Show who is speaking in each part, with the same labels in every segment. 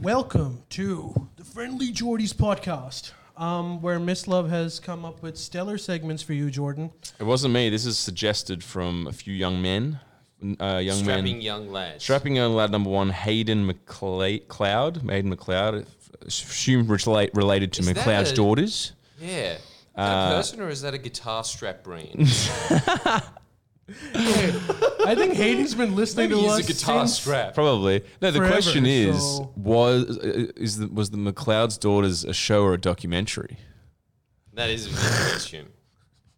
Speaker 1: Welcome to the Friendly Geordies podcast, um, where Miss Love has come up with stellar segments for you, Jordan.
Speaker 2: It wasn't me. This is suggested from a few young men. N- Uh, young
Speaker 3: strapping
Speaker 2: men.
Speaker 3: young lads.
Speaker 2: Strapping young lad number one, Hayden McLeod. Hayden McLeod. Assumed relate, related to
Speaker 3: Is that
Speaker 2: McLeod's
Speaker 3: a-
Speaker 2: daughters.
Speaker 3: yeah. Is
Speaker 2: Uh,
Speaker 3: that a person or is that a guitar strap brand?
Speaker 1: I think Hayden's been listening
Speaker 3: Maybe
Speaker 1: to
Speaker 3: he's
Speaker 1: us
Speaker 3: a guitar
Speaker 1: since-
Speaker 3: strap.
Speaker 2: Probably. No, the
Speaker 1: Forever,
Speaker 2: question is,
Speaker 1: so-
Speaker 2: was uh, is the, was the McLeod's daughters a show or a documentary?
Speaker 3: That is a good question.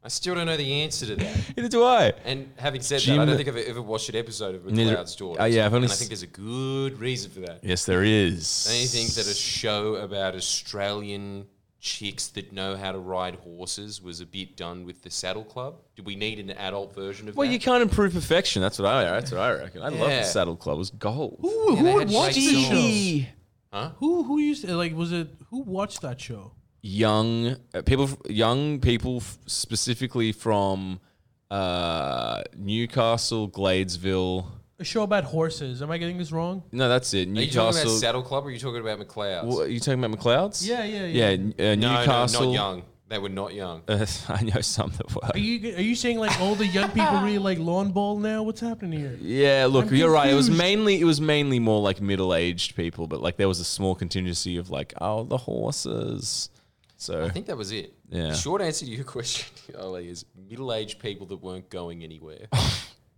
Speaker 3: I still don't know the answer to that.
Speaker 2: Neither do I.
Speaker 3: And having said that, I
Speaker 2: Jim-
Speaker 3: don't think I've ever watched an episode of
Speaker 2: Neither-
Speaker 3: McLeod's Daughters.
Speaker 2: Uh, yeah, I've only
Speaker 3: and I
Speaker 2: s-
Speaker 3: think there's a good reason for that.
Speaker 2: Yes, there is.
Speaker 3: Anything that a show about Australian chicks that know how to ride horses was a bit done with the Saddle Club. Do we need an adult version of
Speaker 2: well,
Speaker 3: that?
Speaker 2: you can't improve perfection. That's what I. That's what I reckon. I love
Speaker 3: Yeah.
Speaker 2: the Saddle Club. It was gold.
Speaker 1: Who, who
Speaker 3: they
Speaker 1: would
Speaker 3: had
Speaker 1: watch
Speaker 3: great
Speaker 1: this show?
Speaker 3: songs.
Speaker 1: Who who used to, like was it? Who watched that show?
Speaker 2: young uh, people, f- young people f- specifically from uh, Newcastle, Gladesville.
Speaker 1: A show about horses. Am I getting this wrong?
Speaker 2: No, that's it.
Speaker 3: Are you talking about
Speaker 2: Newcastle.
Speaker 3: Saddle Club or are you talking about McLeod's?
Speaker 2: What, are you talking about McLeod's?
Speaker 1: Yeah, yeah, yeah.
Speaker 2: Yeah, uh,
Speaker 3: no,
Speaker 2: Newcastle.
Speaker 3: no, not young. They were not young.
Speaker 2: Uh, I know some that were.
Speaker 1: Are you are you saying like all the young people really like lawn ball now? What's happening here?
Speaker 2: yeah, look,
Speaker 1: I'm
Speaker 2: you're right. It was
Speaker 1: confused.
Speaker 2: mainly it was mainly more like middle aged people, but like there was a small contingency of like oh the horses. So
Speaker 3: I think that was it.
Speaker 2: Yeah.
Speaker 3: The short answer to your question, Ollie, is middle-aged people that weren't going anywhere.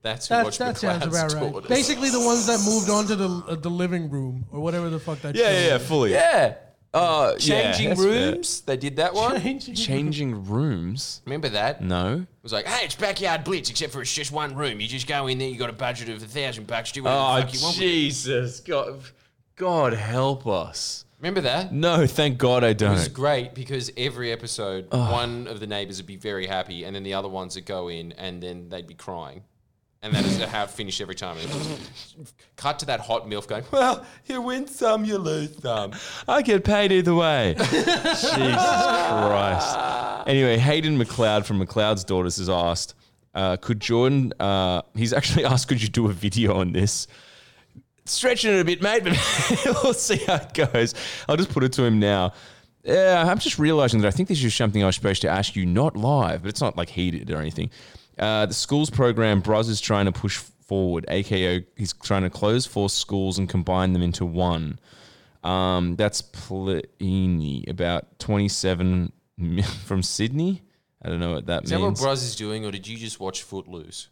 Speaker 3: That's who
Speaker 1: That,
Speaker 3: watched
Speaker 1: that sounds
Speaker 3: McLeod's
Speaker 1: about right.
Speaker 3: Daughters.
Speaker 1: Basically, the ones that moved on to the uh, the living room or whatever the fuck that.
Speaker 2: yeah,
Speaker 1: show
Speaker 2: yeah, yeah,
Speaker 1: was.
Speaker 2: fully.
Speaker 3: Yeah. Uh,
Speaker 2: Yeah,
Speaker 3: changing
Speaker 2: that's
Speaker 3: rooms. They did that one.
Speaker 1: Changing.
Speaker 2: Changing rooms.
Speaker 3: Remember that? It
Speaker 2: No.
Speaker 3: was like, hey, it's backyard blitz, except for it's just one room. You just go in there, you got a budget of a thousand bucks, do whatever
Speaker 2: Oh,
Speaker 3: the fuck you want. with it."
Speaker 2: Jesus. God, God help us.
Speaker 3: Remember that?
Speaker 2: No, thank God I
Speaker 3: It was
Speaker 2: don't.
Speaker 3: great because every episode, one of the neighbors would be very happy, and then the other ones would go in, and then they'd be crying. And that is how it finished every time. It was just cut to that hot milf going, well, you win some, you lose some.
Speaker 2: I get paid either way. Jesus Christ. Anyway, Hayden McLeod from McLeod's Daughters has asked, uh, could Jordan, uh, he's actually asked, could you do a video on this? Stretching it a bit, mate, but we'll see how it goes. I'll just put it to him now. Yeah, I'm just realizing that I think this is something I was supposed to ask you, not live, but it's not like heated or anything. Uh, the schools program, Bros is trying to push forward, aka he's trying to close four schools and combine them into one. Um, that's Pliny, about 27 mi- from Sydney. I don't know what that
Speaker 3: Is that what
Speaker 2: means.
Speaker 3: Bros is doing, or did you just watch Footloose?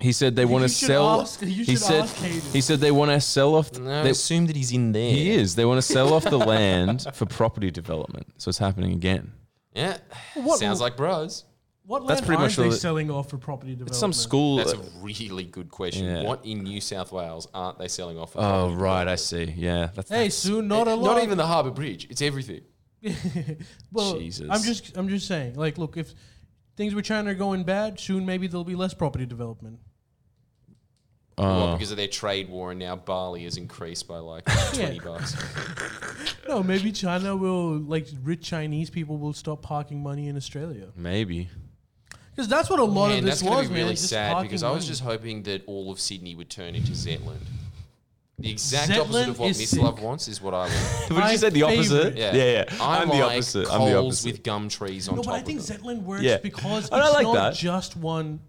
Speaker 2: he said they want to
Speaker 1: should
Speaker 2: sell.
Speaker 1: ask- you
Speaker 2: he
Speaker 1: should
Speaker 2: said
Speaker 1: ask Hayden.
Speaker 2: he said they want to sell off.
Speaker 3: No, I
Speaker 2: they-
Speaker 3: assume that he's in there.
Speaker 2: he is. They want to sell off the land for property development. So it's happening again.
Speaker 3: Yeah.
Speaker 1: What-
Speaker 3: Sounds like Bros.
Speaker 1: What
Speaker 2: That's
Speaker 1: land
Speaker 2: pretty
Speaker 1: are
Speaker 2: much all
Speaker 1: they
Speaker 2: that-
Speaker 1: selling off for property development?
Speaker 2: It's some school.
Speaker 3: That's a really good question.
Speaker 2: Yeah.
Speaker 3: What in New South Wales aren't they selling off? for
Speaker 2: oh
Speaker 3: property?
Speaker 2: right, I see. Yeah, that's
Speaker 1: Hey, soon not a lot.
Speaker 3: Not even the Harbour Bridge. It's everything.
Speaker 1: Well,
Speaker 2: Jesus.
Speaker 1: I'm just I'm just saying. Like, look, if things were China are going bad, soon maybe there'll be less property development.
Speaker 2: Oh.
Speaker 3: Well, because of their trade war, and now barley has increased by like twenty bucks.
Speaker 1: No, maybe China will like rich Chinese people will stop parking money in Australia
Speaker 2: maybe.
Speaker 1: because that's what a lot
Speaker 3: Man,
Speaker 1: of
Speaker 3: that's
Speaker 1: this
Speaker 3: going
Speaker 1: was.
Speaker 3: to be really
Speaker 1: man, just
Speaker 3: sad
Speaker 1: parking
Speaker 3: because I was
Speaker 1: money.
Speaker 3: just hoping that all of Sydney would turn into Zetland. The exact
Speaker 1: Zetland
Speaker 3: opposite of what
Speaker 1: is
Speaker 3: Miss
Speaker 1: sick.
Speaker 3: Love wants is what I want.
Speaker 2: Would
Speaker 1: My
Speaker 2: you say the opposite?
Speaker 1: favorite.
Speaker 3: Yeah,
Speaker 2: yeah.
Speaker 3: I
Speaker 2: I'm
Speaker 3: like
Speaker 2: the opposite.
Speaker 3: Coles
Speaker 2: I'm the opposite.
Speaker 3: with gum trees on
Speaker 1: No, but I
Speaker 3: top
Speaker 1: think
Speaker 3: of them.
Speaker 1: Zetland works
Speaker 2: Yeah.
Speaker 1: because it's
Speaker 2: And I like
Speaker 1: not
Speaker 2: that.
Speaker 1: just one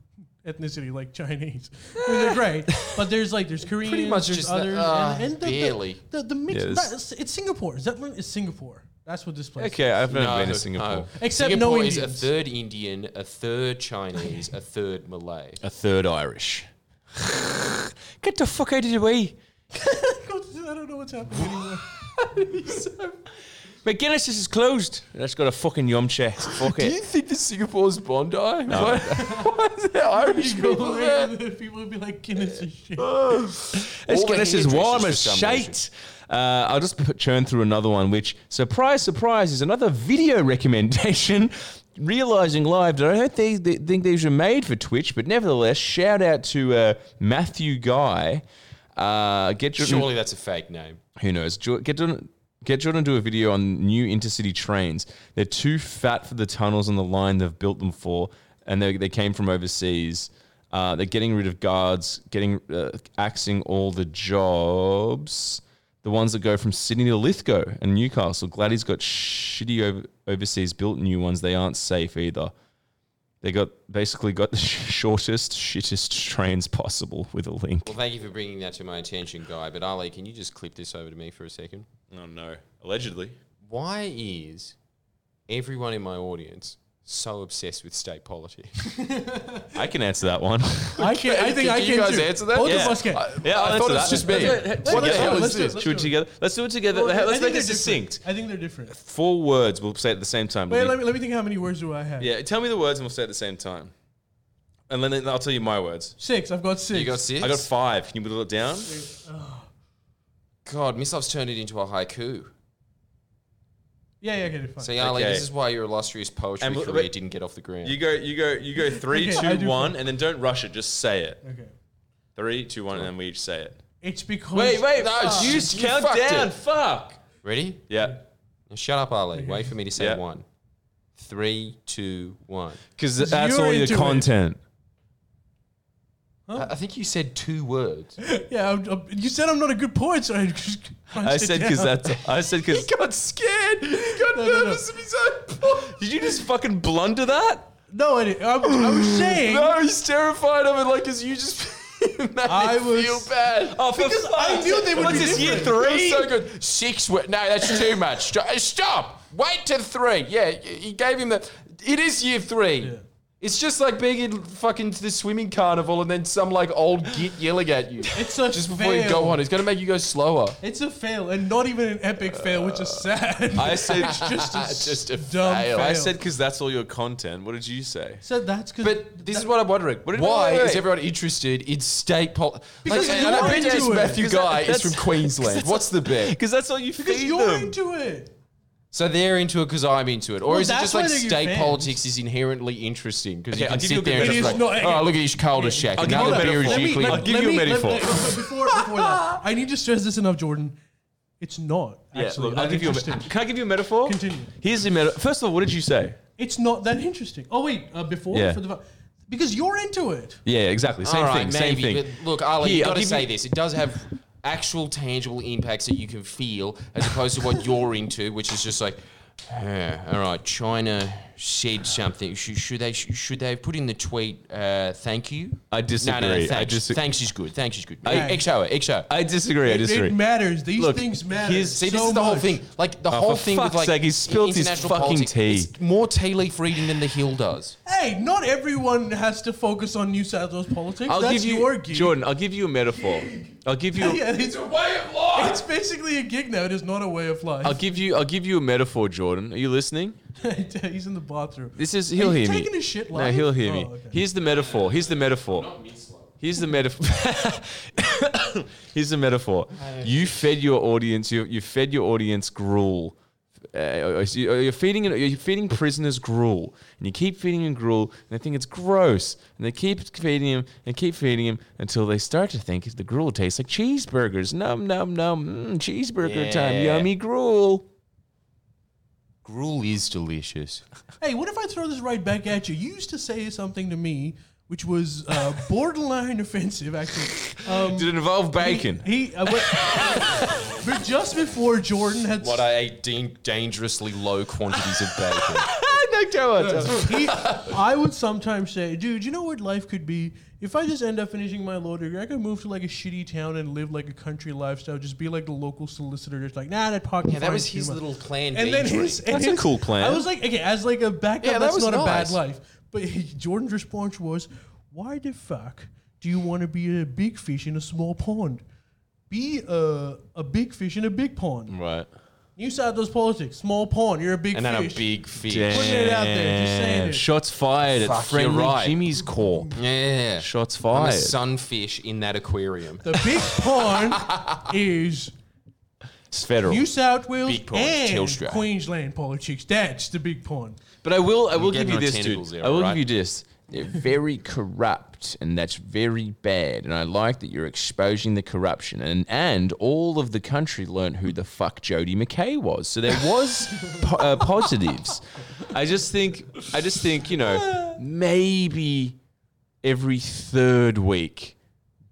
Speaker 1: ethnicity like Chinese. I mean, they're great, but there's like there's Koreans,
Speaker 3: much
Speaker 1: there's
Speaker 3: just the-
Speaker 1: others,
Speaker 3: uh,
Speaker 1: and, and the,
Speaker 3: barely.
Speaker 1: the the, the mix.
Speaker 2: Yeah, it's-
Speaker 1: that's- it's Singapore. Zetland is Singapore. That's what this place.
Speaker 2: Okay, I've never been
Speaker 3: No,
Speaker 2: to Singapore.
Speaker 3: no.
Speaker 1: Except no
Speaker 3: Singapore is a
Speaker 1: Indians.
Speaker 3: third Indian, a third Chinese, a third Malay.
Speaker 2: A third Irish. Get the fuck out of the way.
Speaker 1: Is. I don't know what's happening anymore.
Speaker 2: McGinnis is closed. That's got a fucking yum chest. Fuck
Speaker 3: Do you
Speaker 2: it.
Speaker 3: think the Singapore's Bondi? Why, why is there Irish people
Speaker 1: People,
Speaker 3: there?
Speaker 1: people would be like Guinness is shit.
Speaker 2: This
Speaker 3: All the
Speaker 2: Guinness is
Speaker 3: hairdressers
Speaker 2: warm
Speaker 3: for
Speaker 2: as
Speaker 3: some
Speaker 2: shite. Uh, I'll just p- churn through another one, which, surprise, surprise, is another video recommendation. Realizing live that I don't think, they think these were made for Twitch, but nevertheless, shout out to uh, Matthew Guy. Uh, get your
Speaker 3: Surely that's a fake name.
Speaker 2: who knows? Jo- Get Jordan, get Jordan to do a video on new intercity trains. They're too fat for the tunnels on the line they've built them for, and they, they came from overseas. Uh, they're getting rid of guards, getting uh, axing all the jobs. the ones that go from Sydney to Lithgow and Newcastle. Glad he's got shitty over, overseas built new ones. They aren't safe either. They got basically got the sh- shortest, shittest trains possible with a link.
Speaker 3: Well, thank you for bringing that to my attention, Guy. But Ali, can you just clip this over to me for a second?
Speaker 2: Oh no! Allegedly,
Speaker 3: Why is everyone in my audience so obsessed with state politics?
Speaker 2: I can answer that one.
Speaker 1: I can. I think I
Speaker 3: Can
Speaker 1: can
Speaker 3: you guys
Speaker 1: too.
Speaker 3: answer that?
Speaker 1: Both
Speaker 2: Yeah.
Speaker 1: of us can.
Speaker 2: yeah,
Speaker 3: I
Speaker 2: I'll
Speaker 3: thought
Speaker 2: answer
Speaker 3: it
Speaker 2: that.
Speaker 3: was just me.
Speaker 2: Let's- let's-
Speaker 3: What
Speaker 2: yeah,
Speaker 3: the hell
Speaker 1: is
Speaker 2: let's do it.
Speaker 1: this?
Speaker 2: Should we together? Let's do it together.
Speaker 1: Well, I
Speaker 2: let's
Speaker 1: think
Speaker 2: make
Speaker 1: they're
Speaker 2: this
Speaker 1: different.
Speaker 2: succinct.
Speaker 1: I think they're different.
Speaker 2: Four words we'll say at the same time.
Speaker 1: Wait, let me, let me think how many words do I have.
Speaker 2: Yeah, tell me the words and we'll say it at the same time. And then then I'll tell you my words.
Speaker 1: Six. I've got six.
Speaker 3: You got six?
Speaker 2: I got five. Can you whittle it down?
Speaker 3: God, Miss Love's turned it into a haiku.
Speaker 1: Yeah, yeah, okay, they're fine.
Speaker 3: So, Ali,
Speaker 2: Okay.
Speaker 3: this is why your illustrious poetry
Speaker 2: And w-
Speaker 3: career
Speaker 2: wait.
Speaker 3: didn't get off the ground.
Speaker 2: You go, you go, you go Three, two,
Speaker 1: Okay,
Speaker 2: one,
Speaker 1: I do
Speaker 2: and then don't rush it. Just say it.
Speaker 1: okay.
Speaker 2: Three, two, one, and then we each say it.
Speaker 1: It's because.
Speaker 2: wait,
Speaker 3: no, Oh, you- you fucked it.
Speaker 2: Fuck.
Speaker 3: Ready?
Speaker 2: Yeah,
Speaker 3: Now shut up, Ali. Wait for me to say
Speaker 2: Yeah.
Speaker 3: one. Three, two, one.
Speaker 2: because
Speaker 1: that's You're all your into it.
Speaker 2: content.
Speaker 3: I, I think you said two words.
Speaker 1: Yeah, I'm, I'm- you said I'm not a good poet, so I just.
Speaker 2: I said because that's. I said because.
Speaker 3: got scared. He got
Speaker 1: No, no, no. nervous
Speaker 3: of his own voice.
Speaker 2: Did you just fucking blunder that?
Speaker 1: No, I, didn't. I'm, I'm saying.
Speaker 3: he's terrified of it. Like, cause you just made
Speaker 1: I was-
Speaker 3: bad. Oh,
Speaker 2: for
Speaker 1: Because I
Speaker 2: fuck's
Speaker 1: knew
Speaker 2: sake.
Speaker 1: they would
Speaker 2: What's
Speaker 1: be
Speaker 2: this year
Speaker 1: different.
Speaker 3: It
Speaker 2: three?
Speaker 3: was so good. Six words. No, that's too much. Stop. eh, Stop. Wait to three. Yeah, y- you gave him the. It is year three.
Speaker 1: Yeah.
Speaker 3: It's just like being in fucking the swimming carnival and then some like old git yelling at you.
Speaker 1: It's a
Speaker 3: just before you go
Speaker 1: fail.
Speaker 3: on. It's gonna make you go slower.
Speaker 1: It's a fail, and not even an epic fail, which is sad.
Speaker 2: I said.
Speaker 1: just a
Speaker 3: Just a
Speaker 1: dumb
Speaker 3: fail.
Speaker 1: fail.
Speaker 2: I said because that's all your content. What did you say?
Speaker 1: So that's because.
Speaker 3: But this is what I'm wondering.
Speaker 2: did-
Speaker 3: Why
Speaker 2: wait, wait,
Speaker 3: is
Speaker 2: wait.
Speaker 3: everyone interested in state politics?
Speaker 1: Because
Speaker 3: like,
Speaker 1: you're
Speaker 3: and I bet
Speaker 1: into
Speaker 3: this
Speaker 1: it.
Speaker 3: Matthew
Speaker 2: Because
Speaker 3: Guy
Speaker 2: that-
Speaker 3: is
Speaker 2: that's-
Speaker 3: from Queensland. What's the bet?
Speaker 2: Because that's all you feed
Speaker 1: Because you're
Speaker 2: them.
Speaker 1: into it.
Speaker 3: So they're into it because I'm into it, or
Speaker 1: Well,
Speaker 3: is it
Speaker 1: that's
Speaker 3: just
Speaker 1: why
Speaker 3: like
Speaker 1: they're your
Speaker 3: state
Speaker 1: fans.
Speaker 3: politics is inherently interesting because
Speaker 2: Okay,
Speaker 3: you
Speaker 2: I'll
Speaker 3: can
Speaker 2: give
Speaker 3: sit
Speaker 2: you a
Speaker 3: there and
Speaker 2: good
Speaker 3: just like,
Speaker 1: metaphor. It is not-
Speaker 3: oh look at his shoulder shack,
Speaker 2: I'll give
Speaker 3: another
Speaker 2: you a
Speaker 3: beer and
Speaker 1: Let
Speaker 2: metaphor.
Speaker 1: me-
Speaker 3: Euclid.
Speaker 2: I'll
Speaker 1: let-
Speaker 2: give
Speaker 1: let
Speaker 2: you a
Speaker 1: me- let-
Speaker 2: metaphor.
Speaker 1: let- Before, before that, I need to stress this enough, Jordan. It's not.
Speaker 2: Yeah,
Speaker 1: Actually,
Speaker 2: look, I'll
Speaker 1: that
Speaker 2: give you a,
Speaker 1: interesting.
Speaker 2: can I give you a metaphor?
Speaker 1: Continue.
Speaker 2: Here's the metaphor. First of all, what did you say?
Speaker 1: It's not that interesting. Oh wait, uh, before
Speaker 2: Yeah.
Speaker 1: for the because you're into it.
Speaker 2: Yeah, exactly. Same
Speaker 3: All right,
Speaker 2: thing.
Speaker 3: maybe,
Speaker 2: same thing.
Speaker 3: But look, Ali,
Speaker 2: Here,
Speaker 3: you
Speaker 2: I'll
Speaker 3: got to
Speaker 2: give
Speaker 3: say
Speaker 2: you-
Speaker 3: this. It does have actual tangible impacts that you can feel, as opposed to what you're into, which is just like, "Huh, all right, China said something. Should, should they should they have put in the tweet? Uh, thank you.
Speaker 2: I disagree.
Speaker 3: No, no,
Speaker 2: I
Speaker 3: thanks.
Speaker 2: dis-
Speaker 3: thanks is good. Thanks is good.
Speaker 1: I-
Speaker 3: XO, XO.
Speaker 2: I disagree. I
Speaker 1: It,
Speaker 2: disagree.
Speaker 1: matters. These
Speaker 2: Look,
Speaker 1: things matter.
Speaker 2: here's-
Speaker 3: See, this
Speaker 1: so
Speaker 3: is the whole
Speaker 1: much.
Speaker 3: thing. Like the
Speaker 2: for
Speaker 3: whole thing with
Speaker 2: fuck's
Speaker 3: like
Speaker 2: sake, he spilled his
Speaker 3: international
Speaker 2: fucking
Speaker 3: politics.
Speaker 2: tea.
Speaker 3: It's more tea leaf reading than the Hill does.
Speaker 1: Hey, not everyone has to focus on New South Wales politics.
Speaker 2: I'll
Speaker 1: That's
Speaker 2: give you
Speaker 1: your gig.
Speaker 2: Jordan. I'll give you a metaphor. I'll give you.
Speaker 1: Yeah, it's,
Speaker 3: way of life.
Speaker 1: it's basically a gig now. It is not a way of life.
Speaker 2: I'll give you. I'll give you a metaphor, Jordan. Are you listening?
Speaker 1: He's in the bathroom.
Speaker 2: This is. He'll
Speaker 1: you
Speaker 2: hear me.
Speaker 1: taking a shit
Speaker 2: no,
Speaker 1: live?
Speaker 2: he'll hear
Speaker 1: Oh,
Speaker 2: me.
Speaker 1: okay.
Speaker 2: Here's the metaphor. Here's the metaphor. Here's the metaphor. Here's the metaphor. You fed your audience. You, you fed your audience gruel. Uh, you- you're feeding you're feeding prisoners gruel, and you keep feeding them gruel, and they think it's gross, and they keep feeding him and keep feeding him until they start to think the gruel tastes like cheeseburgers. Num num num. Mm, cheeseburger time.
Speaker 3: Yeah.
Speaker 2: Yummy gruel.
Speaker 3: Gruel is delicious.
Speaker 1: Hey, what if I throw this right back at you? You used to say something to me which was uh, borderline offensive, actually. Um,
Speaker 2: Did it involve bacon?
Speaker 1: he, uh, what- but just before Jordan had
Speaker 3: What I ate dan- dangerously low quantities of bacon.
Speaker 2: no, go on.
Speaker 1: He- I would sometimes say, dude, you know what life could be? If I just end up finishing my law degree, I could move to like a shitty town and live like a country lifestyle. Just be like the local solicitor. Just like, nah, that parking.
Speaker 3: Yeah, that
Speaker 1: fine
Speaker 3: was
Speaker 1: too
Speaker 3: his
Speaker 1: much."
Speaker 3: little plan.
Speaker 1: And then his, and
Speaker 2: That's a
Speaker 1: his-
Speaker 2: cool plan.
Speaker 1: I was like, okay, as like a backup,
Speaker 3: Yeah, that
Speaker 1: that's
Speaker 3: was
Speaker 1: not a bad
Speaker 3: nice.
Speaker 1: life. But he, Jordan's response was, why the fuck do you want to be a big fish in a small pond? Be a, a big fish in a big pond.
Speaker 2: Right.
Speaker 1: New South Wales politics, small pond. You're a big
Speaker 3: Mm. and
Speaker 1: fish.
Speaker 3: then a big fish.
Speaker 1: Putting it out there, just saying
Speaker 2: Damn.
Speaker 1: it.
Speaker 2: Shots fired
Speaker 3: Fuck,
Speaker 2: at
Speaker 3: you're
Speaker 2: friendly
Speaker 3: right.
Speaker 2: Jimmy's Corp.
Speaker 3: Yeah.
Speaker 2: Shots
Speaker 3: I'm a
Speaker 2: fired.
Speaker 3: sunfish in that aquarium.
Speaker 1: The big pond is
Speaker 2: It's federal.
Speaker 1: New South Wales
Speaker 3: Big pond,
Speaker 1: and
Speaker 3: Telstra.
Speaker 1: Queensland politics. That's the big pond.
Speaker 2: But I will, I will
Speaker 3: getting
Speaker 2: give you
Speaker 3: our
Speaker 2: this, dude.
Speaker 3: tentacles there,
Speaker 2: I will
Speaker 3: right?
Speaker 2: give you this. They're very corrupt, and that's very bad. And I like that you're exposing the corruption. And and all of the country learned who the fuck Jody McKay was. So there was po- uh, positives. I just think, I just think, you know, maybe every third week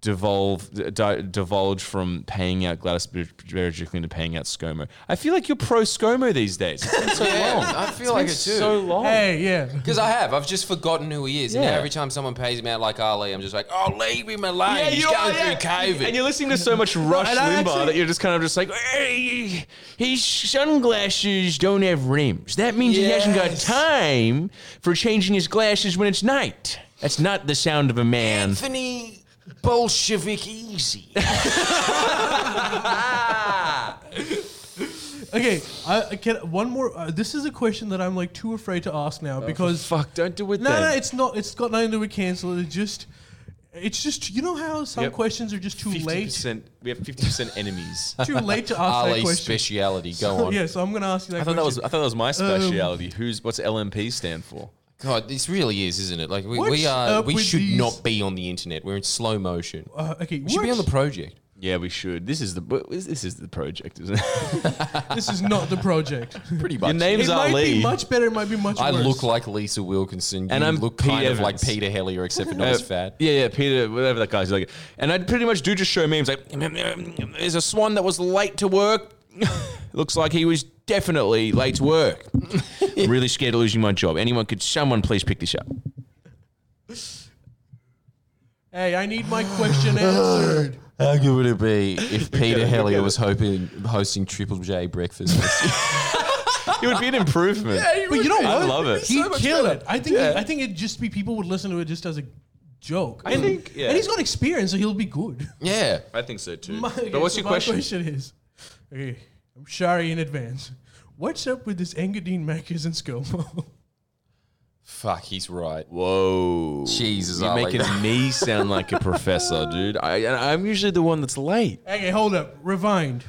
Speaker 2: devolve uh, di- divulge from paying out Gladys Berejiklian to paying out ScoMo. I feel like you're pro ScoMo these days. It's been so
Speaker 3: Yeah,
Speaker 2: long.
Speaker 3: I feel like it too.
Speaker 2: It's so long.
Speaker 1: Hey, yeah.
Speaker 3: Because I have. I've just forgotten who he is. And
Speaker 2: Yeah.
Speaker 3: now every time someone pays him out like Ali, I'm just like, oh, leave him alone.
Speaker 2: Yeah, you
Speaker 3: He's
Speaker 2: know what,
Speaker 3: going
Speaker 2: yeah.
Speaker 3: through COVID.
Speaker 2: And you're listening to so much Rush
Speaker 1: and I
Speaker 2: Limbaugh
Speaker 1: actually-
Speaker 2: that you're just kind of just like, hey, his sunglasses don't have rims. That means he hasn't got
Speaker 3: Yes.
Speaker 2: time for changing his glasses when it's night. That's not the sound of a man.
Speaker 3: Anthony Bolshevik Easy.
Speaker 1: Okay, I I can one more. Uh, this is a question that I'm like too afraid to ask
Speaker 3: Uh,
Speaker 1: now because
Speaker 2: Fuck, don't do it
Speaker 1: no,
Speaker 2: then.
Speaker 1: no, it's not. It's got nothing to do with cancel. It's just, it's just. You know how some
Speaker 2: Yep.
Speaker 1: questions are just too late,
Speaker 2: 50%, we have 50% enemies.
Speaker 1: too late to ask that
Speaker 3: Ali's
Speaker 1: question.
Speaker 3: speciality. Go on.
Speaker 1: yeah, Um, so I'm gonna ask you that.
Speaker 2: I thought that was
Speaker 1: question.
Speaker 2: I thought that was my speciality. Who's what's LMP stand for?
Speaker 3: God, this really is, isn't it? Like, we,
Speaker 1: What's
Speaker 3: we are.
Speaker 1: up
Speaker 3: We
Speaker 1: with
Speaker 3: should
Speaker 1: these-
Speaker 3: not be on the internet. We're in slow motion.
Speaker 1: Uh, okay,
Speaker 3: we should be on
Speaker 1: what?
Speaker 3: the project.
Speaker 2: Yeah, we should. This is the this is the project, isn't it?
Speaker 1: this is not the project.
Speaker 3: Pretty much.
Speaker 2: Your name's
Speaker 1: it might
Speaker 2: Ali.
Speaker 1: be much better. It might be much.
Speaker 3: I
Speaker 1: worse.
Speaker 3: look like Lisa Wilkinson. You
Speaker 2: And I'm
Speaker 3: look
Speaker 2: Pete
Speaker 3: kind of like
Speaker 2: Evans.
Speaker 3: Peter Hellier, except for not
Speaker 2: Uh,
Speaker 3: as fat.
Speaker 2: Yeah, yeah, Peter, whatever that guy's like. And I'd pretty much do just show memes like, there's a swan that was late to work. Looks like he was definitely late to work. really scared of losing my job. Anyone could, someone please pick this up.
Speaker 1: Hey, I need my question answered.
Speaker 3: How good would it be if
Speaker 2: it,
Speaker 3: Peter
Speaker 2: look at
Speaker 3: Hellier
Speaker 2: it.
Speaker 3: was hoping hosting Triple J breakfast?
Speaker 2: It would be an improvement.
Speaker 1: But you know what?
Speaker 2: I love it.
Speaker 1: He would killed it. I think.
Speaker 2: Yeah.
Speaker 1: He, I think it'd just be people would listen to it just as a joke. I
Speaker 2: think- yeah.
Speaker 1: And he's got experience, so he'll be good.
Speaker 3: yeah.
Speaker 2: I think so too.
Speaker 1: My- okay,
Speaker 2: but what's
Speaker 1: so
Speaker 2: your
Speaker 1: my
Speaker 2: question?
Speaker 1: question is, okay, I'm sorry in advance. What's up with this Engadine Maccas and ScoMo?
Speaker 3: Fuck, he's right.
Speaker 2: Whoa.
Speaker 3: Jesus,
Speaker 2: You're
Speaker 3: Ali.
Speaker 2: making me sound like a professor, dude. I, and I'm usually the one that's late.
Speaker 1: okay, hold up. Rewind.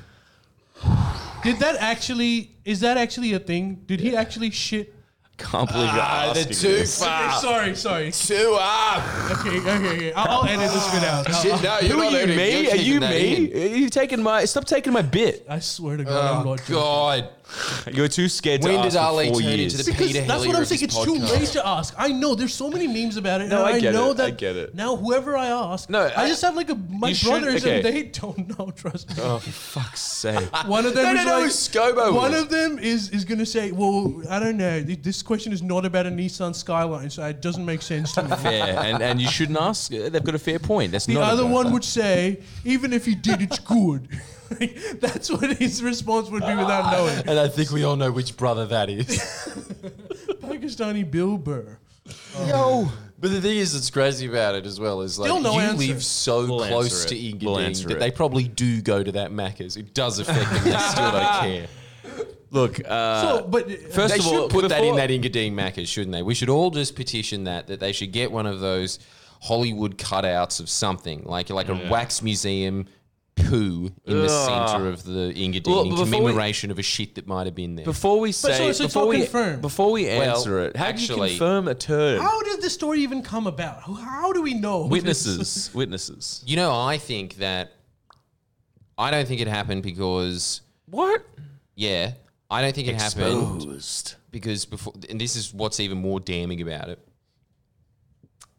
Speaker 1: Did that actually? Is that actually a thing? Did he actually shit?
Speaker 3: Ah,
Speaker 2: Can't believe you're
Speaker 3: Uh,
Speaker 2: asking this.
Speaker 1: Okay, sorry, sorry.
Speaker 3: Too up.
Speaker 1: Okay, okay, okay. I'll, I'll edit this bit out. I'll- I'll-
Speaker 3: No,
Speaker 2: Who
Speaker 3: you're
Speaker 2: are
Speaker 3: not
Speaker 2: you,
Speaker 3: editing.
Speaker 2: me?
Speaker 3: You're
Speaker 2: Are you
Speaker 3: keeping that in.
Speaker 2: me? Are you taking my? Stop taking my bit.
Speaker 1: I swear to God, I'm
Speaker 3: Oh,
Speaker 1: not joking.
Speaker 3: God.
Speaker 2: You're too scared to
Speaker 3: When
Speaker 2: ask
Speaker 3: did Ali
Speaker 2: for four
Speaker 3: turn into
Speaker 2: years.
Speaker 3: the
Speaker 1: Because
Speaker 3: Peter
Speaker 1: that's what
Speaker 3: Hellier
Speaker 1: I'm
Speaker 3: of
Speaker 1: saying. It's
Speaker 3: this
Speaker 1: too
Speaker 3: podcast.
Speaker 1: late to ask. I know there's so many memes about it.
Speaker 2: No,
Speaker 1: and
Speaker 2: I get
Speaker 1: know
Speaker 2: it, I
Speaker 1: that
Speaker 2: get it.
Speaker 1: Now whoever I ask,
Speaker 2: No,
Speaker 1: I,
Speaker 2: I-
Speaker 1: just have like a my
Speaker 2: You should-
Speaker 1: brothers
Speaker 2: okay.
Speaker 1: and they don't know. Trust me.
Speaker 2: oh, for fuck's sake!
Speaker 1: One of them
Speaker 2: They
Speaker 1: is
Speaker 2: don't
Speaker 1: like,
Speaker 2: know who Scobo
Speaker 1: One
Speaker 2: is.
Speaker 1: of them is is gonna say, "Well, I don't know. Th- This question is not about a Nissan Skyline, so it doesn't make sense to me."
Speaker 2: fair, and and you shouldn't ask. They've got a fair point. That's
Speaker 1: The
Speaker 2: not
Speaker 1: other
Speaker 2: about
Speaker 1: one
Speaker 2: that.
Speaker 1: would say, "Even if you did, it's good." That's what his response would be without knowing.
Speaker 3: And I think we all know which brother that is.
Speaker 1: Pakistani Bill Burr.
Speaker 3: Yo. But the thing is, that's crazy about it as well is like
Speaker 1: Still no
Speaker 3: you
Speaker 1: answer.
Speaker 3: live so
Speaker 2: We'll
Speaker 3: close
Speaker 2: answer
Speaker 3: to
Speaker 2: it.
Speaker 3: Engadine
Speaker 2: We'll answer
Speaker 3: that
Speaker 2: it.
Speaker 3: they probably do go to that Macca's. It does affect them. They still don't care.
Speaker 2: Look, uh,
Speaker 1: so, but
Speaker 2: first
Speaker 3: they
Speaker 2: of
Speaker 3: should
Speaker 2: all,
Speaker 3: put that in
Speaker 2: before-
Speaker 3: that Engadine Macca's, shouldn't they? We should all just petition that that they should get one of those Hollywood cutouts of something like like a wax museum poo in the
Speaker 2: Ugh.
Speaker 3: center of the Engadine
Speaker 2: Well,
Speaker 3: in
Speaker 2: before we-
Speaker 3: commemoration of a shit that might have been there.
Speaker 2: Before we say,
Speaker 1: so it's not
Speaker 2: before we
Speaker 1: confirmed.
Speaker 2: before we
Speaker 3: Well,
Speaker 2: answer it, how do you
Speaker 3: actually-
Speaker 2: confirm a turd?
Speaker 1: How did this story even come about? How- How do we know?
Speaker 2: Witnesses, witnesses.
Speaker 3: You know, I think that I don't think it happened because
Speaker 2: What?
Speaker 3: yeah, I don't think it happened
Speaker 2: Exposed.
Speaker 3: because before, and this is what's even more damning about it.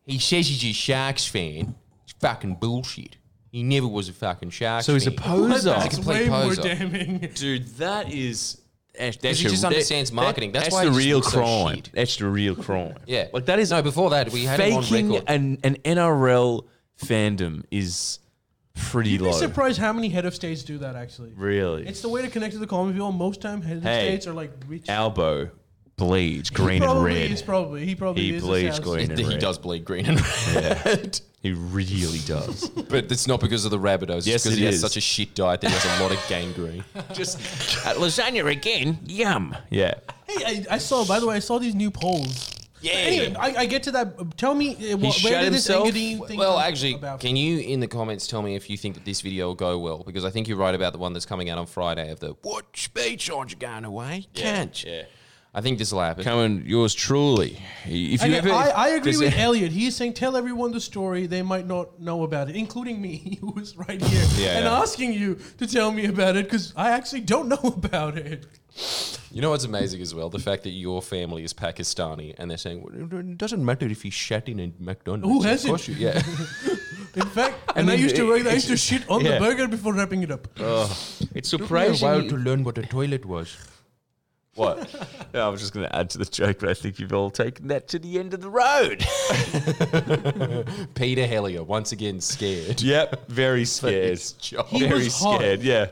Speaker 3: He says he's a Sharks fan. It's fucking bullshit. He never was a fucking Sharks.
Speaker 2: So he's a
Speaker 3: fan.
Speaker 2: poser.
Speaker 1: That's way
Speaker 3: complete
Speaker 1: more
Speaker 3: poser.
Speaker 1: damning.
Speaker 2: Dude, that is. That's
Speaker 3: he just understands marketing. That's why
Speaker 2: the
Speaker 3: he just
Speaker 2: real
Speaker 3: looks so
Speaker 2: crime.
Speaker 3: shit.
Speaker 2: that's the real crime.
Speaker 3: Yeah,
Speaker 2: like that is
Speaker 3: no. Before that, we had him on
Speaker 2: faking
Speaker 3: record.
Speaker 2: an, an NRL fandom is pretty
Speaker 1: You'd
Speaker 2: low.
Speaker 1: be surprised how many head of states do that. Actually,
Speaker 2: Really,
Speaker 1: it's the way to connect to the common people. Most time, head of
Speaker 2: Hey.
Speaker 1: states are like rich.
Speaker 2: Albo bleeds green and
Speaker 1: probably
Speaker 2: red.
Speaker 1: is probably he probably
Speaker 2: He
Speaker 1: is.
Speaker 2: bleeds
Speaker 1: a South-
Speaker 2: green.
Speaker 3: It- he
Speaker 2: red.
Speaker 3: does bleed green and red,
Speaker 2: He really does.
Speaker 3: but it's not because of the Rabbitohs.
Speaker 2: Yes,
Speaker 3: it's because
Speaker 2: it
Speaker 3: he
Speaker 2: is.
Speaker 3: has such a shit diet that he has a lot of gangrene.
Speaker 2: Just uh, lasagna again. Yum. Yeah.
Speaker 1: Hey, I, I saw. By the way, I saw these new polls.
Speaker 3: Yeah.
Speaker 1: Anyway, I, I get to that. Tell me, uh, wh-
Speaker 2: shut
Speaker 1: where did this
Speaker 2: himself?
Speaker 1: Engadine thing
Speaker 3: Well,
Speaker 1: come
Speaker 3: actually,
Speaker 1: about?
Speaker 3: can you in the comments tell me if you think that this video will go well? Because I think you're right about the one that's coming out on Friday of the what speech aren't you going away? Can't.
Speaker 2: yeah.
Speaker 3: I think this will happen.
Speaker 2: Coming, yours truly. If you
Speaker 1: Okay,
Speaker 2: ever,
Speaker 1: I, I agree
Speaker 2: there's
Speaker 1: with
Speaker 2: a-
Speaker 1: Elliot. He is saying tell everyone the story. They might not know about it, including me, who is right here
Speaker 2: Yeah,
Speaker 1: and
Speaker 2: yeah.
Speaker 1: asking you to tell me about it because I actually don't know about it.
Speaker 3: You know what's amazing as well? The fact that your family is Pakistani and they're saying "Well, it doesn't matter if he shat in a McDonald's.
Speaker 1: Who
Speaker 3: Of
Speaker 1: hasn't?
Speaker 3: course you- Yeah.
Speaker 1: In fact, and I
Speaker 2: then
Speaker 1: used to
Speaker 2: it-
Speaker 1: write, I used
Speaker 2: it's-
Speaker 1: to shit on the
Speaker 2: yeah.
Speaker 1: burger before wrapping it up.
Speaker 2: It's
Speaker 3: learn what a toilet was.
Speaker 2: What? No, I was just going to add to the joke, but I think you've all taken that to the end of the road.
Speaker 3: Peter Hellier, once again scared.
Speaker 2: yep, very scared.
Speaker 3: job.
Speaker 1: He
Speaker 2: very
Speaker 1: was hot.
Speaker 2: scared. Yeah.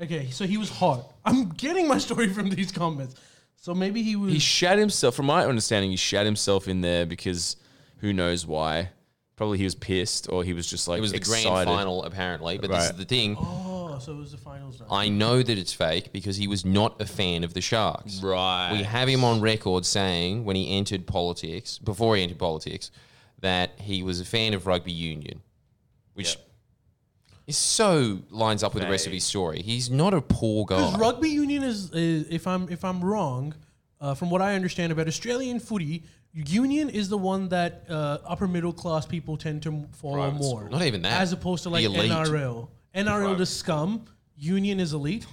Speaker 1: Okay, so he was hot. I'm getting my story from these comments. So maybe he was.
Speaker 2: He shat himself. From my understanding, he shat himself in there because who knows why? Probably he was pissed, or he was just like
Speaker 3: It was the
Speaker 2: excited.
Speaker 3: grand final, apparently, but this
Speaker 2: Right.
Speaker 3: is the thing.
Speaker 1: oh, so it was the finals round.
Speaker 3: I know that it's fake because he was not a fan of the Sharks.
Speaker 2: Right.
Speaker 3: We have him on record saying when he entered politics, before he entered politics, that he was a fan of rugby union, which is so lines up with the rest of his story. He's not a poor guy.
Speaker 1: Because rugby union is, is, if I'm if I'm wrong, uh, from what I understand about Australian footy, union is the one that uh, upper middle class people tend to follow more.
Speaker 3: school. Not even that.
Speaker 1: as opposed to
Speaker 3: The
Speaker 1: like
Speaker 3: elite.
Speaker 1: NRL. NRL is scum. Union is elite.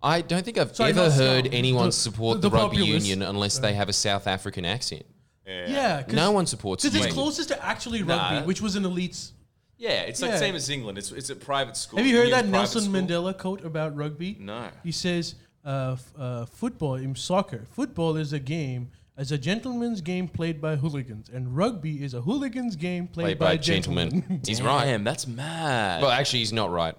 Speaker 3: I don't think I've
Speaker 1: Sorry,
Speaker 3: ever
Speaker 1: not
Speaker 3: heard
Speaker 1: Scotland.
Speaker 3: anyone
Speaker 1: The-
Speaker 3: support
Speaker 1: the
Speaker 3: the, rugby
Speaker 1: populace.
Speaker 3: union unless they have a South African accent.
Speaker 1: Yeah, because
Speaker 3: No one supports
Speaker 1: it's
Speaker 3: union.
Speaker 1: closest to actually rugby,
Speaker 2: Nah.
Speaker 1: which was an elite.
Speaker 2: Yeah, it's
Speaker 1: Yeah.
Speaker 2: like same as England. It's it's a private school.
Speaker 1: Have you heard
Speaker 2: Indian
Speaker 1: that
Speaker 2: private
Speaker 1: Nelson
Speaker 2: school.
Speaker 1: Mandela quote about rugby?
Speaker 2: No.
Speaker 1: He says, uh, f- uh, football in soccer, football is a game, as a gentleman's game played by hooligans, and rugby is a hooligan's game played,
Speaker 3: Played
Speaker 1: by,
Speaker 3: by a
Speaker 1: gentlemen.
Speaker 3: gentleman. He's right.
Speaker 2: Damn, that's mad.
Speaker 3: Well, actually, he's not right.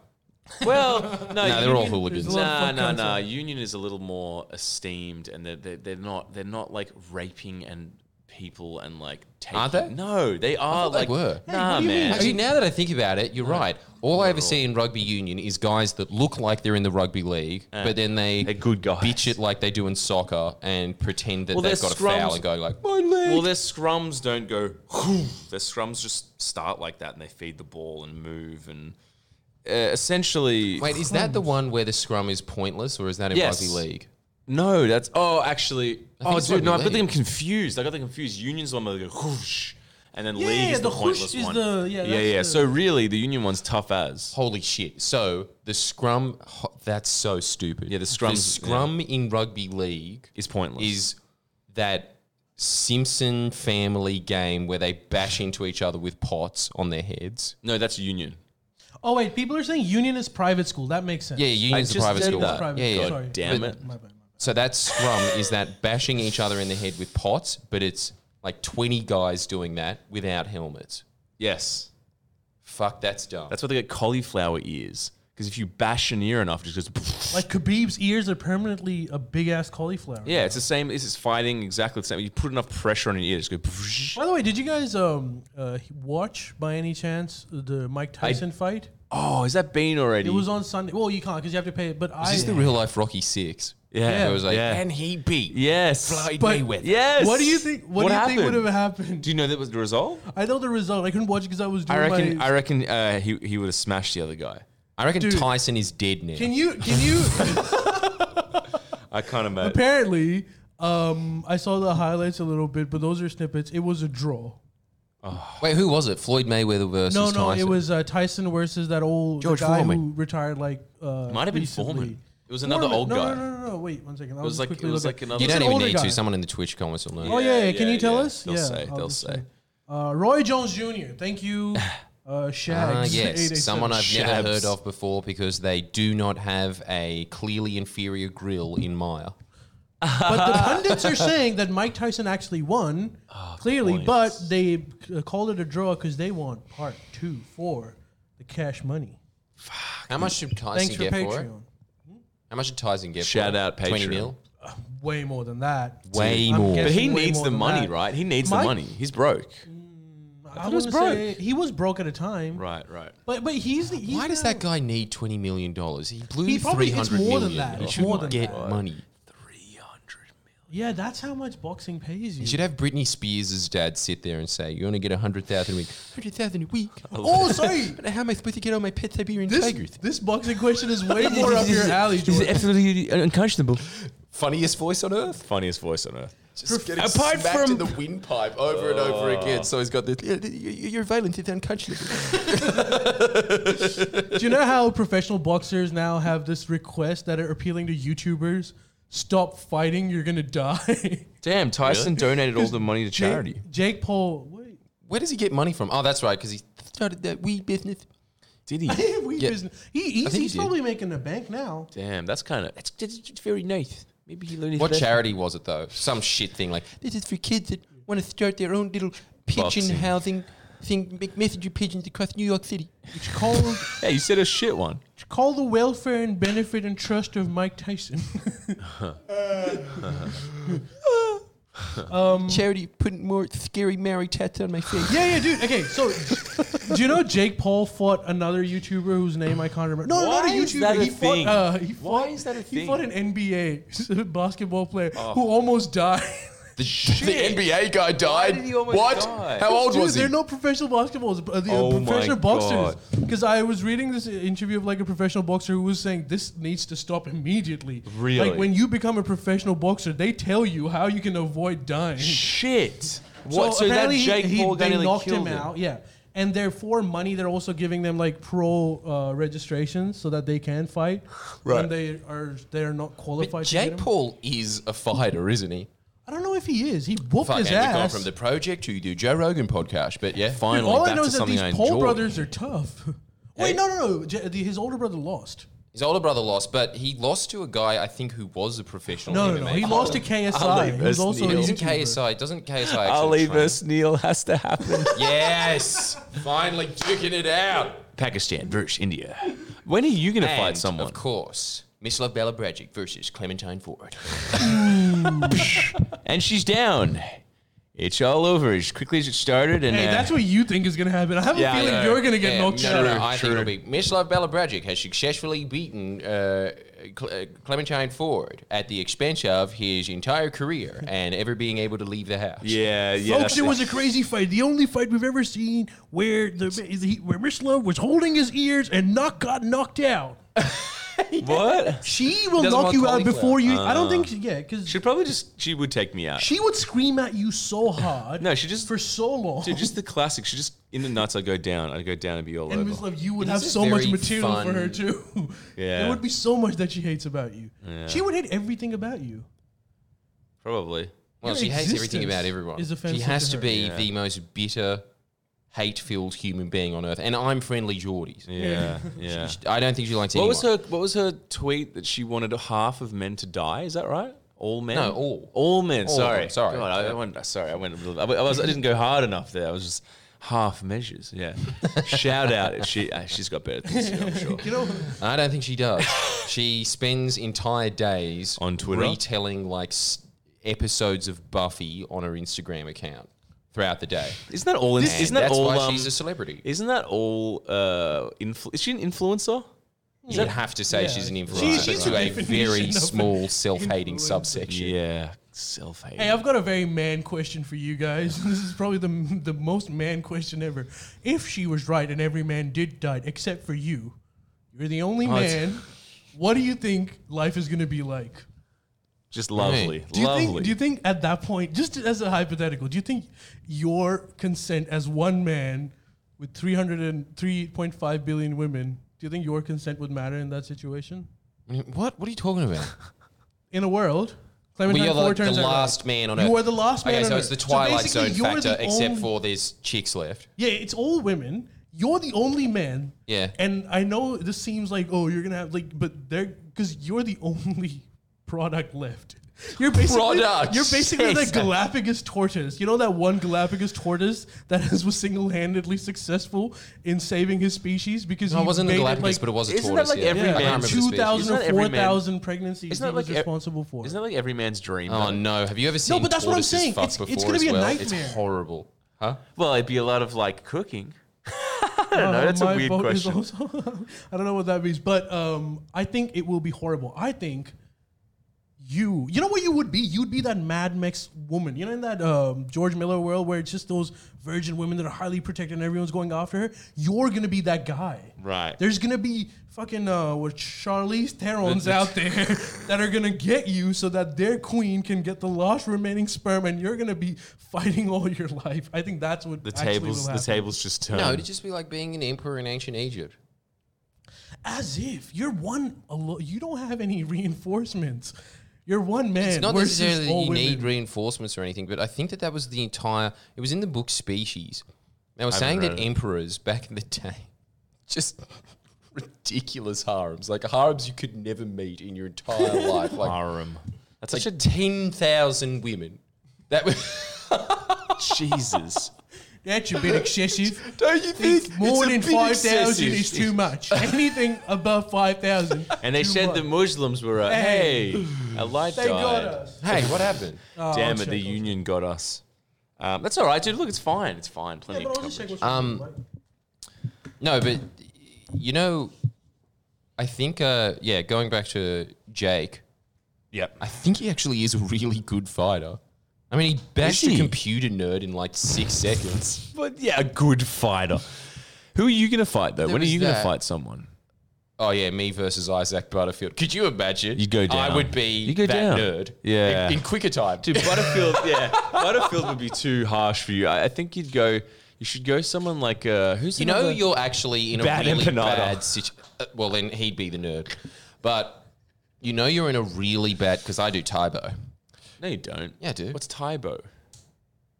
Speaker 2: well, no,
Speaker 3: No, they're all hooligans.
Speaker 1: There's a lot of
Speaker 2: No,
Speaker 1: fuck
Speaker 2: no,
Speaker 1: cunts
Speaker 2: no.
Speaker 1: out.
Speaker 2: Union is a little more esteemed, and they're, they're, they're not they're not like raping and people and like taking.
Speaker 3: Aren't they?
Speaker 2: No, they are
Speaker 3: they
Speaker 2: like
Speaker 3: were. Hey,
Speaker 2: Nah,
Speaker 1: what do you
Speaker 2: man.
Speaker 1: mean?
Speaker 3: Actually, now that I think about it, you're right. All I ever see in rugby union is guys that look like they're in the rugby league, but then they
Speaker 2: They're good guys.
Speaker 3: bitch it like they do in soccer and pretend that
Speaker 2: Well,
Speaker 3: they've
Speaker 2: they're
Speaker 3: got a foul
Speaker 2: scrums.
Speaker 3: and go like,
Speaker 2: Well, their scrums don't go. their scrums just start like that, and they feed the ball and move and uh, essentially.
Speaker 3: "Wait, is that the one where the scrum is pointless, or is that in
Speaker 2: Yes.
Speaker 3: rugby league?"
Speaker 2: No, that's oh, actually,
Speaker 3: think
Speaker 2: oh,
Speaker 3: it's
Speaker 2: dude, no, I
Speaker 3: rugby
Speaker 2: got them
Speaker 3: league.
Speaker 2: confused. I got them confused. Union's the one where they go whoosh, and then
Speaker 1: yeah,
Speaker 2: league is
Speaker 1: the
Speaker 2: the,
Speaker 1: whoosh
Speaker 2: pointless
Speaker 1: is
Speaker 2: one.
Speaker 1: the- yeah,
Speaker 2: yeah,
Speaker 1: that's
Speaker 2: yeah.
Speaker 1: the-
Speaker 2: So really, the union one's tough as.
Speaker 3: Holy shit! So the scrum, ho- that's so stupid.
Speaker 2: Yeah, the scrums-
Speaker 3: scrum in rugby league
Speaker 2: Is pointless.
Speaker 3: is that Simpson family game where they bash into each other with pots on their heads.
Speaker 2: no, that's union.
Speaker 1: Oh wait, people are saying union is private school. That makes sense.
Speaker 3: Yeah, union's
Speaker 2: I
Speaker 3: a
Speaker 2: just
Speaker 3: private
Speaker 2: said
Speaker 3: school.
Speaker 2: that.
Speaker 1: private
Speaker 3: Yeah,
Speaker 1: school.
Speaker 3: yeah.
Speaker 1: Sorry.
Speaker 2: Damn it.
Speaker 1: My bad, my bad.
Speaker 3: So that scrum is that bashing each other in the head with pots, but it's like 20 guys doing that without helmets.
Speaker 2: Yes,
Speaker 3: Fuck, that's dumb.
Speaker 2: that's why they get cauliflower ears. Because if you bash an ear enough, it just goes.
Speaker 1: Like Khabib's ears are permanently a big ass cauliflower.
Speaker 2: yeah, it's the same. This is fighting exactly the same. You put enough pressure on an ear, it just goes.
Speaker 1: By the way, did you guys um uh, watch by any chance the Mike Tyson fight?
Speaker 2: Oh, is that bean already?
Speaker 1: It was on Sunday. Well, you can't because you have to pay it. But I.
Speaker 3: Is this the real life Rocky Six?
Speaker 2: yeah,
Speaker 3: It was like,
Speaker 2: yeah.
Speaker 3: and he beat
Speaker 2: yes,
Speaker 3: Floyd
Speaker 1: But-
Speaker 3: Mayweather.
Speaker 2: yes.
Speaker 1: What do you think? What, do you think would have happened?
Speaker 2: Do you know that was the result?
Speaker 1: I know the result. I couldn't watch it because I was doing
Speaker 2: I reckon.
Speaker 1: my.
Speaker 2: I reckon uh, he he would have smashed the other guy.
Speaker 3: I reckon
Speaker 1: Dude.
Speaker 3: Tyson is dead now.
Speaker 1: can you? Can you?
Speaker 2: I can't imagine.
Speaker 1: apparently, um, I saw the highlights a little bit, but those are snippets. It was a draw.
Speaker 3: Wait, who was it? Floyd Mayweather versus
Speaker 1: No, no,
Speaker 3: Tyson.
Speaker 1: it was uh, Tyson versus that old the
Speaker 2: George
Speaker 1: guy who
Speaker 2: Foreman.
Speaker 1: retired. Like uh,
Speaker 2: Might have been
Speaker 1: recently.
Speaker 2: Foreman. It was another
Speaker 1: Foreman-
Speaker 2: old
Speaker 1: no,
Speaker 2: guy.
Speaker 1: No, no, no, no. Wait one second. It
Speaker 2: was like- it was like another-
Speaker 3: you
Speaker 2: It's
Speaker 3: don't even need
Speaker 1: guy.
Speaker 3: to. Someone in the Twitch comments will know.
Speaker 1: Oh yeah, yeah.
Speaker 2: Yeah,
Speaker 1: can you
Speaker 2: yeah,
Speaker 1: tell
Speaker 2: yeah.
Speaker 1: us?
Speaker 2: They'll
Speaker 1: yeah,
Speaker 2: say,
Speaker 1: I'll
Speaker 2: they'll
Speaker 1: just
Speaker 2: say.
Speaker 1: Uh, Roy Jones Jr. Thank you, uh,
Speaker 3: Ah,
Speaker 1: Shags.
Speaker 3: yes,
Speaker 1: 887.
Speaker 3: someone I've never
Speaker 2: Shabs.
Speaker 3: heard of before because they do not have a clearly inferior grill in Maya.
Speaker 1: But the pundits are saying that Mike Tyson actually won,
Speaker 3: Ah,
Speaker 1: clearly, but they uh, called it a draw because they want part two for the cash money.
Speaker 3: How much should Tyson
Speaker 1: Thanks for
Speaker 3: get for it?
Speaker 1: Patreon.
Speaker 3: How much did Tyson get?
Speaker 2: Shout
Speaker 3: for it?
Speaker 2: out
Speaker 3: Twenty
Speaker 2: Patreon.
Speaker 3: mil.
Speaker 1: Way more than that.
Speaker 3: Way
Speaker 1: I'm
Speaker 3: more.
Speaker 1: guessing
Speaker 2: But he
Speaker 1: way
Speaker 2: needs
Speaker 1: more
Speaker 2: the
Speaker 1: than
Speaker 2: money,
Speaker 1: that.
Speaker 2: right? He needs
Speaker 1: Mike-
Speaker 2: the money. He's broke.
Speaker 1: I
Speaker 2: he was
Speaker 1: wanna say he was broke at a time.
Speaker 2: Right, right.
Speaker 1: But but he's, he's
Speaker 3: Why does
Speaker 1: now-
Speaker 3: that guy need twenty million dollars? He blew
Speaker 1: He probably-
Speaker 3: three
Speaker 1: it's
Speaker 3: hundred
Speaker 1: more than
Speaker 3: million.
Speaker 1: that.
Speaker 3: He
Speaker 1: It's
Speaker 3: should
Speaker 1: more than
Speaker 3: get
Speaker 1: that.
Speaker 3: money.
Speaker 2: Three hundred million.
Speaker 1: Yeah, that's how much boxing pays you.
Speaker 3: You should have Britney Spears' dad sit there and say, "You only get hundred thousand a week. Hundred thousand a week.
Speaker 1: Oh, sorry.
Speaker 3: But how am I supposed to get all my pet Siberian
Speaker 1: This,
Speaker 3: tigers?
Speaker 1: this boxing question is way more up your alley, Jordan.
Speaker 2: absolutely unconscionable.
Speaker 3: Funniest voice on earth.
Speaker 2: Funniest voice on earth.
Speaker 3: Just getting
Speaker 2: Apart
Speaker 3: smacked
Speaker 2: from-
Speaker 3: in the windpipe over and over again. So he's got this. "Yeah, you- you- You're violent. It's unconscionable.
Speaker 1: Do you know how professional boxers now have this request that are appealing to YouTubers? Stop fighting, you're gonna die.
Speaker 2: Damn, Tyson donated all the money to charity.
Speaker 1: Jake, Jake Paul, wait,
Speaker 3: Where does he get money from? Oh, that's right, because he started that weed business.
Speaker 2: Did he?
Speaker 1: we
Speaker 3: Yeah.
Speaker 1: business. He, he's
Speaker 2: he
Speaker 1: he's
Speaker 2: did.
Speaker 1: probably making a bank now.
Speaker 2: Damn, that's kind of it's, it's, it's very nice. Maybe he learned his
Speaker 3: What
Speaker 2: lesson.
Speaker 3: charity was it though? Some shit thing like this is for kids that want to start their own little pigeon
Speaker 2: Boxing.
Speaker 3: housing thing, make messenger pigeons across New York City.
Speaker 1: It's called
Speaker 2: Hey, you said a shit one.
Speaker 1: it's called the welfare and benefit and trust of Mike Tyson.
Speaker 3: Charity putting more scary Mary tats on my face.
Speaker 1: yeah, yeah, dude. Okay, so do you know Jake Paul fought another YouTuber whose name I can't remember? No, no,
Speaker 2: Why
Speaker 1: not a YouTuber.
Speaker 2: is that a
Speaker 1: he fought.
Speaker 2: thing?
Speaker 1: Uh, he
Speaker 2: Why
Speaker 1: fought-
Speaker 2: is that a
Speaker 1: He
Speaker 2: thing?
Speaker 1: fought an NBA basketball player who almost died.
Speaker 3: The, NBA guy died.
Speaker 2: did he almost
Speaker 3: what?
Speaker 2: die?
Speaker 3: How old
Speaker 1: Dude,
Speaker 3: was he?
Speaker 1: they're not professional basketballs, but the uh,
Speaker 2: Oh my
Speaker 1: professional
Speaker 2: God.
Speaker 1: boxers. Because I was reading this interview of like a professional boxer who was saying this needs to stop immediately.
Speaker 2: Really?
Speaker 1: Like when you become a professional boxer, they tell you how you can avoid dying.
Speaker 2: Shit. What? So, that
Speaker 1: apparently he-
Speaker 2: Jake
Speaker 1: he-
Speaker 2: Paul guy
Speaker 1: they
Speaker 2: nearly
Speaker 1: knocked
Speaker 2: killed
Speaker 1: him out. Yeah. And they're for money, they're also giving them like pro uh, registrations so that they can fight
Speaker 2: Right.
Speaker 1: when they are they're not qualified. to get
Speaker 3: Jake
Speaker 1: him.
Speaker 3: Paul is a fighter, isn't he?
Speaker 1: I don't know if he is. He whooped
Speaker 3: Fuck,
Speaker 1: his
Speaker 3: and we've gone
Speaker 1: ass.
Speaker 3: from the project to do Joe Rogan podcast, but yeah.
Speaker 2: Finally,
Speaker 1: All
Speaker 2: back
Speaker 1: I know
Speaker 2: to
Speaker 1: is that
Speaker 2: something
Speaker 1: these
Speaker 2: I
Speaker 1: Paul
Speaker 2: enjoy.
Speaker 1: brothers are tough. Wait, no, no, no. J- the- his older brother lost.
Speaker 3: His older brother lost, but he lost to a guy I think who was a professional.
Speaker 1: No, no,
Speaker 3: MMA
Speaker 1: no. He
Speaker 3: fighter.
Speaker 1: lost to KSI.
Speaker 2: Ali
Speaker 1: who's
Speaker 2: versus
Speaker 1: also a
Speaker 2: Neil.
Speaker 3: He's in
Speaker 1: YouTuber.
Speaker 3: KSI. Doesn't KSI actually
Speaker 2: Ali
Speaker 3: train?
Speaker 2: versus Neil has to happen.
Speaker 3: Yes, finally duking it out.
Speaker 2: Pakistan versus India. When are you going to fight
Speaker 3: And,
Speaker 2: someone?
Speaker 3: Of course. Miss Love Bella Bradgick versus Clementine Ford.
Speaker 2: And she's down. It's all over as quickly as it started. And
Speaker 1: Hey,
Speaker 2: uh,
Speaker 1: that's what you think is going to happen. I have
Speaker 2: Yeah, I
Speaker 1: a feeling
Speaker 2: know.
Speaker 1: you're going to get
Speaker 3: Yeah,
Speaker 1: knocked
Speaker 3: no,
Speaker 1: out.
Speaker 3: No, no, I
Speaker 2: True,
Speaker 3: think it'll be Miss Love Bella Bradgick has successfully beaten uh, Cle- uh, Clementine Ford at the expense of his entire career and ever being able to leave the house.
Speaker 2: yeah, yeah.
Speaker 1: Folks, it was a crazy fight. The only fight we've ever seen where the he- where Miss Love was holding his ears and not got knocked out.
Speaker 2: what?
Speaker 1: She will
Speaker 3: Doesn't
Speaker 1: knock
Speaker 3: want
Speaker 1: you out
Speaker 3: cauliflower.
Speaker 1: before you. I don't think. She, yeah, because
Speaker 2: Uh. She probably just she would take me out.
Speaker 1: she would scream at you so hard.
Speaker 2: No, she just-
Speaker 1: for so long.
Speaker 2: Dude, just the classic. She just in the nuts. I go down. I go down and be all
Speaker 1: and
Speaker 2: over.
Speaker 1: Miss Love, you would
Speaker 3: It
Speaker 1: have
Speaker 3: is a
Speaker 1: so much
Speaker 3: very
Speaker 1: material for
Speaker 3: fun-
Speaker 1: her too.
Speaker 2: Yeah.
Speaker 1: there would be so much that she hates about you. She would hate everything about you.
Speaker 2: probably.
Speaker 3: Well,
Speaker 1: Your
Speaker 3: she hates everything
Speaker 1: existence
Speaker 3: about everyone.
Speaker 1: is
Speaker 3: She
Speaker 1: offensive
Speaker 3: has
Speaker 1: to
Speaker 3: to,
Speaker 1: her.
Speaker 3: be the most bitter, hate-filled human being on earth. And I'm friendly Geordies.
Speaker 2: Yeah, yeah.
Speaker 3: I don't think she likes
Speaker 2: What
Speaker 3: anyone.
Speaker 2: was her What was her tweet that she wanted half of men to die? Is that right? All men?
Speaker 3: No, all.
Speaker 2: All men.
Speaker 3: All,
Speaker 2: sorry,
Speaker 3: sorry.
Speaker 2: God, I, I went, sorry, I went. a little- I, I was. I didn't go hard enough there. I was just half measures. Yeah. Shout out. if She uh, she's got better things. To do, I'm sure.
Speaker 1: You know,
Speaker 3: I don't think she does. she spends entire days
Speaker 2: On Twitter?
Speaker 3: retelling like s- episodes of Buffy on her Instagram account throughout the day.
Speaker 2: Isn't that all? In,
Speaker 3: And
Speaker 2: isn't that
Speaker 3: that's
Speaker 2: all?
Speaker 3: why
Speaker 2: um,
Speaker 3: she's a celebrity.
Speaker 2: isn't that all? Uh, influ- is she an influencer?
Speaker 3: You'd have to say
Speaker 1: Yeah.
Speaker 3: she's an
Speaker 1: She-
Speaker 3: influencer
Speaker 1: she's
Speaker 3: to
Speaker 1: the
Speaker 3: a
Speaker 1: definition of
Speaker 3: very
Speaker 1: an
Speaker 3: small, self-hating
Speaker 1: influencer.
Speaker 3: subsection.
Speaker 2: Yeah. Self hate.
Speaker 1: Hey, I've got a very man question for you guys. This is probably the the most man question ever. If she was right and every man did die except for you, you're the only
Speaker 2: it's-
Speaker 1: man. What do you think life is going to be like?
Speaker 2: just lovely.
Speaker 1: Do you
Speaker 2: lovely.
Speaker 1: think? Do you think at that point, just as a hypothetical, do you think your consent as one man with 303.5 billion women, do you think your consent would matter in that situation?
Speaker 3: What? What are you talking about?
Speaker 1: In a world, Clementine
Speaker 3: we are
Speaker 1: Ford
Speaker 3: the, the
Speaker 1: turns out right.
Speaker 3: last man on earth.
Speaker 1: You are the last man
Speaker 3: Okay,
Speaker 1: on
Speaker 3: so it's
Speaker 1: Earth.
Speaker 3: the
Speaker 1: So
Speaker 3: Twilight
Speaker 1: basically,
Speaker 3: Zone
Speaker 1: you're
Speaker 3: factor,
Speaker 1: the
Speaker 3: except
Speaker 1: only-
Speaker 3: for there's chicks left.
Speaker 1: Yeah, it's all women. You're the only man.
Speaker 3: Yeah.
Speaker 1: And I know this seems like, oh, you're gonna have like, but they're because you're the only product left. You're basically
Speaker 3: Product.
Speaker 1: you're basically the
Speaker 3: Jesus.
Speaker 1: Galapagos tortoise. You know that one Galapagos tortoise that has, was single-handedly successful in saving his species because
Speaker 3: No,
Speaker 1: he
Speaker 3: it wasn't a
Speaker 1: made
Speaker 3: Galapagos,
Speaker 1: like,
Speaker 3: but it was a
Speaker 2: Isn't that
Speaker 3: tortoise.
Speaker 2: like
Speaker 3: yeah.
Speaker 2: every
Speaker 3: I can't
Speaker 2: man?
Speaker 3: remember the species.
Speaker 1: 2,000 or
Speaker 2: Isn't that every man-
Speaker 1: 4,000 pregnancies
Speaker 2: Isn't that
Speaker 1: he was
Speaker 2: like ev-
Speaker 1: responsible for.
Speaker 2: Isn't that like every man's dream?
Speaker 3: Oh
Speaker 2: though?
Speaker 3: no! Have you ever seen?
Speaker 1: No, but that's what I'm
Speaker 3: tortoises
Speaker 1: saying.
Speaker 3: fuck
Speaker 1: It's- it's
Speaker 3: before
Speaker 1: gonna be
Speaker 3: as
Speaker 1: a
Speaker 3: well?
Speaker 1: nightmare.
Speaker 3: It's horrible, huh?
Speaker 2: Well, it'd be a lot of like cooking. I don't know.
Speaker 1: Uh,
Speaker 2: That's a
Speaker 1: my
Speaker 2: weird
Speaker 1: vote is
Speaker 2: question.
Speaker 1: also- I don't know what that means, but um, I think it will be horrible. I think you, you know what you would be? You'd be that Mad Max woman. You know, in that um, George Miller world where it's just those virgin women that are highly protected and everyone's going after her. You're gonna be that guy.
Speaker 2: Right.
Speaker 1: There's gonna be fucking uh, what Charlize Theron's out there that are gonna get you so that their queen can get the last remaining sperm, and you're gonna be fighting all your life. I think that's what
Speaker 2: The
Speaker 1: actually
Speaker 2: tables,
Speaker 1: will
Speaker 2: the
Speaker 1: happen.
Speaker 2: tables just turn.
Speaker 3: No, it'd just be like being an emperor in ancient Egypt.
Speaker 1: as if you're one alo- you don't have any reinforcements you're one man
Speaker 3: It's not
Speaker 1: versus
Speaker 3: necessarily that
Speaker 1: all
Speaker 3: you need
Speaker 1: women.
Speaker 3: reinforcements or anything, but I think that that was the entire. It was in the book Species. They were
Speaker 2: haven't
Speaker 3: saying that
Speaker 2: read it.
Speaker 3: emperors back in the day just ridiculous harems, like harems you could never meet in your entire life. Like
Speaker 2: Arum. That's
Speaker 3: such
Speaker 2: like
Speaker 3: a ten thousand women. That was,
Speaker 2: Jesus.
Speaker 1: That's a bit excessive.
Speaker 3: don't you think
Speaker 1: More
Speaker 3: it's a
Speaker 1: than
Speaker 3: bit
Speaker 1: five thousand is
Speaker 3: excessive?
Speaker 1: too much. Anything above five thousand.
Speaker 2: And they said the Muslims were a
Speaker 1: Hey.
Speaker 2: hey, a light
Speaker 1: They
Speaker 2: died.
Speaker 1: got us.
Speaker 3: Hey, what happened?
Speaker 1: Oh, I'll
Speaker 2: Damn it,
Speaker 1: check
Speaker 2: the
Speaker 1: on-
Speaker 2: union got us. Um, that's all right, dude. Look, it's fine. It's fine.
Speaker 1: Yeah,
Speaker 2: Plenty
Speaker 1: but
Speaker 2: of
Speaker 1: I'll just
Speaker 2: coverage.
Speaker 1: check what's
Speaker 3: Um,
Speaker 1: going on,
Speaker 3: No, but you know, I think uh, yeah, going back to Jake,
Speaker 2: Yep.
Speaker 3: I think he actually is a really good fighter. I mean, he bashed
Speaker 2: he?
Speaker 3: a computer nerd in like six seconds.
Speaker 2: But yeah, a good fighter. Who are you going to fight though? when are
Speaker 3: was
Speaker 2: you going to
Speaker 3: that.
Speaker 2: fight someone?
Speaker 3: Oh yeah, me versus Isaac Butterfield. Could you imagine?
Speaker 2: You'd go down.
Speaker 3: I would be
Speaker 2: You'd go
Speaker 3: that
Speaker 2: down.
Speaker 3: nerd.
Speaker 2: Yeah.
Speaker 3: in, in quicker time.
Speaker 2: Dude, Butterfield, yeah, Butterfield would be too harsh for you. I, I think you'd go. You should go someone like uh, who's
Speaker 3: you know,
Speaker 2: another-
Speaker 3: you're actually in a
Speaker 2: Bad
Speaker 3: really
Speaker 2: empanada.
Speaker 3: bad situation. Well, then he'd be the nerd, but you know, you're in a really bad because I do Tybo.
Speaker 2: No, you don't.
Speaker 3: Yeah, dude.
Speaker 2: What's Tybo?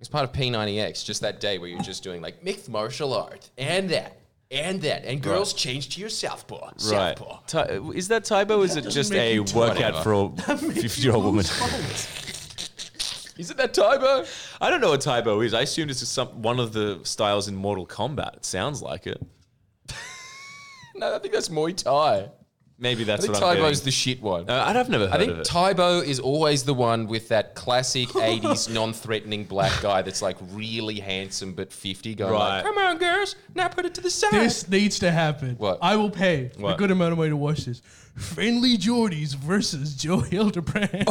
Speaker 3: It's part of P90X, just that day where you're just doing like mixed martial arts and that and that and girls change to your southpaw.
Speaker 2: Right.
Speaker 3: Southpaw.
Speaker 2: Ty- is that Tybo? Or is it just
Speaker 1: make
Speaker 2: a
Speaker 1: you
Speaker 2: workout for a fifty-year-old woman?
Speaker 3: Is it that Tybo?
Speaker 2: I don't know what Tybo is. I assumed it's just some one of the styles in Mortal Kombat. It sounds like it.
Speaker 3: No, I think that's Muay Thai.
Speaker 2: Maybe
Speaker 3: I
Speaker 2: that's
Speaker 3: think
Speaker 2: what I'm
Speaker 3: Tybo's
Speaker 2: getting.
Speaker 3: the shit one.
Speaker 2: Uh, I'd- I've never heard
Speaker 3: I think
Speaker 2: of it.
Speaker 3: Tybo is always the one with that classic 80s non threatening black guy that's like really handsome but 50 going
Speaker 2: Right.
Speaker 3: like, come on, girls, now put it to the side.
Speaker 1: This needs to happen.
Speaker 3: What?
Speaker 1: I will pay a
Speaker 2: What?
Speaker 1: good amount of money to watch this. Friendly Geordies versus Joe Hildebrand.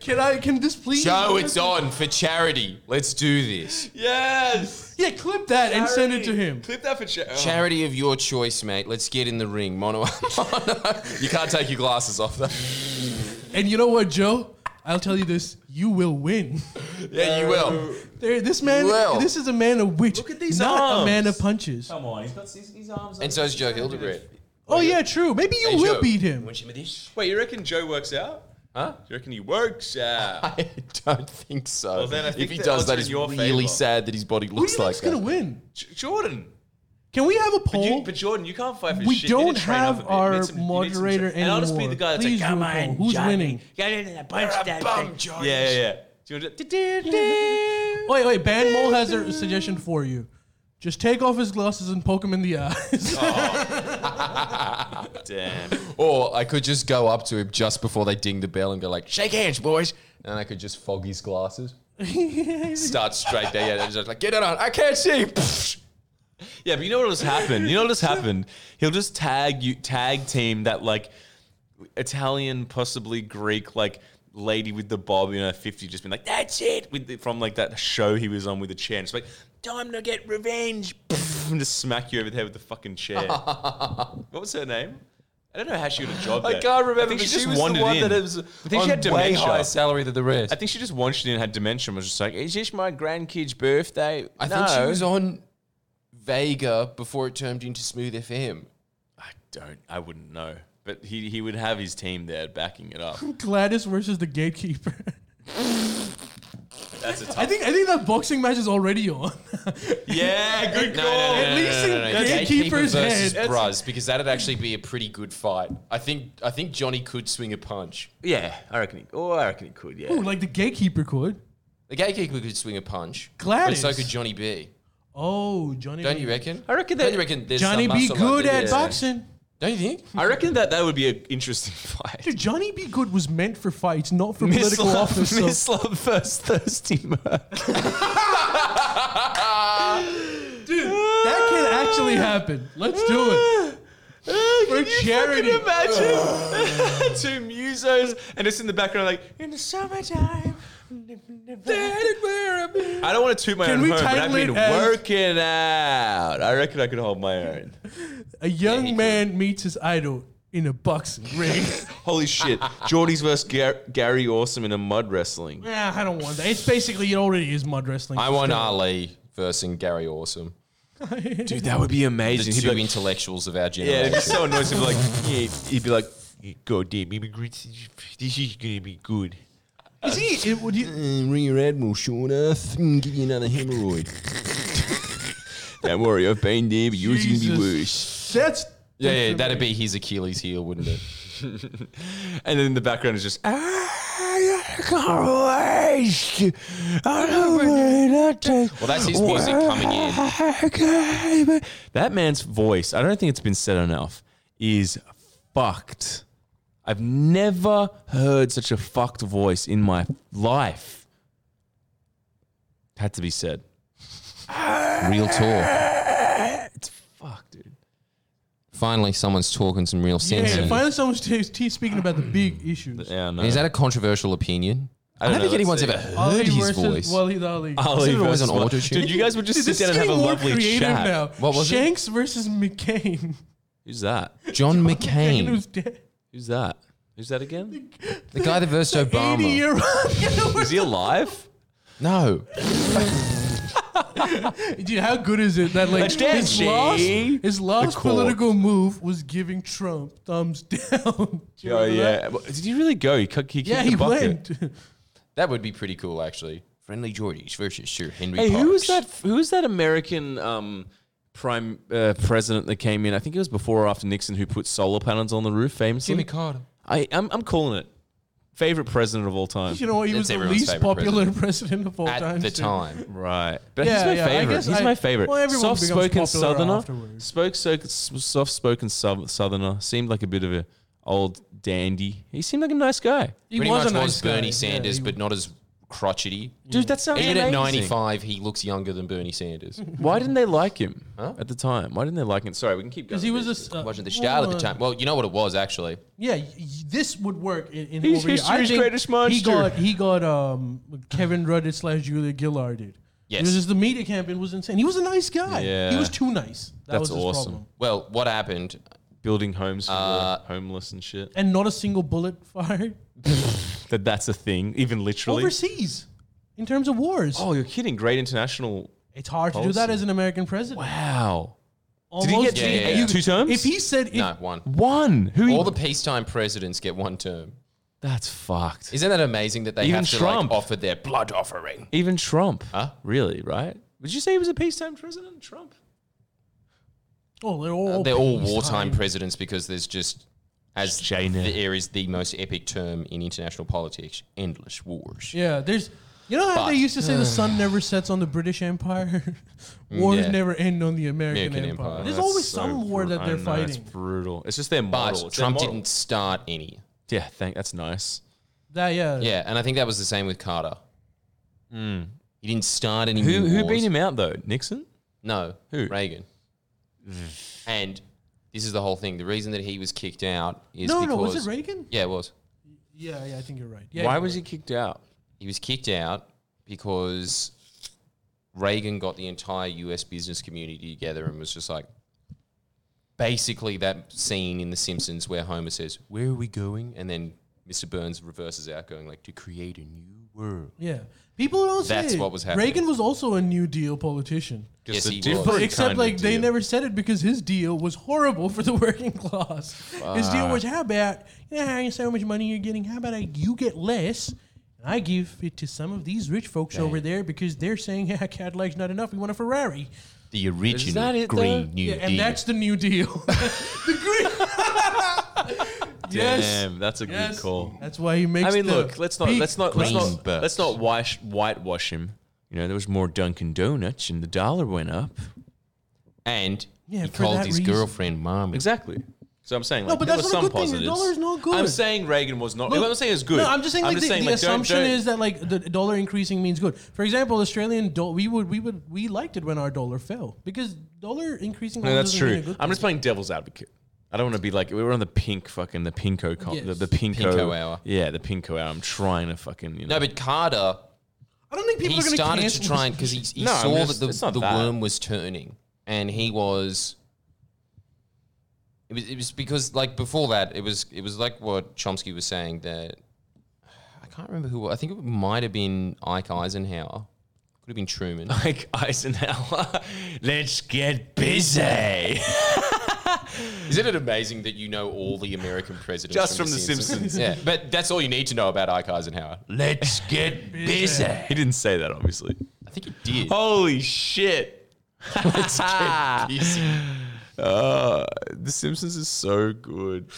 Speaker 1: can I? Can this please?
Speaker 3: Joe, it's on for charity. Let's do this.
Speaker 2: yes.
Speaker 1: Yeah, clip that and send it to him.
Speaker 2: Clip that for oh. Chad.
Speaker 3: Oh. Charity of your choice, mate. Let's get in the ring. Mono. mono. You can't take your glasses off, though.
Speaker 1: And you know what, Joe? I'll tell you this: you will win.
Speaker 3: Yeah, you will.
Speaker 1: There, this man.
Speaker 3: Well.
Speaker 1: this is a man of wit. Look
Speaker 2: at these
Speaker 1: not a
Speaker 2: arms.
Speaker 1: man of punches.
Speaker 2: Come on, he's got his, his arms.
Speaker 3: And so is Joe Hildebrand.
Speaker 1: Oh yeah, true. Maybe you
Speaker 3: Hey,
Speaker 1: will
Speaker 3: Joe,
Speaker 1: beat him.
Speaker 3: Want some of this?
Speaker 2: Wait, you reckon Joe works out?
Speaker 3: Huh?
Speaker 2: You reckon he works out?
Speaker 3: I don't think so.
Speaker 2: Well, then I think
Speaker 3: if he
Speaker 2: the
Speaker 3: does
Speaker 2: odds are
Speaker 3: that,
Speaker 2: in
Speaker 3: it's
Speaker 2: your
Speaker 3: really
Speaker 2: favour.
Speaker 3: sad that his body
Speaker 1: Who do you
Speaker 3: looks like
Speaker 1: think's
Speaker 3: that.
Speaker 1: gonna win?
Speaker 2: J- Jordan.
Speaker 1: Can we have a
Speaker 2: But, you,
Speaker 1: poll?
Speaker 2: but Jordan, you can't fight for
Speaker 1: We
Speaker 2: shit. You need
Speaker 1: don't
Speaker 2: to train up
Speaker 1: have
Speaker 2: a bit.
Speaker 1: our
Speaker 2: You need some- you need some
Speaker 1: moderator
Speaker 2: tra- And I'll just be the
Speaker 1: anymore.
Speaker 2: guy that's
Speaker 1: Please
Speaker 2: like, come
Speaker 1: do a
Speaker 2: on,
Speaker 1: poll. Who's
Speaker 2: Oh, Johnny.
Speaker 1: winning?
Speaker 2: Get in and punch that
Speaker 3: bum,
Speaker 2: thing."
Speaker 3: Jordan.
Speaker 2: Yeah, yeah, yeah. Do you want to do-
Speaker 1: Wait, wait, Ban Mole has a suggestion for you. Just take off his glasses and poke him in the eyes.
Speaker 2: Damn.
Speaker 3: Or I could just go up to him just before they ding the bell and go like, "Shake hands, boys," and I could just fog his glasses. Start straight there, yeah. and Just like, get it on. I can't see.
Speaker 2: Yeah, but you know what'll just happen? You know what'll just happen? He'll just tag you tag team that like Italian, possibly Greek, like lady with the bob in her 50 just been like, that's it with the, from like that show he was on with the chair. And it's like, time to get revenge. And just smack you over the head with the fucking chair. what was her name? I don't know how she got a job.
Speaker 3: I
Speaker 2: there.
Speaker 3: can't remember.
Speaker 2: think
Speaker 3: but
Speaker 2: she, just
Speaker 3: was
Speaker 2: wandered
Speaker 3: the one
Speaker 2: in.
Speaker 3: that was. I
Speaker 2: I think she had
Speaker 3: way
Speaker 2: dementia.
Speaker 3: higher salary than the rest.
Speaker 2: I think she just wandered in and had dementia and was just like, is this my grandkid's birthday?
Speaker 3: I
Speaker 2: no.
Speaker 3: think she was on Vega before it turned into Smooth FM.
Speaker 2: I don't. I wouldn't know. But he he would have his team there backing it up.
Speaker 1: Gladys versus the gatekeeper.
Speaker 2: That's a
Speaker 1: I
Speaker 2: tough.
Speaker 1: think I think that boxing match is already on.
Speaker 2: yeah, good
Speaker 3: No,
Speaker 2: call.
Speaker 3: no, no, no,
Speaker 1: At
Speaker 3: no,
Speaker 1: least
Speaker 3: no,
Speaker 1: in
Speaker 3: no, no, no.
Speaker 1: Gatekeeper's
Speaker 3: Gatekeeper versus
Speaker 1: head.
Speaker 3: Bruz, because that'd actually be a pretty good fight. I think I think Johnny could swing a punch.
Speaker 2: Yeah, I reckon. He, oh, I reckon he could. Yeah.
Speaker 1: Ooh, like the gatekeeper could.
Speaker 3: The Gatekeeper could swing a punch, but
Speaker 1: Gladys.
Speaker 3: so could Johnny B.
Speaker 1: Oh, Johnny.
Speaker 3: Don't
Speaker 1: B.
Speaker 3: you reckon?
Speaker 2: I reckon
Speaker 3: Don't
Speaker 2: that-
Speaker 3: you reckon there's
Speaker 1: Johnny
Speaker 3: some
Speaker 1: be
Speaker 3: muscle
Speaker 1: good
Speaker 3: under
Speaker 1: at
Speaker 3: there?
Speaker 1: boxing.
Speaker 3: Don't you think?
Speaker 2: I reckon that that would be an interesting fight.
Speaker 1: Dude, Johnny B. Good was meant for fights, not for political office. so-
Speaker 2: Miss Love first thirsty Merc.
Speaker 1: Dude, that can actually happen. Let's do it. For
Speaker 2: Can
Speaker 1: charity.
Speaker 2: you fucking imagine two musos and it's in the background like in the summertime. I don't want to toot my
Speaker 1: Can
Speaker 2: own
Speaker 1: we
Speaker 2: horn, but I've
Speaker 1: title it
Speaker 2: been
Speaker 1: as-
Speaker 2: working out. I reckon I could hold my own.
Speaker 1: A young man meets his idol in a boxing ring.
Speaker 2: Holy shit. Geordie's versus Gar- Gary Awesome in a mud wrestling.
Speaker 1: nah, I don't want that. It's basically it already is mud wrestling.
Speaker 3: I want Ali versus Gary Awesome,
Speaker 2: Dude, that would be
Speaker 3: the
Speaker 2: amazing. He'd
Speaker 3: two
Speaker 2: be like,
Speaker 3: intellectuals of our
Speaker 2: yeah, it'd
Speaker 3: generation.
Speaker 2: be so annoying. He'd be like, yeah, he'd be like, go damn immigrants, this is gonna be good.
Speaker 1: Is he? It, would you,
Speaker 2: ring your admiral, Sean. give you another hemorrhoid. Don't worry, I've been there, but yours is gonna be worse.
Speaker 1: Jesus. That's
Speaker 3: Yeah, yeah, that'd be his Achilles heel, wouldn't it?
Speaker 2: And then in the background is just. "Ah, I can't waste. I don't wanna take
Speaker 3: Well, that's his music coming in.
Speaker 2: in. That man's voice, I don't think it's been said enough, is fucked. I've never heard such a fucked voice in my life. Had to be said.
Speaker 3: Real talk.
Speaker 2: It's fucked, dude.
Speaker 3: Finally, someone's talking some real sense.
Speaker 1: Yeah,
Speaker 3: in it.
Speaker 1: finally, someone's t- t- speaking about the big issues.
Speaker 2: Yeah, no.
Speaker 3: Is that a controversial opinion? I don't,
Speaker 2: don't
Speaker 3: think
Speaker 2: know,
Speaker 3: anyone's
Speaker 2: let's
Speaker 3: ever
Speaker 2: see.
Speaker 1: Ali
Speaker 3: heard his
Speaker 1: versus
Speaker 3: voice.
Speaker 1: Waleed Ali.
Speaker 2: Ali
Speaker 3: Isn't it always
Speaker 2: versus
Speaker 3: on
Speaker 2: Wa-
Speaker 3: auto-tune?
Speaker 2: Dude, you guys would Oh, just
Speaker 1: Dude,
Speaker 2: sit down
Speaker 1: this
Speaker 2: and
Speaker 1: is
Speaker 2: have a
Speaker 1: getting more
Speaker 2: lovely
Speaker 1: creative
Speaker 2: chat.
Speaker 1: Now.
Speaker 3: What was it?
Speaker 1: Shanks versus McCain.
Speaker 2: Who's that?
Speaker 3: John
Speaker 1: McCain
Speaker 3: McCain,
Speaker 1: who's dead.
Speaker 2: Who's that? Who's that again?
Speaker 3: the guy that versed Obama.
Speaker 1: 80-year-old.
Speaker 2: Is he alive?
Speaker 3: No,
Speaker 1: Dude, how good is it that like
Speaker 2: dead,
Speaker 1: his
Speaker 2: G.
Speaker 1: last, his last
Speaker 2: court.
Speaker 1: political move was giving Trump thumbs down? Do you
Speaker 2: Oh
Speaker 1: remember that?
Speaker 2: yeah. Well, Did he really go? He, cu- he kicked
Speaker 1: yeah,
Speaker 2: the
Speaker 1: he
Speaker 2: bucket.
Speaker 1: went.
Speaker 3: that would be pretty cool, actually. Friendly Geordies versus Sir Henry.
Speaker 2: Hey, who was
Speaker 3: Parkes.
Speaker 2: that? Who was that American um, prime uh, president that came in? I think it was before or after Nixon who put solar panels on the roof. Famously,
Speaker 3: Jimmy Carter.
Speaker 2: I, I'm, I'm calling it favorite president of all time.
Speaker 1: you know what? He
Speaker 3: That's
Speaker 1: was the
Speaker 3: everyone's
Speaker 1: least
Speaker 3: favorite
Speaker 1: popular president of all
Speaker 3: At
Speaker 1: time.
Speaker 3: the time,
Speaker 2: Right, but
Speaker 1: Yeah,
Speaker 2: he's my
Speaker 1: yeah, I
Speaker 2: favorite.
Speaker 1: guess
Speaker 2: He's
Speaker 1: I-
Speaker 2: my favorite.
Speaker 1: well, everyone
Speaker 2: soft-spoken
Speaker 1: becomes popular
Speaker 2: southerner,
Speaker 1: afterwards.
Speaker 2: spoke so, soft-spoken sou- southerner. Seemed like a bit of a old dandy. He seemed like a nice guy,
Speaker 1: He
Speaker 3: pretty
Speaker 1: was
Speaker 3: much
Speaker 1: a nice
Speaker 3: was
Speaker 1: guy.
Speaker 3: Bernie
Speaker 1: Yeah,
Speaker 3: Sanders,
Speaker 1: he-
Speaker 3: but not as crotchety.
Speaker 2: dude. That sounds
Speaker 3: Even at
Speaker 2: amazing.
Speaker 3: 95, he looks younger than Bernie Sanders.
Speaker 2: Why didn't they like him at the time? Why didn't they like him? Sorry, we can keep going.
Speaker 1: because he was a uh,
Speaker 3: Wasn't the style at the
Speaker 1: well,
Speaker 3: time. Well, you know what it was actually.
Speaker 1: Yeah, y- y- this would work in, in
Speaker 2: He's
Speaker 1: over here. I
Speaker 2: history's
Speaker 1: think
Speaker 2: greatest monster.
Speaker 1: He got he got um, Kevin Rudd slash Julia Gillard did.
Speaker 3: Yes.
Speaker 1: it was just the media campaign was insane. He was a nice guy. he
Speaker 2: Yeah.
Speaker 1: was too nice. That was
Speaker 2: That's
Speaker 1: his
Speaker 2: awesome.
Speaker 1: problem.
Speaker 3: Well, what happened?
Speaker 2: building homes for
Speaker 3: Uh,
Speaker 2: the homeless and shit.
Speaker 1: And not a single bullet fired
Speaker 2: That that's a thing, even literally.
Speaker 1: overseas in terms of wars.
Speaker 2: Oh, you're kidding! Great international.
Speaker 1: it's hard to do that
Speaker 2: policy.
Speaker 1: as an American president.
Speaker 2: Wow.
Speaker 1: Almost,
Speaker 2: Did he
Speaker 3: Yeah,
Speaker 2: get
Speaker 3: yeah,
Speaker 2: did he
Speaker 3: yeah.
Speaker 2: get two terms?
Speaker 1: If he said, if,
Speaker 3: No, one.
Speaker 2: one, who?
Speaker 3: All the peacetime presidents get one term.
Speaker 2: that's fucked.
Speaker 3: Isn't that amazing that they
Speaker 2: Even
Speaker 3: have to
Speaker 2: Trump.
Speaker 3: like offer their blood offering?
Speaker 2: Even Trump.
Speaker 3: Huh?
Speaker 2: Really? Right? Would you say he was a peacetime president? Trump.
Speaker 1: oh,
Speaker 2: Uh,
Speaker 1: they're all
Speaker 3: They're all
Speaker 1: peacetime.
Speaker 3: wartime presidents because there's just as
Speaker 2: China.
Speaker 3: the air is the most epic term in international politics, endless wars.
Speaker 1: Yeah, there's. You know how
Speaker 3: But-
Speaker 1: they used to say the sun never sets on the British Empire?
Speaker 2: Mm,
Speaker 1: Wars
Speaker 3: yeah.
Speaker 1: never end on the American,
Speaker 3: American
Speaker 1: Empire.
Speaker 3: Empire.
Speaker 1: There's
Speaker 2: That's
Speaker 1: always
Speaker 2: so
Speaker 1: some war
Speaker 2: bru-
Speaker 1: that
Speaker 2: I
Speaker 1: they're
Speaker 2: know, It's
Speaker 1: fighting.
Speaker 2: brutal. It's just their
Speaker 3: But
Speaker 2: model. It's their
Speaker 3: Trump
Speaker 2: model.
Speaker 3: didn't start any.
Speaker 2: Yeah, thank. That's nice.
Speaker 1: That yeah.
Speaker 3: Yeah, and I think that was the same with Carter.
Speaker 2: Hmm.
Speaker 3: He didn't start any.
Speaker 2: Who
Speaker 3: new
Speaker 2: who
Speaker 3: wars.
Speaker 2: beat him out though? Nixon.
Speaker 3: No,
Speaker 2: Who?
Speaker 3: Reagan. and this is the whole thing. The reason that he was kicked out is
Speaker 1: No, no,
Speaker 3: because
Speaker 1: was it Reagan?
Speaker 3: Yeah, it was.
Speaker 1: Yeah, yeah, I think you're right. Yeah,
Speaker 2: Why
Speaker 1: you're
Speaker 2: was
Speaker 1: right.
Speaker 2: he kicked out?
Speaker 3: He was kicked out because Reagan got the entire US business community together and was just like basically that scene in The Simpsons where Homer says, Where are we going? And then Mr. Burns reverses out, going like to create a new world.
Speaker 1: Yeah. People don't say
Speaker 3: That's
Speaker 1: it.
Speaker 3: what was happening.
Speaker 1: Reagan was also a New Deal politician.
Speaker 3: Yes,
Speaker 2: a
Speaker 3: he was.
Speaker 2: different
Speaker 1: Except
Speaker 2: kind
Speaker 1: like
Speaker 2: of
Speaker 1: they
Speaker 2: deal.
Speaker 1: never said it because his deal was horrible for the working class. His deal was how about you know how you so much money you're getting, how about I, you get less and I give it to some of these rich folks over there because they're saying yeah, Cadillac's not enough, we want a Ferrari.
Speaker 3: The original
Speaker 2: that it,
Speaker 3: Green
Speaker 2: though?
Speaker 3: New
Speaker 1: Yeah, and
Speaker 3: Deal.
Speaker 1: that's the New Deal. the Green Yes.
Speaker 2: Damn, that's a good
Speaker 1: Yes.
Speaker 2: call.
Speaker 1: That's why he makes
Speaker 2: I mean,
Speaker 1: the
Speaker 2: look, let's not
Speaker 1: big
Speaker 2: let's not let's
Speaker 3: green
Speaker 2: not
Speaker 3: bucks.
Speaker 2: let's not wash, whitewash him. You know, there was more Dunkin' Donuts, and the dollar went up.
Speaker 3: and
Speaker 1: Yeah,
Speaker 3: he
Speaker 1: for
Speaker 3: called
Speaker 1: that
Speaker 3: his
Speaker 1: reason.
Speaker 3: girlfriend mom.
Speaker 2: Exactly. So I'm saying, like,
Speaker 1: but
Speaker 2: there
Speaker 1: that's
Speaker 2: were
Speaker 1: not a
Speaker 2: some
Speaker 1: good thing. The
Speaker 2: positives.
Speaker 1: dollar is not good.
Speaker 2: I'm saying Reagan was not.
Speaker 1: Look,
Speaker 2: I'm not saying it's good.
Speaker 1: No, I'm just saying like the, the
Speaker 2: don't-
Speaker 1: assumption
Speaker 2: don't-
Speaker 1: is that like the dollar increasing means good. For example, Australian dollar we would we would we liked it when our dollar fell because dollar increasing.
Speaker 2: No, that's
Speaker 1: doesn't mean a
Speaker 2: true.
Speaker 1: good
Speaker 2: I'm
Speaker 1: thing.
Speaker 2: just playing devil's advocate. I don't want to be like we were on the pink fucking the pinko con,
Speaker 1: Yes.
Speaker 2: the, the pinko,
Speaker 3: Pinko hour.
Speaker 2: Yeah, the pinko hour. I'm trying to fucking you know.
Speaker 3: No, but Carter,
Speaker 1: I don't think people
Speaker 3: he
Speaker 1: are going to
Speaker 3: started
Speaker 1: cancel.
Speaker 3: to try and because he, he
Speaker 2: No, I
Speaker 3: saw
Speaker 2: mean, it's-
Speaker 3: that
Speaker 2: it's
Speaker 3: the,
Speaker 2: not
Speaker 3: the
Speaker 2: that.
Speaker 3: worm was turning, and he was. It was, it was because like before that it was it was like what Chomsky was saying that I can't remember who I think it might have been Ike Eisenhower could have been Truman
Speaker 2: like Eisenhower. Let's get busy.
Speaker 3: Isn't it amazing that you know all the American presidents
Speaker 2: Just from The Simpsons.
Speaker 3: yeah, but that's all you need to know about Ike Eisenhower.
Speaker 2: Let's get busy. He didn't say that, obviously.
Speaker 3: I think he did.
Speaker 2: Holy shit. Let's get busy. Uh, the Simpsons is so good.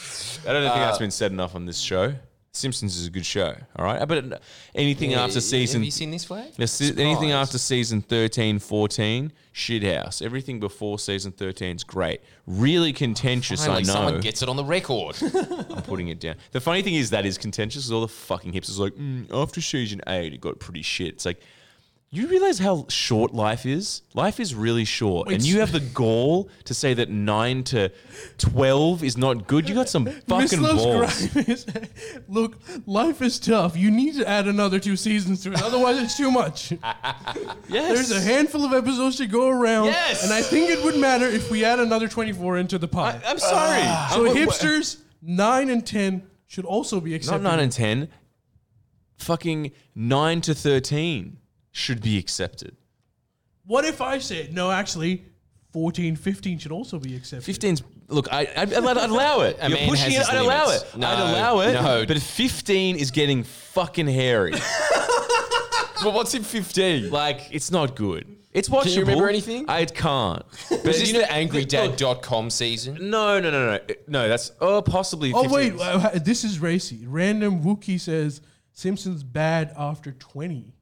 Speaker 2: I don't think that's been said enough on this show. Simpsons is a good show, all right? But uh, anything after season
Speaker 3: Have you seen this flag?
Speaker 2: Now, se- anything
Speaker 3: Surprise.
Speaker 2: after season 13, 14, shit house. Everything before season 13 is great. Really contentious,
Speaker 3: Finally,
Speaker 2: I know.
Speaker 3: someone gets it on the record.
Speaker 2: I'm putting it down. The funny thing is that is contentious because all the fucking hipsters are like, mm, after season 8, it got pretty shit. It's like, you realize how short life is? Life is really short. and you have the gall to say that 9 to 12 is not good? You got some fucking
Speaker 1: Love's
Speaker 2: balls.
Speaker 1: gripe is, look, life is tough. You need to add another two seasons to it, otherwise it's too much.
Speaker 2: Yes.
Speaker 1: There's a handful of episodes to go around,
Speaker 2: Yes.
Speaker 1: and I think it would matter if we add another 24 into the pie.
Speaker 2: I'm sorry.
Speaker 1: Ah. so hipsters, nine and ten should also be
Speaker 2: Oh, Not
Speaker 1: accepted.
Speaker 2: nine and ten. Fucking nine to thirteen should be accepted.
Speaker 1: what if I said no? Actually, 14, 15 should also be accepted.
Speaker 2: Fifteen's look, I, I I'd, I'd allow it.
Speaker 3: A
Speaker 2: You're
Speaker 3: man
Speaker 2: pushing
Speaker 3: has
Speaker 2: it.
Speaker 3: his
Speaker 2: I'd allow it.
Speaker 3: limits. No,
Speaker 2: I'd allow it.
Speaker 3: no.
Speaker 2: But fifteen is getting fucking hairy.
Speaker 3: well, what's in 15?
Speaker 2: like it's not good. It's watchable.
Speaker 3: you remember anything?
Speaker 2: I can't. But
Speaker 3: Was this
Speaker 2: you know-
Speaker 3: the
Speaker 2: look,
Speaker 3: angrydad.com season?
Speaker 2: No, no, no, no, no. That's oh, possibly.
Speaker 1: Oh
Speaker 2: 15.
Speaker 1: wait, uh, this is racy. Random Wookie says Simpsons bad after 20.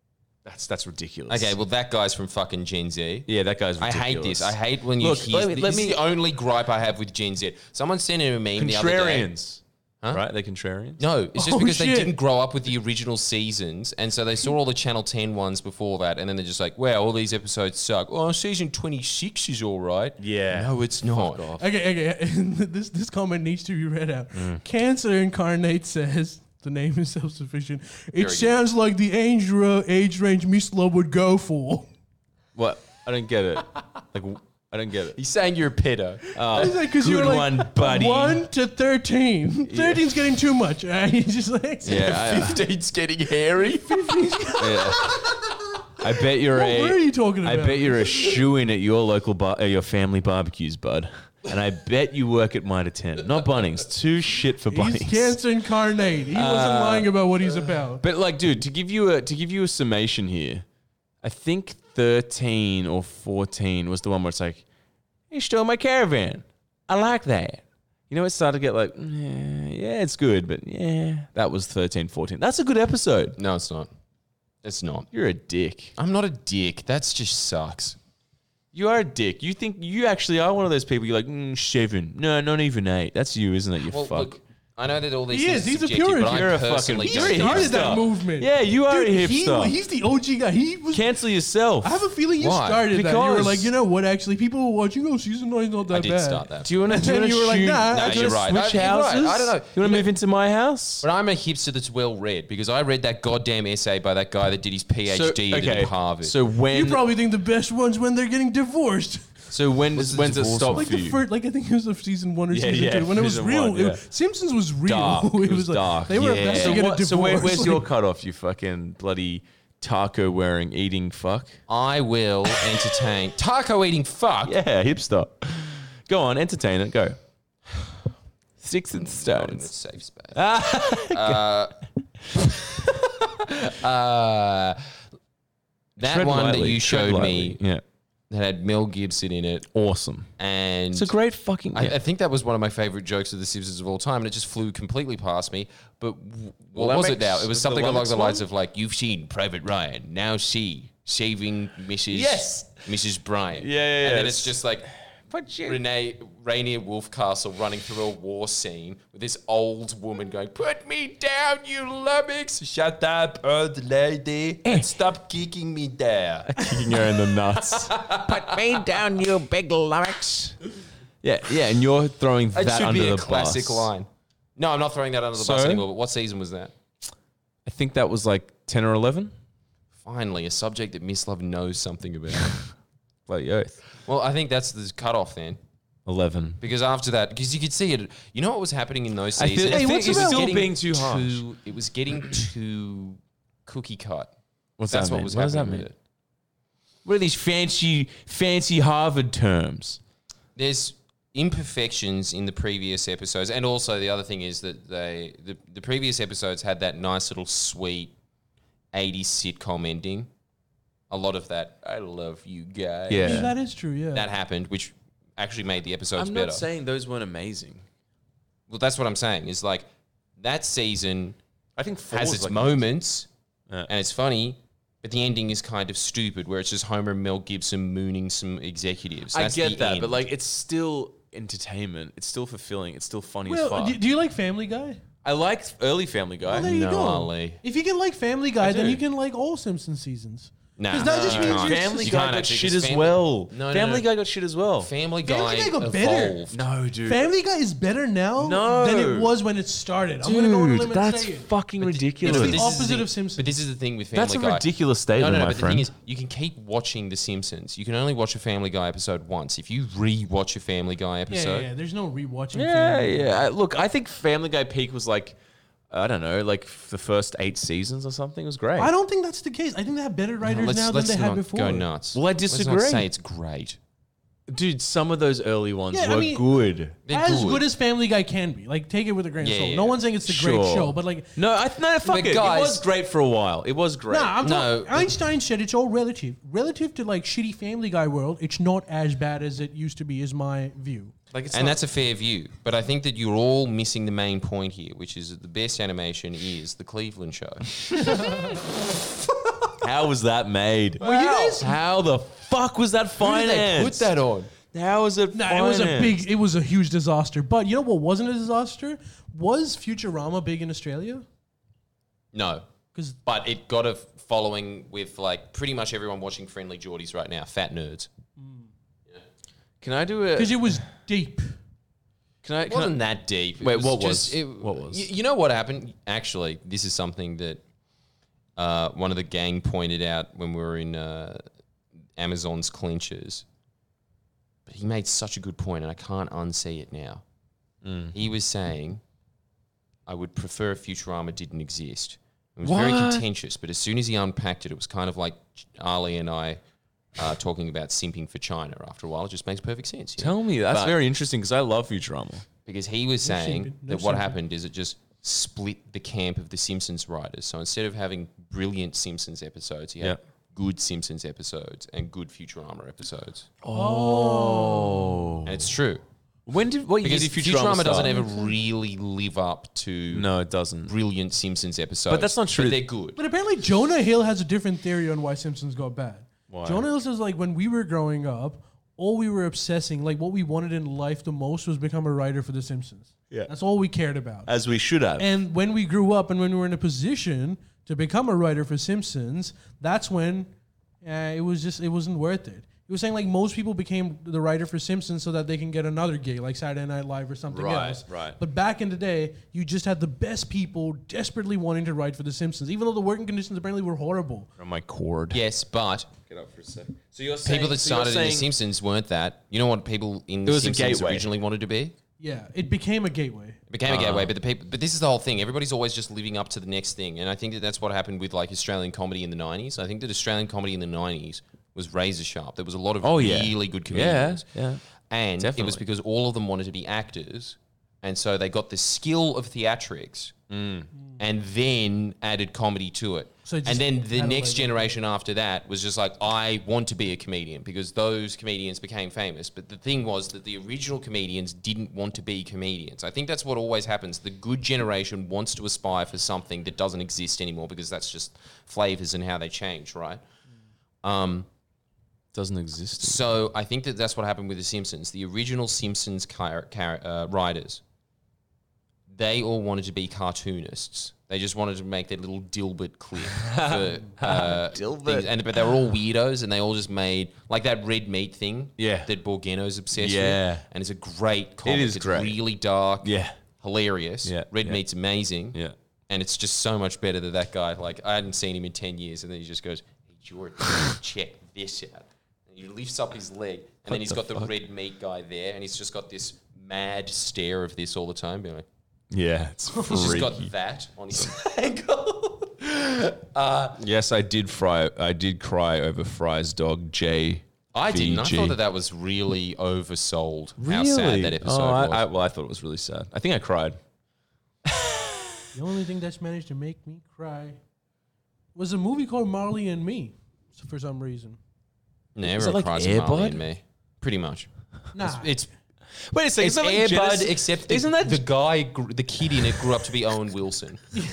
Speaker 2: that's that's ridiculous.
Speaker 3: Okay, well, that guy's from fucking Gen Z.
Speaker 2: yeah, that guy's.
Speaker 3: I
Speaker 2: Ridiculous.
Speaker 3: hate this. I hate when you
Speaker 2: Look,
Speaker 3: hear.
Speaker 2: let me-
Speaker 3: this
Speaker 2: let
Speaker 3: is
Speaker 2: me-
Speaker 3: the only gripe I have with Gen Z. Someone sent him a meme the other day.
Speaker 2: contrarians. Right? They're contrarians.
Speaker 3: No, it's just
Speaker 1: Oh,
Speaker 3: because they
Speaker 1: shit.
Speaker 3: didn't grow up with the original seasons, and so they saw all the Channel 10 ones before that, and then they're just like, "Wow, all these episodes suck." Oh, season 26 is all right.
Speaker 2: Yeah.
Speaker 3: no, it's not.
Speaker 1: Okay, okay. this this comment needs to be read out.
Speaker 2: Mm.
Speaker 1: Cancer incarnate says the name is self-sufficient. It
Speaker 3: good.
Speaker 1: sounds like the age, ra- age range Miss Love would go for.
Speaker 2: What? I don't get it. Like, w- I don't get it. Oh,
Speaker 3: He's saying you're a pedo. Um,
Speaker 1: It's like, 'cause
Speaker 2: good
Speaker 1: you're like
Speaker 2: one, buddy.
Speaker 1: One to thirteen. Thirteen's getting too much. Uh, he's just like
Speaker 2: Yeah, I,
Speaker 3: 15's getting hairy.
Speaker 2: I bet you're
Speaker 1: What
Speaker 2: a.
Speaker 1: were you talking
Speaker 2: I
Speaker 1: about?
Speaker 2: bet you're a shoe in at your local bar, uh, your family barbecues, bud. And I bet you work at Mitre Ten, not Bunnings. Too shit for
Speaker 1: He's
Speaker 2: Bunnings.
Speaker 1: cancer incarnate. He wasn't lying about what he's about.
Speaker 2: Uh, But like, dude, to give you a to give you a summation here, I think thirteen or fourteen was the one where it's like, "You stole my caravan. I like that." You know, it started to get like, "Yeah, yeah, it's good," but yeah, that was 13, 14. That's a good episode.
Speaker 3: No, it's not. It's not.
Speaker 2: You're a dick.
Speaker 3: I'm not a dick. That's just sucks.
Speaker 2: You are a dick. You think you actually are one of those people. You're like mm, seven. No, not even eight. That's you, isn't it? You
Speaker 3: Well,
Speaker 2: fuck.
Speaker 3: look, I know that all these
Speaker 1: He is.
Speaker 3: things are
Speaker 1: He's a
Speaker 3: subjective,
Speaker 1: purist.
Speaker 3: but I
Speaker 2: You're a
Speaker 3: personally
Speaker 2: fucking-
Speaker 1: He
Speaker 2: You're a
Speaker 3: don't
Speaker 1: started that
Speaker 2: hipster.
Speaker 1: movement.
Speaker 2: Yeah, you are
Speaker 1: Dude,
Speaker 2: a
Speaker 1: he-
Speaker 2: hipster.
Speaker 1: he's the OG guy. He was.
Speaker 2: Cancel yourself.
Speaker 1: I have a feeling you
Speaker 3: Why?
Speaker 1: started that. You were
Speaker 2: Because-
Speaker 1: like, you know what? Actually, people were watching. Oh, season nine's not that
Speaker 3: I did
Speaker 1: bad.
Speaker 3: start that.
Speaker 2: do you want to?
Speaker 1: And then you were like, nah,
Speaker 2: you
Speaker 3: I just-
Speaker 2: want to
Speaker 3: You're right.
Speaker 2: switch
Speaker 3: I- you're right.
Speaker 2: houses?
Speaker 3: I don't know.
Speaker 2: You want to move into my house?
Speaker 3: But I'm a hipster that's well read because I read that goddamn essay by that guy that did his PhD at Harvard.
Speaker 2: So when
Speaker 1: You probably think the best ones when they're getting divorced.
Speaker 2: so when
Speaker 3: What's the
Speaker 2: when's it
Speaker 3: divorce
Speaker 2: stop
Speaker 1: Like
Speaker 2: for
Speaker 1: the
Speaker 2: you?
Speaker 1: first, like I think it was of season one or
Speaker 2: Yeah,
Speaker 1: season
Speaker 2: yeah,
Speaker 1: two when it was
Speaker 2: season
Speaker 1: real.
Speaker 2: one,
Speaker 1: it-
Speaker 2: yeah.
Speaker 1: Simpsons was real.
Speaker 2: dark.
Speaker 1: it was like
Speaker 2: dark.
Speaker 1: they were
Speaker 2: yeah.
Speaker 1: about
Speaker 2: so
Speaker 1: to get
Speaker 2: what,
Speaker 1: a divorce.
Speaker 2: So where, where's
Speaker 1: Like,
Speaker 2: your cutoff? You fucking bloody taco wearing eating fuck.
Speaker 3: I will entertain taco eating fuck.
Speaker 2: Yeah, hipster. Go on, entertain it. Go. Sticks and
Speaker 3: In a
Speaker 2: stones.
Speaker 3: safe space. Uh, uh, that
Speaker 2: Tread
Speaker 3: one that
Speaker 2: lightly,
Speaker 3: you
Speaker 2: tread
Speaker 3: showed
Speaker 2: lightly.
Speaker 3: me
Speaker 2: Yeah.
Speaker 3: that had Mel Gibson in it,
Speaker 2: Awesome.
Speaker 3: and
Speaker 2: It's a great fucking.
Speaker 3: I,
Speaker 2: yeah.
Speaker 3: I think that was one of my favorite jokes of The Simpsons of all time, and it just flew completely past me. But w- what
Speaker 2: that
Speaker 3: was it
Speaker 2: makes-
Speaker 3: now? It was
Speaker 2: the
Speaker 3: something along
Speaker 2: Lomax
Speaker 3: the
Speaker 2: one?
Speaker 3: lines of like, "You've seen Private Ryan, now she saving Mrs.
Speaker 2: Yes.
Speaker 3: Mrs. Bryant."
Speaker 2: Yeah, yeah,
Speaker 3: And
Speaker 2: yeah.
Speaker 3: then it's just like
Speaker 2: But you-
Speaker 3: Renee Rainier Wolfcastle running through a war scene with this old woman going, "Put me down, you lummox! Shut up, old lady,
Speaker 2: Eh.
Speaker 3: and stop kicking me there."
Speaker 2: kicking her in the nuts.
Speaker 4: Put me down, you big lummox.
Speaker 2: yeah, yeah, and you're throwing
Speaker 3: It
Speaker 2: that
Speaker 3: should
Speaker 2: under
Speaker 3: be a
Speaker 2: the
Speaker 3: classic
Speaker 2: bus.
Speaker 3: line. No, I'm not throwing that under the bus
Speaker 2: So?
Speaker 3: anymore. But what season was that?
Speaker 2: I think that was like ten or eleven.
Speaker 3: Finally, a subject that Miss Love knows something about.
Speaker 2: Bloody oath.
Speaker 3: well, I think that's the cutoff then.
Speaker 2: Eleven.
Speaker 3: Because after that, because you could see it, you know what was happening in those
Speaker 2: I feel-
Speaker 3: seasons?
Speaker 2: Hey,
Speaker 3: It
Speaker 2: what's
Speaker 3: was
Speaker 2: the matter?
Speaker 3: getting
Speaker 2: Still being too harsh.
Speaker 3: It was getting too cookie cut.
Speaker 2: What's
Speaker 3: That's
Speaker 2: that
Speaker 3: what
Speaker 2: mean?
Speaker 3: was
Speaker 2: what does that
Speaker 3: happening
Speaker 2: mean?
Speaker 3: with it.
Speaker 2: What are these fancy, fancy Harvard terms?
Speaker 3: There's, imperfections in the previous episodes, and also the other thing is that they the, the previous episodes had that nice little sweet 80s sitcom ending. A lot of that, I love you guys.
Speaker 2: Yeah.
Speaker 1: that is true. Yeah.
Speaker 3: that happened, which actually made the episodes
Speaker 5: I'm
Speaker 3: better.
Speaker 5: not saying those weren't amazing.
Speaker 3: well, that's what I'm saying. Is like that season
Speaker 2: I think four
Speaker 3: has
Speaker 2: was
Speaker 3: its
Speaker 2: like-
Speaker 3: moments
Speaker 2: Yeah.
Speaker 3: and it's funny, but the ending is kind of stupid, where it's just Homer and Mel Gibson mooning some executives.
Speaker 5: I
Speaker 3: That's the
Speaker 5: get that,
Speaker 3: end.
Speaker 5: but like it's still entertainment. It's still fulfilling. It's still funny as
Speaker 1: Well,
Speaker 5: fuck.
Speaker 1: do, do you like Family Guy?
Speaker 5: I like early Family Guy.
Speaker 1: Well, there you
Speaker 3: No,
Speaker 1: go.
Speaker 3: Ali.
Speaker 1: If you can like Family Guy, then
Speaker 3: do.
Speaker 1: you can like all Simpson seasons.
Speaker 3: Nah,
Speaker 1: 'Cause that just
Speaker 3: you
Speaker 1: means
Speaker 3: can't.
Speaker 1: you-
Speaker 5: Family
Speaker 3: You
Speaker 5: Guy
Speaker 3: can't
Speaker 5: got
Speaker 3: actually
Speaker 5: shit
Speaker 3: just
Speaker 5: as
Speaker 3: Family-
Speaker 5: well.
Speaker 3: No, no,
Speaker 5: Family
Speaker 3: no.
Speaker 5: Guy got shit as well.
Speaker 3: Family Guy,
Speaker 1: Family Guy got better.
Speaker 3: evolved.
Speaker 5: no, dude.
Speaker 1: Family Guy is better now
Speaker 5: No.
Speaker 1: than it was when it started. I'm gonna go on a limb and
Speaker 2: that's
Speaker 1: say it.
Speaker 2: fucking ridiculous.
Speaker 1: It's
Speaker 3: But
Speaker 1: the
Speaker 3: this is
Speaker 1: opposite
Speaker 3: thing-
Speaker 1: of Simpsons.
Speaker 3: But this is the thing with Family
Speaker 2: That's a
Speaker 3: Guy.
Speaker 2: ridiculous statement,
Speaker 3: No, no, no.
Speaker 2: my
Speaker 3: But the
Speaker 2: friend.
Speaker 3: thing is, you can keep watching The Simpsons. You can only watch a Family Guy episode once. If you re-watch a Family Guy
Speaker 1: yeah,
Speaker 3: episode,
Speaker 1: yeah, yeah. There's no rewatching.
Speaker 5: Yeah,
Speaker 1: Family Guy.
Speaker 5: yeah. I- Look, I think Family Guy peak was like, I don't know, like f- the first eight seasons or something. It was great.
Speaker 1: I don't think that's the case. I think they have better writers
Speaker 3: let's,
Speaker 1: now than
Speaker 3: let's
Speaker 1: they
Speaker 3: not
Speaker 1: had before.
Speaker 3: go nuts.
Speaker 5: Well, I
Speaker 3: Let's
Speaker 5: disagree.
Speaker 3: not say it's great.
Speaker 5: dude, some of those early ones
Speaker 1: Yeah, I
Speaker 5: were
Speaker 1: mean-
Speaker 5: good.
Speaker 3: They're
Speaker 1: as good. as Family Guy can be. Like, take it with a grain
Speaker 3: Yeah,
Speaker 1: of salt.
Speaker 3: yeah,
Speaker 1: No
Speaker 3: yeah.
Speaker 1: one's saying it's the great
Speaker 5: Sure.
Speaker 1: show, but like,
Speaker 5: No, I no fuck
Speaker 3: But
Speaker 5: it.
Speaker 3: guys-
Speaker 5: it was great for a while. It was great.
Speaker 1: nah, I'm
Speaker 3: No,
Speaker 1: no, Einstein said it's all relative. Relative to like shitty Family Guy world, it's not as bad as it used to be. Is my view.
Speaker 5: like it's
Speaker 3: and
Speaker 5: not-
Speaker 3: that's a fair view, but I think that you're all missing the main point here, which is that the best animation is the Cleveland Show.
Speaker 5: how was that made?
Speaker 1: Were you guys?
Speaker 5: How the fuck was that financed?
Speaker 3: on?
Speaker 5: How was it?
Speaker 1: Nah, it was a
Speaker 5: financed?
Speaker 1: big, it was a huge disaster. But you know what wasn't a disaster? Was Futurama big in Australia?
Speaker 3: No,
Speaker 1: Because
Speaker 3: but it got a following with like pretty much everyone watching Friendly Geordies right now. Fat nerds.
Speaker 5: Mm. Can I do
Speaker 3: Uh,
Speaker 5: it?
Speaker 1: it was deep.
Speaker 5: Can I?
Speaker 3: It
Speaker 5: Can I
Speaker 3: wasn't that deep. It
Speaker 5: Wait, what was-
Speaker 3: it-
Speaker 5: what was?
Speaker 3: You, you know what happened? Actually, this is something that uh, one of the gang pointed out when we were in uh, Amazon's clinches. But he made such a good point, and I can't unsee it now.
Speaker 5: Mm.
Speaker 3: He was saying, "I would prefer if Futurama didn't exist." It was very
Speaker 5: What?
Speaker 3: contentious, but as soon as he unpacked it, it was kind of like Ali and I uh, talking about simping for China. After a while, it just makes perfect sense. you know?
Speaker 5: tell me. That's
Speaker 3: But-
Speaker 5: very interesting because I love Futurama.
Speaker 3: because he was saying
Speaker 1: simping, no
Speaker 3: that what
Speaker 1: simping.
Speaker 3: happened is it just split the camp of the Simpsons writers. So instead of having brilliant Simpsons episodes, he had
Speaker 5: Yeah.
Speaker 3: good Simpsons episodes and good Futurama episodes.
Speaker 5: Oh.
Speaker 3: And it's true
Speaker 5: When did what
Speaker 3: because
Speaker 5: year did
Speaker 3: Futurama, doesn't
Speaker 5: start?
Speaker 3: ever really live up to
Speaker 5: No, it doesn't.
Speaker 3: brilliant Simpsons episodes.
Speaker 5: that's not true.
Speaker 3: they're good.
Speaker 1: But apparently Jonah Hill has a different theory on why Simpsons got bad. Jonah Hill says like when we were growing up, all we were obsessing, like what we wanted in life the most was become a writer for The Simpsons.
Speaker 2: Yeah.
Speaker 1: That's all we cared about.
Speaker 2: as we should have.
Speaker 1: and when we grew up and when we were in a position to become a writer for Simpsons, that's when uh, it was just it wasn't worth it. He was saying like most people became the writer for Simpsons so that they can get another gig like Saturday Night Live or something
Speaker 5: Right,
Speaker 1: else.
Speaker 5: right.
Speaker 1: But back in the day, you just had the best people desperately wanting to write for The Simpsons, even though the working conditions apparently were horrible.
Speaker 5: From my cord.
Speaker 3: Yes, but
Speaker 5: Get up for a sec. So you're saying,
Speaker 3: people that
Speaker 5: so you're
Speaker 3: started in The
Speaker 5: saying-
Speaker 3: Simpsons weren't that. You know what people in The
Speaker 5: was a
Speaker 3: Simpsons
Speaker 5: gateway.
Speaker 3: originally wanted to be?
Speaker 1: Yeah, it became a gateway.
Speaker 3: It became a
Speaker 5: Ah.
Speaker 3: gateway, but the people, but this is the whole thing. Everybody's always just living up to the next thing, and I think that that's what happened with like Australian comedy in the '90s. I think that Australian comedy in the '90s was razor sharp. There was a lot of
Speaker 5: Oh, yeah.
Speaker 3: really good
Speaker 5: Yeah,
Speaker 3: comedians,
Speaker 5: yeah.
Speaker 3: and it was
Speaker 5: Definitely.
Speaker 3: because all of them wanted to be actors, and so they got the skill of theatrics, and then added comedy to it.
Speaker 1: So it
Speaker 3: and
Speaker 1: just
Speaker 3: then the
Speaker 1: added
Speaker 3: next
Speaker 1: like-
Speaker 3: generation after that was just like, I want to be a comedian because those comedians became famous. But the thing was that the original comedians didn't want to be comedians. I think that's what always happens. The good generation wants to aspire for something that doesn't exist anymore because that's just flavors and how they change, right?
Speaker 1: Mm.
Speaker 3: Um,
Speaker 5: doesn't exist.
Speaker 3: so I think that that's what happened with The Simpsons. The original Simpsons car- car- uh, writers, they all wanted to be cartoonists. They just wanted to make their little Dilbert clip. For, uh, Dilbert. and, but they were all weirdos and they all just made, like that red meat thing
Speaker 5: Yeah.
Speaker 3: that Borghino's obsessed
Speaker 5: Yeah.
Speaker 3: with. And it's a great comic.
Speaker 5: is
Speaker 3: it's
Speaker 5: great.
Speaker 3: really dark.
Speaker 5: Yeah.
Speaker 3: Hilarious.
Speaker 5: Yeah,
Speaker 3: Red
Speaker 5: yeah.
Speaker 3: meat's amazing.
Speaker 5: Yeah.
Speaker 3: And it's just so much better than that guy. Like I hadn't seen him in ten years, and then he just goes, "Hey Jordan, check this out." And he lifts up his leg, and then he's got the red meat guy there, and he's just got this mad stare of this all the time, being like,
Speaker 2: yeah, it's
Speaker 3: "He's
Speaker 2: freaky.
Speaker 3: just got that on his ankle."
Speaker 2: yes, I did fry. I did cry over Fry's dog Jay
Speaker 3: I didn't. I
Speaker 2: Fiji.
Speaker 3: thought that that was really oversold. How
Speaker 2: Really?
Speaker 3: sad that episode
Speaker 2: oh, I,
Speaker 3: was.
Speaker 2: I, well, I thought it was really sad. I think I cried.
Speaker 1: The only thing that's managed to make me cry was a movie called Marley and Me s- for some reason.
Speaker 3: no,
Speaker 2: that
Speaker 3: everyone
Speaker 2: like
Speaker 3: cries
Speaker 2: Air
Speaker 3: at Marley
Speaker 2: Bud?
Speaker 3: and me. Pretty much.
Speaker 1: Nah,
Speaker 3: It's
Speaker 2: Wait a second.
Speaker 3: it's
Speaker 2: is that like
Speaker 3: Air Bud,
Speaker 2: Genesis-
Speaker 3: except the,
Speaker 2: isn't that
Speaker 3: the guy, gr- the kid in it, grew up to be Owen Wilson.
Speaker 2: wait?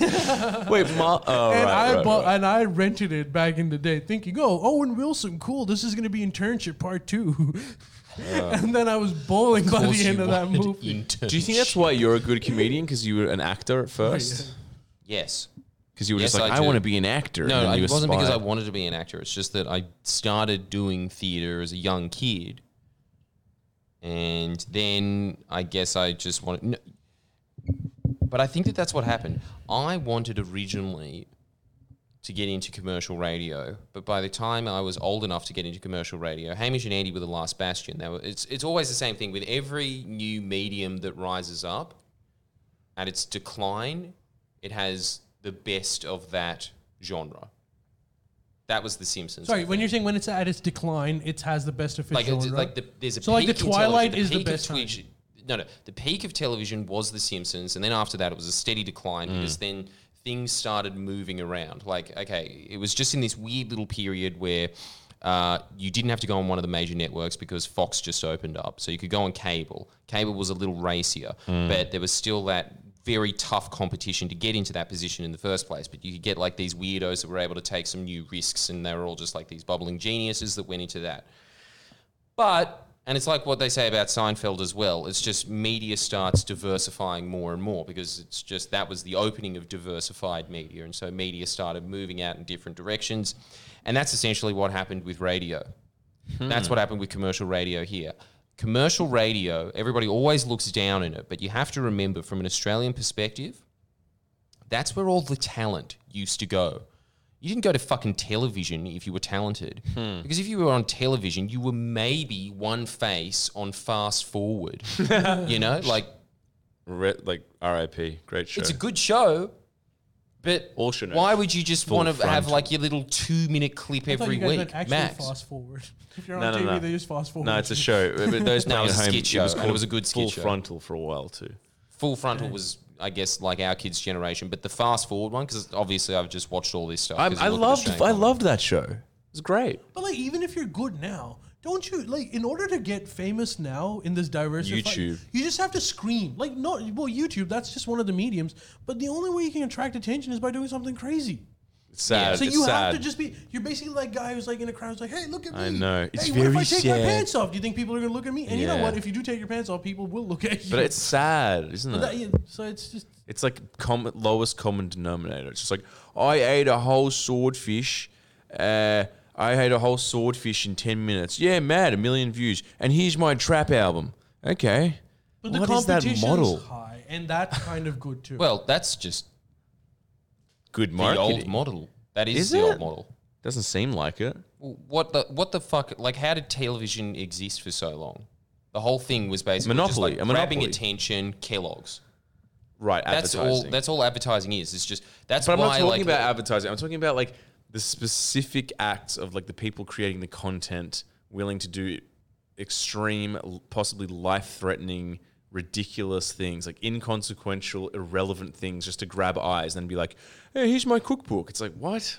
Speaker 2: Ma- oh,
Speaker 1: and
Speaker 2: right,
Speaker 1: I
Speaker 2: right,
Speaker 1: bought
Speaker 2: right.
Speaker 1: and I rented it back in the day, thinking, "Oh, Owen Wilson, cool. This is gonna be internship part two. and then I was bowling by the end of that movie.
Speaker 2: Do you think that's why you're a good comedian? Because you were an actor
Speaker 3: Oh,
Speaker 2: at first.
Speaker 3: Yes.
Speaker 2: Because you were just
Speaker 3: Yes,
Speaker 2: like,
Speaker 3: I
Speaker 2: I,
Speaker 3: do.
Speaker 2: want to be an actor.
Speaker 3: No,
Speaker 2: and then
Speaker 3: it
Speaker 2: you
Speaker 3: wasn't because I
Speaker 2: aspired.
Speaker 3: wanted to be an actor. It's just that I started doing theater as a young kid, and then I guess I just wanted. No, but I think that that's what happened. I wanted originally to get into commercial radio, but by the time I was old enough to get into commercial radio, Hamish and Andy were the last bastion. They were, it's it's always the same thing with every new medium that rises up. At its decline, it has the best of that genre. That was The Simpsons.
Speaker 1: Sorry, when you're saying when it's at its decline, it has the best of its
Speaker 3: like it's,
Speaker 1: genre.
Speaker 3: like the, there's a
Speaker 1: So, like,
Speaker 3: peak
Speaker 1: The
Speaker 3: in television.
Speaker 1: Twilight is the
Speaker 3: peak of
Speaker 1: best time.
Speaker 3: television- No, no, the peak of television was The Simpsons, and then after that, it was a steady decline because then things started moving around. Like, okay, it was just in this weird little period where. Uh, you didn't have to go on one of the major networks because Fox just opened up, so you could go on cable. Cable was a little racier, but there was still that very tough competition to get into that position in the first place. But you could get like these weirdos that were able to take some new risks, and they were all just like these bubbling geniuses that went into that. But and it's like what they say about Seinfeld as well. It's just media starts diversifying more and more because it's just that was the opening of diversified media, and so media started moving out in different directions, and that's essentially what happened with radio. That's what happened with commercial radio here. Commercial radio, everybody always looks down on it, but you have to remember from an Australian perspective, that's where all the talent used to go. You didn't go to fucking television if you were talented.
Speaker 2: Hmm.
Speaker 3: Because if you were on television, you were maybe one face on fast forward. you know, like
Speaker 2: Re- like R.I.P. Great show.
Speaker 3: it's a good show, but
Speaker 2: Alternate.
Speaker 3: why would you just want to have
Speaker 2: frontal.
Speaker 3: like your little two minute clip
Speaker 1: I thought
Speaker 3: every
Speaker 1: you guys
Speaker 3: week?
Speaker 1: meant actually
Speaker 3: Max.
Speaker 1: fast forward. If you're on
Speaker 2: No, no,
Speaker 1: TV,
Speaker 2: no.
Speaker 1: they just fast forward.
Speaker 2: no, it's a show. But those
Speaker 3: No,
Speaker 2: playing
Speaker 3: it was a
Speaker 2: at home,
Speaker 3: skit show, and it
Speaker 2: called
Speaker 3: was a good skit
Speaker 2: Full
Speaker 3: show.
Speaker 2: frontal for a while too.
Speaker 3: Full frontal was, I guess, like our kids' generation, but the fast forward one, because obviously I've just watched all this stuff.
Speaker 2: I,
Speaker 3: 'cause you
Speaker 2: I
Speaker 3: look at
Speaker 2: loved.
Speaker 3: Australian
Speaker 2: I
Speaker 3: comedy.
Speaker 2: loved that show. It was great.
Speaker 1: But like, even if you're good now, don't you like in order to get famous now in this diversified?
Speaker 2: YouTube.
Speaker 1: You just have to scream. Like, not well, YouTube. That's just one of the mediums. But the only way you can attract attention is by doing something crazy.
Speaker 2: It's sad.
Speaker 1: So
Speaker 2: it's
Speaker 1: you
Speaker 2: sad.
Speaker 1: have to just be. You're basically like guy who's like in a crowd, who's like, "Hey, look at me."
Speaker 2: I know. It's
Speaker 1: hey, what if I
Speaker 2: very
Speaker 1: take my
Speaker 2: sad.
Speaker 1: pants off? Do you think people are gonna look at me? And you know
Speaker 2: Yeah.
Speaker 1: what? If you do take your pants off, people will look at you.
Speaker 2: But it's sad, isn't it?
Speaker 1: That- yeah, so it's just.
Speaker 2: It's like common, lowest common denominator. It's just like I ate a whole swordfish. Uh, I ate a whole swordfish in ten minutes. Yeah, mad, a million views. And here's my trap album. Okay,
Speaker 1: But
Speaker 2: What
Speaker 1: the
Speaker 2: is that
Speaker 1: competition's
Speaker 2: model?
Speaker 1: high, and that's kind of good too.
Speaker 3: Well, that's just
Speaker 2: good
Speaker 3: the old
Speaker 2: marketing.
Speaker 3: model. That is,
Speaker 2: Is
Speaker 3: the old
Speaker 2: it?
Speaker 3: model.
Speaker 2: Doesn't seem like it.
Speaker 3: What the what the fuck? Like, how did television exist for so long? The whole thing was basically
Speaker 2: Monopoly,
Speaker 3: just
Speaker 2: a
Speaker 3: like grabbing
Speaker 2: monopoly.
Speaker 3: attention. Kellogg's.
Speaker 2: Right,
Speaker 3: That's all.
Speaker 2: advertising.
Speaker 3: That's all advertising is. It's just that's
Speaker 2: but I'm
Speaker 3: why
Speaker 2: not talking
Speaker 3: like,
Speaker 2: about advertising. I'm talking about like the specific acts of like the people creating the content, willing to do extreme, l- possibly life-threatening, ridiculous things, like inconsequential, irrelevant things, just to grab eyes and then be like, "Hey, here's my cookbook." It's like, what?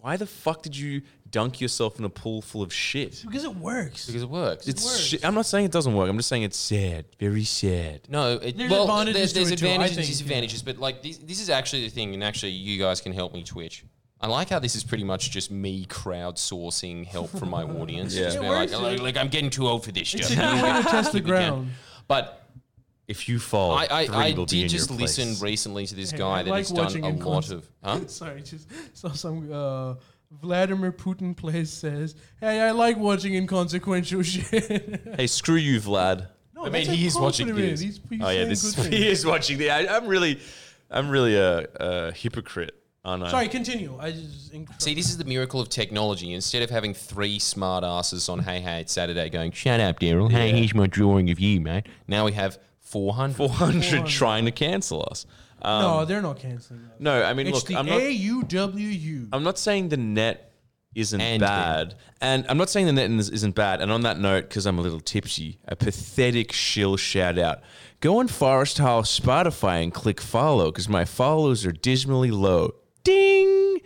Speaker 2: Why the fuck did you dunk yourself in a pool full of shit?
Speaker 1: because it works.
Speaker 3: because it works.
Speaker 2: It's shit. I'm not saying it doesn't work. I'm just saying it's sad, very sad.
Speaker 3: No, it,
Speaker 1: There's
Speaker 3: well,
Speaker 1: advantages to
Speaker 3: there's, there's
Speaker 1: it too, I
Speaker 3: advantages
Speaker 1: think,
Speaker 3: and disadvantages, but like this, this is actually the thing, and actually you guys can help me Twitch. I like how this is pretty much just me crowdsourcing help from my audience.
Speaker 2: Yeah.
Speaker 3: Just
Speaker 2: It
Speaker 3: be like,
Speaker 1: works,
Speaker 3: like, like, I'm getting too old for this
Speaker 1: It's a
Speaker 3: stuff.
Speaker 1: good way to test the
Speaker 3: Again.
Speaker 1: ground.
Speaker 3: But
Speaker 2: If you fall,
Speaker 3: I, I,
Speaker 2: three
Speaker 3: I
Speaker 2: will be
Speaker 3: did
Speaker 2: in your
Speaker 3: just
Speaker 2: place.
Speaker 3: listen recently to this
Speaker 1: Hey,
Speaker 3: guy
Speaker 1: I
Speaker 3: that
Speaker 1: like
Speaker 3: has done
Speaker 1: watching
Speaker 3: a
Speaker 1: him
Speaker 3: lot
Speaker 1: constantly.
Speaker 3: of. Huh?
Speaker 1: Sorry, just saw some uh, Vladimir Putin plays says, "Hey, I like watching inconsequential shit."
Speaker 2: Hey, screw you, Vlad.
Speaker 1: no,
Speaker 3: I
Speaker 1: that's
Speaker 3: mean, he is
Speaker 1: a
Speaker 3: watching
Speaker 1: compliment.
Speaker 3: this.
Speaker 1: He's, he's
Speaker 2: Oh yeah,
Speaker 1: saying
Speaker 2: this
Speaker 1: good
Speaker 2: he
Speaker 1: things.
Speaker 2: is watching the. I, I'm really, I'm really a, a hypocrite, aren't I?
Speaker 1: Sorry, continue. I just inc-
Speaker 3: See, this is the miracle of technology. Instead of having three smart asses on Hey Hey It's Saturday going, shut up, Daryl. Hey, here's my drawing of you, mate. Now we have 400.
Speaker 2: 400 trying to cancel us. Um,
Speaker 1: no, they're not canceling. That.
Speaker 2: no, I mean,
Speaker 1: it's
Speaker 2: look,
Speaker 1: the
Speaker 2: I'm not,
Speaker 1: AUWU.
Speaker 2: I'm not saying the net isn't
Speaker 3: And
Speaker 2: bad. And I'm not saying the net isn't bad. And on that note, because I'm a little tipsy, a pathetic shill shout out. Go on Forest Hall Spotify and click follow because my follows are dismally low. Ding.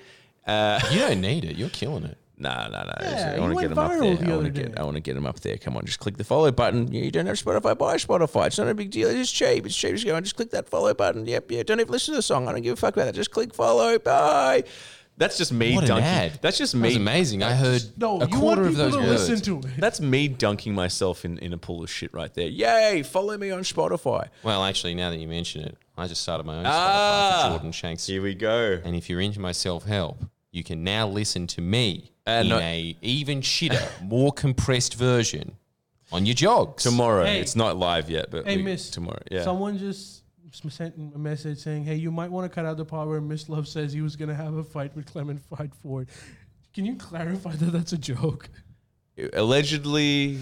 Speaker 3: You don't need it. You're killing it.
Speaker 2: Nah, nah, nah.
Speaker 1: Yeah,
Speaker 2: I
Speaker 1: you
Speaker 2: want to
Speaker 1: went
Speaker 2: get them up
Speaker 1: viral
Speaker 2: there.
Speaker 1: the
Speaker 2: I want
Speaker 1: other
Speaker 2: to get.
Speaker 1: day.
Speaker 2: I want to get them up there. Come on, just click the follow button. You don't have Spotify. Buy Spotify. It's not a big deal. It's cheap. It's cheap. Just go on. Just click that follow button. Yep. Yeah. Don't even listen to the song. I don't give a fuck about that. Just click follow. Bye. That's just me
Speaker 3: What an
Speaker 2: dunking.
Speaker 3: ad.
Speaker 2: That's just
Speaker 3: That was
Speaker 2: me.
Speaker 3: amazing. I heard
Speaker 1: No,
Speaker 3: a
Speaker 1: you want
Speaker 3: quarter of
Speaker 1: people
Speaker 3: those
Speaker 1: to
Speaker 3: words.
Speaker 1: listen to it.
Speaker 2: That's me dunking myself in, in a pool of shit right there. Yay! Follow me on Spotify.
Speaker 3: Well, actually, now that you mention it, I just started my own Spotify
Speaker 2: Ah.
Speaker 3: for Jordan Shanks.
Speaker 2: Here we go.
Speaker 3: And if you're into my self help, you can now listen to me in
Speaker 2: no-
Speaker 3: a even shitter, more compressed version on your jogs.
Speaker 2: Tomorrow.
Speaker 1: Hey.
Speaker 2: It's not live yet, but
Speaker 1: Hey,
Speaker 2: we-
Speaker 1: miss.
Speaker 2: tomorrow. Yeah.
Speaker 1: Someone just s- sent a message saying, hey, you might want to cut out the part where Miss Love says he was going to have a fight with Clement Fight Ford. Can you clarify that that's a joke?
Speaker 2: allegedly,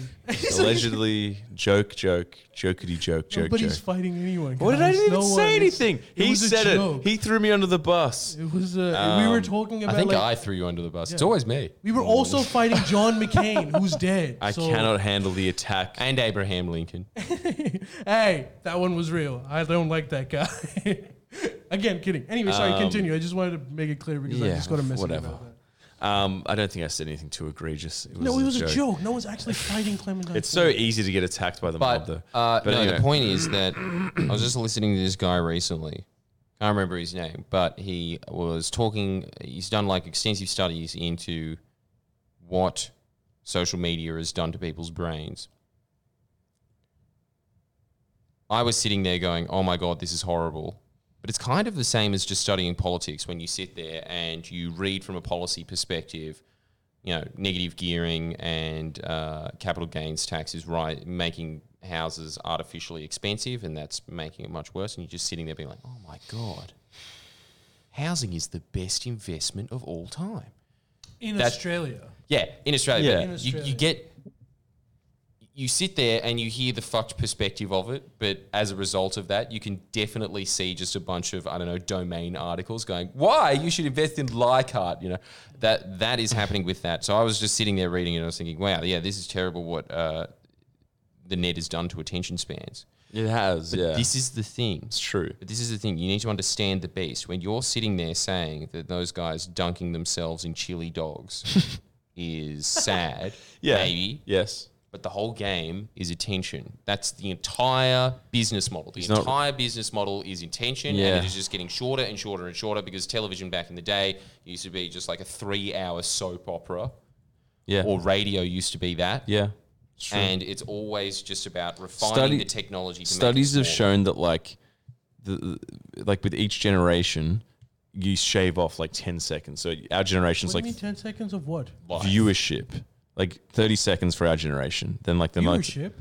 Speaker 2: allegedly, joke, joke, jokety, joke, joke,
Speaker 1: Nobody's
Speaker 2: joke.
Speaker 1: fighting anyone.
Speaker 2: What did I
Speaker 1: guys.
Speaker 2: even
Speaker 1: No one.
Speaker 2: say
Speaker 1: It's-
Speaker 2: anything? He
Speaker 1: was a
Speaker 2: said it.
Speaker 1: joke.
Speaker 2: He Um, threw me under the bus.
Speaker 1: It was, uh, we were talking
Speaker 3: I
Speaker 1: about,
Speaker 3: think
Speaker 1: like,
Speaker 3: I threw you under the bus. It's always me.
Speaker 1: we were also fighting John McCain, who's dead.
Speaker 2: I
Speaker 1: so-
Speaker 2: cannot handle the attack.
Speaker 3: And Abraham Lincoln.
Speaker 1: Hey, that one was real. I don't like that guy. Again, kidding. Anyway, sorry, continue. I just wanted to make it clear because I
Speaker 2: Um, yeah,
Speaker 1: just got a message
Speaker 2: whatever.
Speaker 1: about that.
Speaker 2: Um, I don't think I said anything too egregious. It was
Speaker 1: No, it was a
Speaker 2: joke.
Speaker 1: joke. No one's actually fighting Clementine.
Speaker 2: It's so easy to get attacked by the mob,
Speaker 3: But,
Speaker 2: though.
Speaker 3: uh,
Speaker 2: But
Speaker 3: no,
Speaker 2: anyway.
Speaker 3: the point is that I was just listening to this guy recently. Can't remember his name, but he was talking. He's done like extensive studies into what social media has done to people's brains. I was sitting there going, "Oh my god, this is horrible." But it's kind of the same as just studying politics when you sit there and you read from a policy perspective you know, negative gearing and uh, capital gains tax is right, making houses artificially expensive, and that's making it much worse. And you're just sitting there being like, oh my God, housing is the best investment of all time.
Speaker 1: in
Speaker 3: That-
Speaker 1: Australia.
Speaker 3: Yeah, in Australia.
Speaker 2: Yeah.
Speaker 3: but
Speaker 2: In
Speaker 3: You,
Speaker 1: Australia.
Speaker 3: you get, you sit there and you hear the fucked perspective of it, but as a result of that, you can definitely see just a bunch of I don't know domain articles going, "Why you should invest in Leichhardt?" You know that that is happening with that. So I was just sitting there reading it, and I was thinking, "Wow, yeah, this is terrible." What uh, the net has done to attention spans.
Speaker 2: it has, yeah.
Speaker 3: This is the thing.
Speaker 2: it's true.
Speaker 3: But this is the thing. You need to understand the beast. When you're sitting there saying that those guys dunking themselves in chili dogs is sad,
Speaker 2: Yeah.
Speaker 3: maybe,
Speaker 2: Yes.
Speaker 3: but the whole game is attention. That's the entire business model. The
Speaker 2: not-
Speaker 3: entire business model is intention,
Speaker 2: Yeah.
Speaker 3: and it is just getting shorter and shorter and shorter because television back in the day used to be just like a three hour soap opera,
Speaker 2: Yeah.
Speaker 3: or radio used to be that.
Speaker 2: yeah.
Speaker 3: And it's always just about refining
Speaker 2: Study-
Speaker 3: the technology. To
Speaker 2: studies
Speaker 3: make
Speaker 2: have
Speaker 3: it smaller.
Speaker 2: shown that like the like with each generation you shave off like 10 seconds so our generation's
Speaker 1: What
Speaker 2: like
Speaker 1: do you mean, 10 seconds of what?
Speaker 3: Life.
Speaker 2: viewership like 30 seconds for our generation then like the next
Speaker 1: Viewership?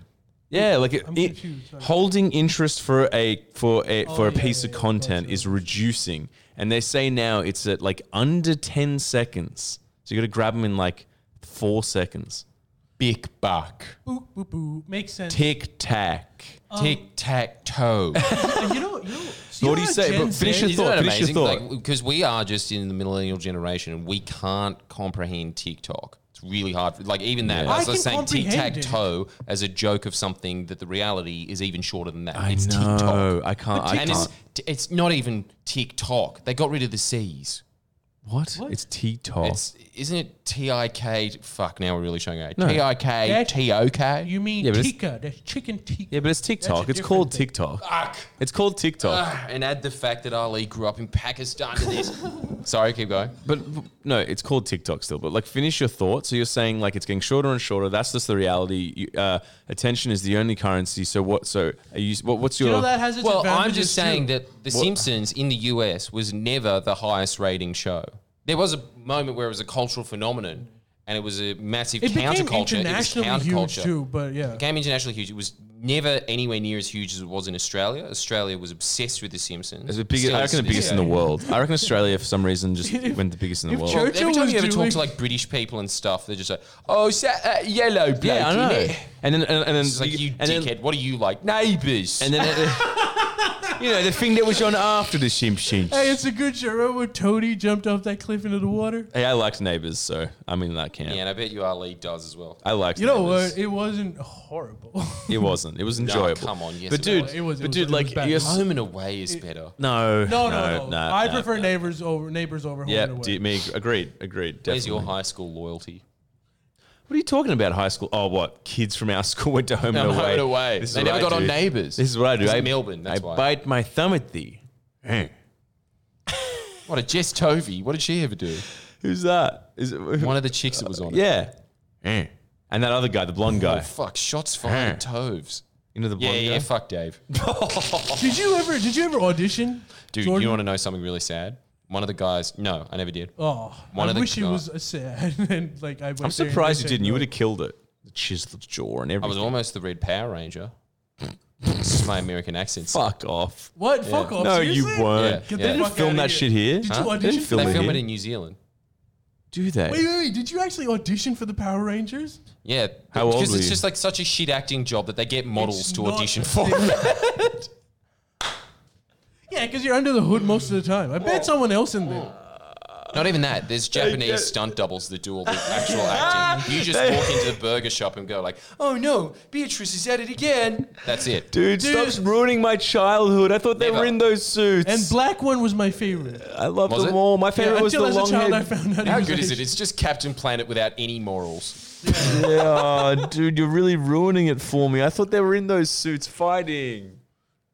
Speaker 2: yeah like it, it-
Speaker 1: confused, sorry. Oh,
Speaker 2: holding interest for a for a for a
Speaker 1: yeah,
Speaker 2: piece
Speaker 1: yeah,
Speaker 2: of
Speaker 1: yeah,
Speaker 2: content
Speaker 1: gotcha.
Speaker 2: is reducing and they say now it's at like under 10 seconds so you got to grab them in like 4 seconds
Speaker 3: big buck.
Speaker 1: Boop, boop, boop. Makes sense.
Speaker 2: tic tac
Speaker 3: Tic tac toe.
Speaker 1: And you know, you know,
Speaker 2: what do
Speaker 1: how
Speaker 2: you say?
Speaker 1: Gen
Speaker 2: But finish
Speaker 1: Z-
Speaker 2: your thought. Finish your thought.
Speaker 3: Because we are just in the millennial generation and we can't comprehend TikTok. It's really hard. For, like even that,
Speaker 1: I
Speaker 3: as I
Speaker 1: can
Speaker 3: was saying, tic
Speaker 1: comprehend
Speaker 3: tac toe as a joke of something that the reality is even shorter than that. it's TikTok.
Speaker 2: no i can't i
Speaker 3: And
Speaker 2: can't
Speaker 3: it's, t- it's not even TikTok. They got rid of the C's.
Speaker 2: what? it's tiktok
Speaker 3: It's isn't it T I K? Fuck, now we're really showing age.
Speaker 2: No.
Speaker 3: T I K
Speaker 1: That-
Speaker 3: T O K.
Speaker 1: You mean
Speaker 2: Yeah, but it's-
Speaker 1: tikka? That's chicken tikka.
Speaker 2: Yeah, but it's TikTok. It's
Speaker 1: different
Speaker 2: called
Speaker 1: thing.
Speaker 2: TikTok. It's called TikTok.
Speaker 3: And add the fact that Ali grew up in Pakistan to this. Sorry, keep going.
Speaker 2: But but no, it's called TikTok still. But like, finish your thought. So you're saying like it's getting shorter and shorter. That's just the reality. You, uh, attention is the only currency. So what? So are you? What, what's
Speaker 1: you
Speaker 2: your?
Speaker 1: know that has its
Speaker 3: Well,
Speaker 1: advantages
Speaker 3: I'm just saying
Speaker 1: too.
Speaker 3: that The Simpsons in the US was never the highest rating show. There was a moment where it was a cultural phenomenon and it was a massive
Speaker 1: it became
Speaker 3: counterculture.
Speaker 1: internationally
Speaker 3: it was
Speaker 1: huge
Speaker 3: counterculture.
Speaker 1: too. But yeah,
Speaker 3: It became internationally huge. It was never anywhere near as huge as it was in Australia. Australia was obsessed with The Simpsons.
Speaker 2: it's the biggest.
Speaker 3: Still
Speaker 2: I
Speaker 3: is
Speaker 2: reckon the
Speaker 3: to this
Speaker 2: biggest in
Speaker 3: day.
Speaker 2: the world. I reckon Australia for some reason just went the biggest in the
Speaker 1: if
Speaker 2: world.
Speaker 1: Church-
Speaker 3: Every time
Speaker 1: was
Speaker 3: you ever talk
Speaker 1: doing-
Speaker 3: to like British people and stuff, they're just like, "Oh, sa- uh, yellow bloke,
Speaker 2: yeah, I know.
Speaker 3: innit?"
Speaker 2: And then and, and then
Speaker 3: It's like you
Speaker 2: and
Speaker 3: dickhead.
Speaker 2: Then,
Speaker 3: what are you like, neighbours?
Speaker 2: and then you know, the thing that was on after the Shimp Shimp.
Speaker 1: Hey, it's a good show. Remember when Tony jumped off that cliff into the water?
Speaker 2: Hey, I liked Neighbours, so I'm in that camp.
Speaker 3: Yeah, and I bet you Ali does as well.
Speaker 2: I liked
Speaker 1: You know
Speaker 2: Neighbours.
Speaker 1: what? It wasn't horrible.
Speaker 2: It wasn't. It was enjoyable.
Speaker 3: come on, yes,
Speaker 2: but
Speaker 3: it
Speaker 2: dude,
Speaker 3: was.
Speaker 1: It was- it
Speaker 2: but
Speaker 1: was-
Speaker 2: dude,
Speaker 1: it was
Speaker 2: like,
Speaker 1: bad.
Speaker 2: yes, no,
Speaker 3: Home and away is better.
Speaker 2: no,
Speaker 1: No, no, no.
Speaker 2: nah,
Speaker 1: I
Speaker 2: nah.
Speaker 1: prefer neighbors over neighbors over home.
Speaker 2: Yeah,
Speaker 1: and away.
Speaker 2: d- me, agreed, agreed.
Speaker 3: There's your
Speaker 2: definitely.
Speaker 3: high school loyalty.
Speaker 2: What are you talking about? High school? Oh, what? Kids from our school went to home and away. This is
Speaker 3: They
Speaker 2: what
Speaker 3: never
Speaker 2: I
Speaker 3: got on
Speaker 2: do.
Speaker 3: neighbours.
Speaker 2: This is what I do.
Speaker 3: It's
Speaker 2: I,
Speaker 3: Melbourne, that's
Speaker 2: I
Speaker 3: why.
Speaker 2: bite my thumb at thee.
Speaker 3: What a Jess Tovey. What did she ever do?
Speaker 2: Who's that? Is it,
Speaker 3: One of the chicks that was on it.
Speaker 2: yeah. Eh. And that other guy, the blonde
Speaker 3: Oh,
Speaker 2: guy.
Speaker 3: fuck. Shots fired. Toves.
Speaker 2: You know the
Speaker 3: Yeah,
Speaker 2: blonde
Speaker 3: yeah,
Speaker 2: guy.
Speaker 3: Fuck Dave.
Speaker 1: Did you ever? Did you ever audition?
Speaker 3: Dude,
Speaker 1: Jordan?
Speaker 3: you want to know something really sad? One of the guys. No, I never did.
Speaker 1: Oh,
Speaker 3: One
Speaker 1: I
Speaker 3: of the
Speaker 1: wish it
Speaker 3: guy-
Speaker 1: was uh, sad. and like I went
Speaker 2: I'm surprised you didn't. You would have killed it. The chiseled jaw and
Speaker 3: I was
Speaker 2: everything.
Speaker 3: almost the Red Power Ranger. this is my American accent.
Speaker 2: Fuck off.
Speaker 1: What? Fuck off.
Speaker 2: No,
Speaker 1: seriously?
Speaker 2: you weren't.
Speaker 1: Get
Speaker 3: Yeah. They
Speaker 1: the
Speaker 3: didn't
Speaker 1: fuck
Speaker 2: Film
Speaker 1: outta
Speaker 2: that shit here.
Speaker 1: Did
Speaker 2: Huh?
Speaker 1: you
Speaker 2: They
Speaker 1: audition?
Speaker 2: didn't
Speaker 1: for
Speaker 2: film
Speaker 1: that?
Speaker 3: They
Speaker 2: it
Speaker 3: film
Speaker 2: here.
Speaker 3: it in New Zealand.
Speaker 2: do they?
Speaker 1: Wait, wait, wait. Did you actually audition for the Power Rangers?
Speaker 3: Yeah.
Speaker 2: How old
Speaker 3: Because
Speaker 2: were
Speaker 3: it's
Speaker 2: you?
Speaker 3: just like such a shit acting job that they get models
Speaker 1: It's
Speaker 3: to
Speaker 1: not-
Speaker 3: audition for.
Speaker 1: Yeah, because you're under the hood most of the time. I bet someone else in there.
Speaker 3: Not even that. There's Japanese stunt doubles that do all the actual acting. You just walk into the burger shop and go like, "Oh no, Beatrice is at it again." That's it.
Speaker 2: Dude, stop ruining my childhood. I thought they
Speaker 3: Never.
Speaker 2: were in those suits.
Speaker 1: And Black One was my favorite.
Speaker 2: I loved
Speaker 3: Was
Speaker 2: them
Speaker 3: it?
Speaker 2: all. My
Speaker 1: Yeah,
Speaker 2: favorite was the
Speaker 1: until as a
Speaker 2: long
Speaker 1: child, I
Speaker 2: head.
Speaker 1: found out. he
Speaker 3: How
Speaker 1: was
Speaker 3: good is it?
Speaker 1: Asian.
Speaker 3: It's just Captain Planet without any morals.
Speaker 2: Yeah, dude, you're really ruining it for me. I thought they were in those suits fighting.